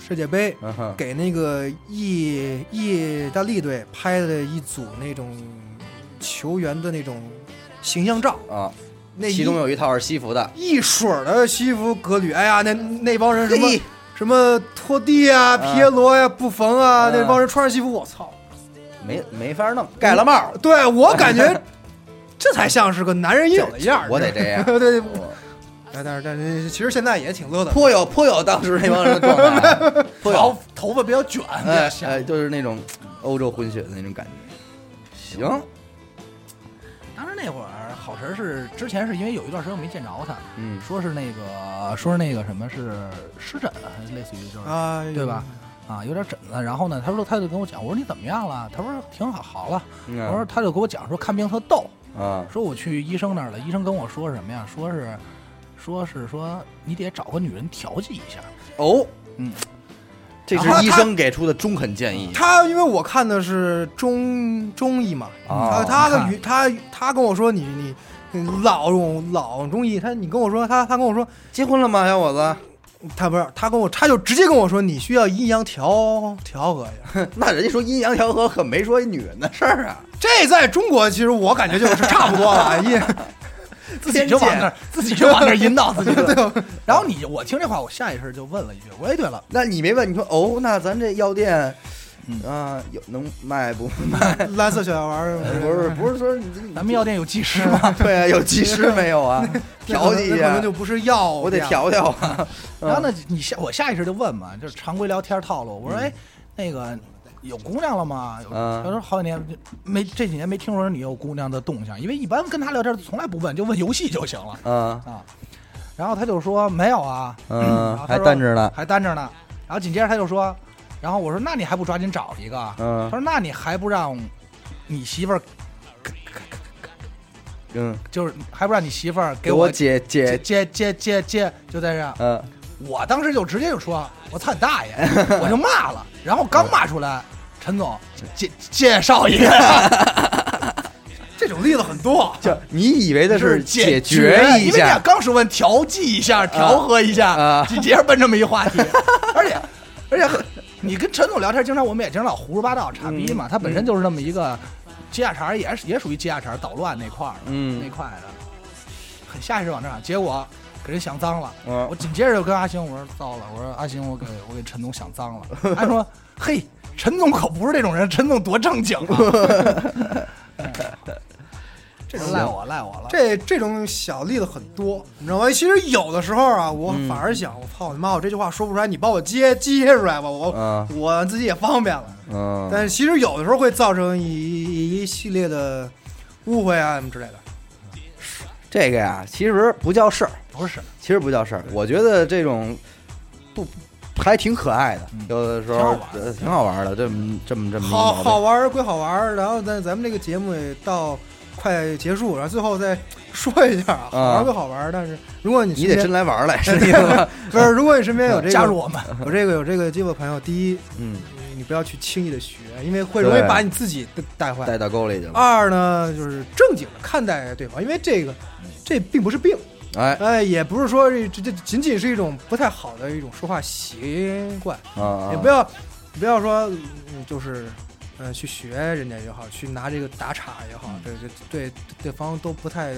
S5: 世界杯，
S4: 嗯哼
S5: 给那个意意大利队拍了一组那种球员的那种形象照，
S4: 啊，
S5: 那
S4: 其
S5: 一
S4: 中有一套是西服的，
S5: 一水儿的西服革履，哎呀，那那帮人什么
S4: 嘿
S5: 什么托蒂啊、
S4: 嗯
S5: 皮耶罗呀、布冯啊，
S4: 嗯
S5: 那帮人穿着西服，我操！
S4: 没没法弄，盖了帽，
S5: 对我感
S4: [laughs]
S5: 觉这才像是个男人应有的样儿，
S4: 我得
S5: 你知
S4: 这样
S5: 道吗 [laughs] 对，对
S4: 我
S5: 但但是但是，其实现在也挺乐的。
S4: 颇有颇有当时那帮人的状态，颇有
S3: 头头发比较卷，比较
S4: 哎
S3: 像
S4: 哎，就是那种欧洲混血的那种感觉。行，
S3: 当时那会儿，好晨是之前是因为有一段时间我没见着他，
S4: 嗯
S3: 说是那个说是那个什么是湿疹，类似于就是
S5: 啊，
S3: 对吧？啊有点疹子。然后呢，他说他就跟我讲，我说你怎么样了？他说挺好，好了。
S4: 嗯
S3: 我说他就给我讲说看病特逗，
S4: 啊，
S3: 说我去医生那儿了，医生跟我说什么呀？说是说是说你得找个女人调剂一下。
S4: 哦，
S3: 嗯，
S4: 这是
S5: 然后他
S4: 医生给出的中肯建议。
S5: 他因为我看的是中中医嘛，
S4: 哦
S5: 他他的
S3: 看
S5: 语他他跟我说你你你老中老中医，他你跟我说他他跟我说
S4: 结婚了吗，小伙子？
S5: 他不是他跟我他就直接跟我说你需要阴阳调调和一下，
S4: 那人家说阴阳调和，可没说女人的事儿啊。
S5: [laughs] 这在中国其实我感觉就是差不多了，也
S3: 自己就往那儿，自己就往那儿引导
S4: [laughs]
S3: 自己。然后你，我听这话，我下意识就问了一句：“我说哎，对了，
S4: 那你没问，你说哦，那咱这药店，啊，有能卖不卖？
S5: [laughs] 蓝色小药丸儿
S4: 不是，不是说你这
S3: 咱们药店有技师吗？”
S4: 对啊，有技师没有啊？调剂
S5: 那
S4: 一
S5: 可
S4: 下
S5: 能，就不是药，
S4: 我得。调调啊。
S3: 然后呢，你下我下意识就问嘛，就是常规聊天套路。我说，哎，那个有姑娘了吗？有，
S4: 嗯
S3: 他说好几年没这几年没听说你有姑娘的动向，因为一般跟他聊天从来不问，就问游戏就行了
S4: 嗯
S3: 啊。然后他就说没有啊，
S4: 嗯
S3: 然后，他
S4: 还
S3: 说
S4: 单着呢。
S3: 还单着呢。然后紧接着他就说，然后我说那你还不抓紧找一个？他
S4: 嗯
S3: 说那你还不让你媳妇儿，
S4: 嗯，
S3: 就是还不让你媳妇儿
S4: 给
S3: 给
S4: 我
S3: 我
S4: 解
S3: 接
S4: 解，
S3: 接接接接，就在这样。
S4: 嗯
S3: 我当时就直接就说：“我操你大爷！”我就骂了，然后刚骂出来，陈总介介绍一个， [laughs]
S5: 这种例子很多。
S4: 就你以为的是
S3: 解
S4: 决一
S3: 因为你俩
S4: 下，
S3: 刚说完调剂一下，调和一下
S4: 啊，
S3: 紧接着奔这么一话题，而且而且很你跟陈总聊天，经常我们也经常老胡说八道、
S4: 嗯
S3: 傻逼嘛，他本身就是那么一个接下茬儿，也是也属于接下茬儿捣乱那块儿，
S4: 嗯
S3: 那块的，很下意识往这儿，结果给人想脏了。
S4: 嗯
S3: 我紧接着就跟阿星我说糟了，我说阿星我给我给陈总想脏
S4: [laughs]
S3: 了。他说嘿，陈总可不是这种人，陈总多正
S4: [laughs]
S3: 经啊。嗯这种赖我赖我了，
S5: 这这种小例子很多，你知道吗？其实有的时候啊，我反而想，我操你妈，我这句话说不出来，你帮我接接出来吧，我、
S4: 啊
S5: 我自己也方便了。
S4: 嗯，
S5: 但是其实有的时候会造成一一一系列的误会啊什么之类的。
S4: 这个呀，其实不叫事儿，
S3: 不是
S4: 其实不叫事儿。我觉得这种不还挺可爱的，有的时候
S3: 挺好玩
S4: 呃挺好玩的，这么这么这么一毛
S5: 好
S4: 病
S5: 好玩儿归好玩儿，然后但咱们这个节目也到快结束，然后最后再说一下啊，好玩儿归好玩儿，但是如果你
S4: 你
S5: 身
S4: 得
S5: 边
S4: 真来玩儿来，是这意思
S5: [laughs]
S4: 吧？
S5: 不是，如果你身边有这个
S3: 加入我
S4: [laughs]
S3: 们，
S5: 有这个有这个机会的朋友，第一，
S4: 嗯，
S5: 你不要去轻易的学，因为会容易
S4: 对
S5: 把你自己带带坏
S4: 带。到沟里去了。
S5: 二呢，就是正经的看待对方，因为这个这并不是病，
S4: 哎
S5: 哎，也不是说这这这仅仅是一种不太好的一种说话习惯，
S4: 啊，
S5: 也不要不要说嗯就是呃去学人家也好，去拿这个打岔也好，
S4: 嗯
S5: 对对对对方都不太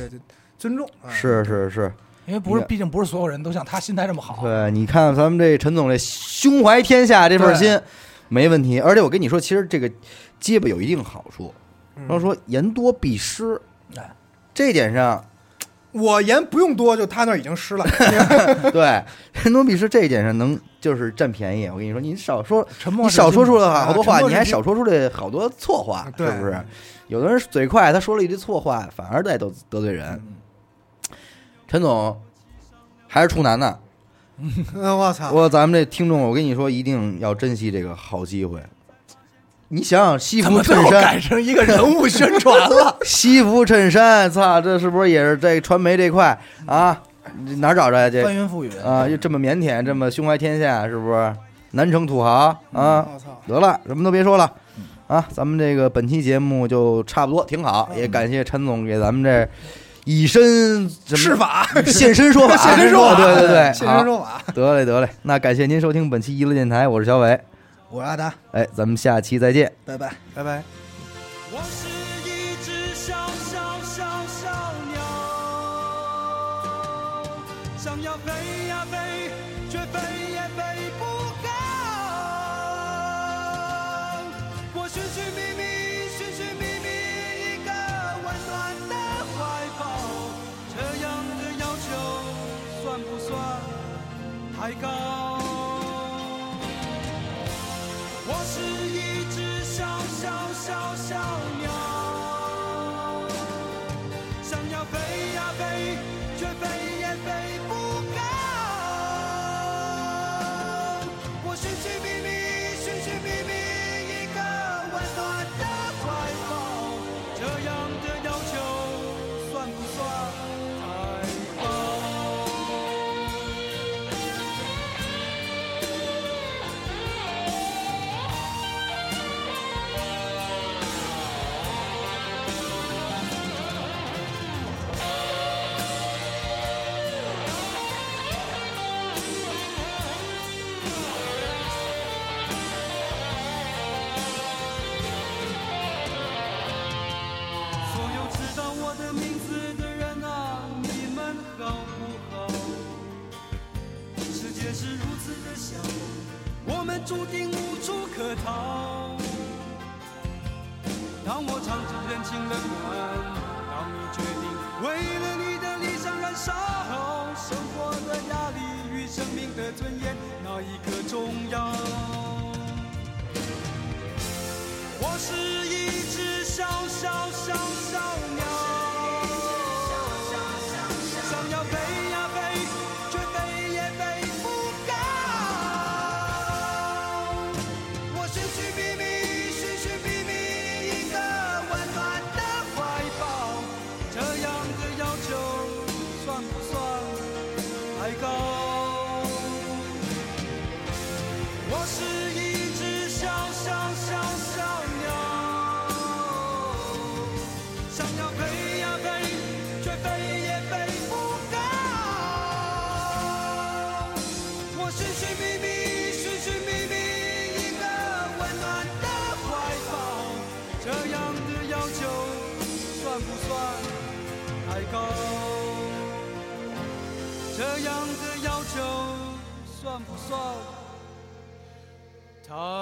S5: 尊重。啊、
S4: 是是是，
S3: 因为不是，
S4: 你
S3: 毕竟不是所有人都像他心态这么
S5: 哦
S3: 好。
S4: 对，你看咱们这陈总这胸怀天下这份
S5: 对
S4: 心，没问题。而且我跟你说，其实这个结巴有一定好处，
S5: 嗯
S4: 然后说言多必失，
S3: 哎
S4: 这点上，
S5: 我言不用多，就他那儿已
S4: [laughs]
S5: 经湿了。
S3: [laughs]
S4: 对言多必失这一点上能就是占便宜。我跟你说，你少说，
S3: 沉
S4: 你
S3: 默是
S4: 少说
S3: 金
S4: 出了
S5: 啊
S4: 好多
S5: 沉
S4: 话，
S5: 默是
S4: 你还
S5: 金
S4: 少说出了好多错话，是
S5: 对
S4: 不是？有的人嘴快，他说了一句错话，反而在得得罪人。
S3: 嗯
S4: 陈总还是处男呢，
S5: 嗯，我
S3: 啊
S5: 操！
S4: 我咱们这听众，我跟你说，一定要珍惜这个好机会。你想想，西
S3: 怎
S4: 服
S3: 么最
S4: 衬
S3: 后
S4: 衫
S3: 改，成一个人物宣传了？
S4: [laughs] 西服衬衫，操，这是不是也是这传媒这块啊？你哪儿找着呀？这
S3: 翻云覆雨
S4: 啊，又这么腼腆，这么胸怀天下，是不是？南城土豪啊！
S5: 我操！
S4: 得了，什么都别说了。
S5: 嗯
S4: 啊，咱们这个本期节目就差不多，挺好，
S5: 嗯
S4: 也感谢陈总给咱们这以身
S5: 施法，
S4: [laughs] 现身
S3: [laughs]
S4: 说法，
S5: [laughs] 现身说法，
S4: 对对对，
S5: 现
S4: 好
S5: 身说法。
S4: 得嘞得嘞，那感谢您收听本期娱乐电台，我是小伟，
S3: 我是阿达，
S4: 哎，咱们下期再见。
S3: 拜拜。
S5: 拜拜。
S2: 我是一只小小小小鸟，想要飞呀飞，却飞也飞不高。我寻寻觅觅，寻寻觅觅一个温暖的怀抱，这样的要求算不算太高？我是一只小小小小鸟，想要飞呀飞，却飞也飞不高。我寻寻觅觅，寻寻觅觅一个温暖的怀抱，这样的要求算不算太高？所有知道我的名字的人啊，你们好不好？世界是如此的小，我们注定无处可逃。当我尝尽人情冷暖，当你决定为了你的理想燃烧，生活的压力与生命的尊严，哪一个重要？我是一只小小小小鸟，想要飞呀飞，却飞也飞不高。我寻寻觅觅，寻寻觅觅一个温暖的怀抱，这样的要求算不算太高？我是一只小小小小长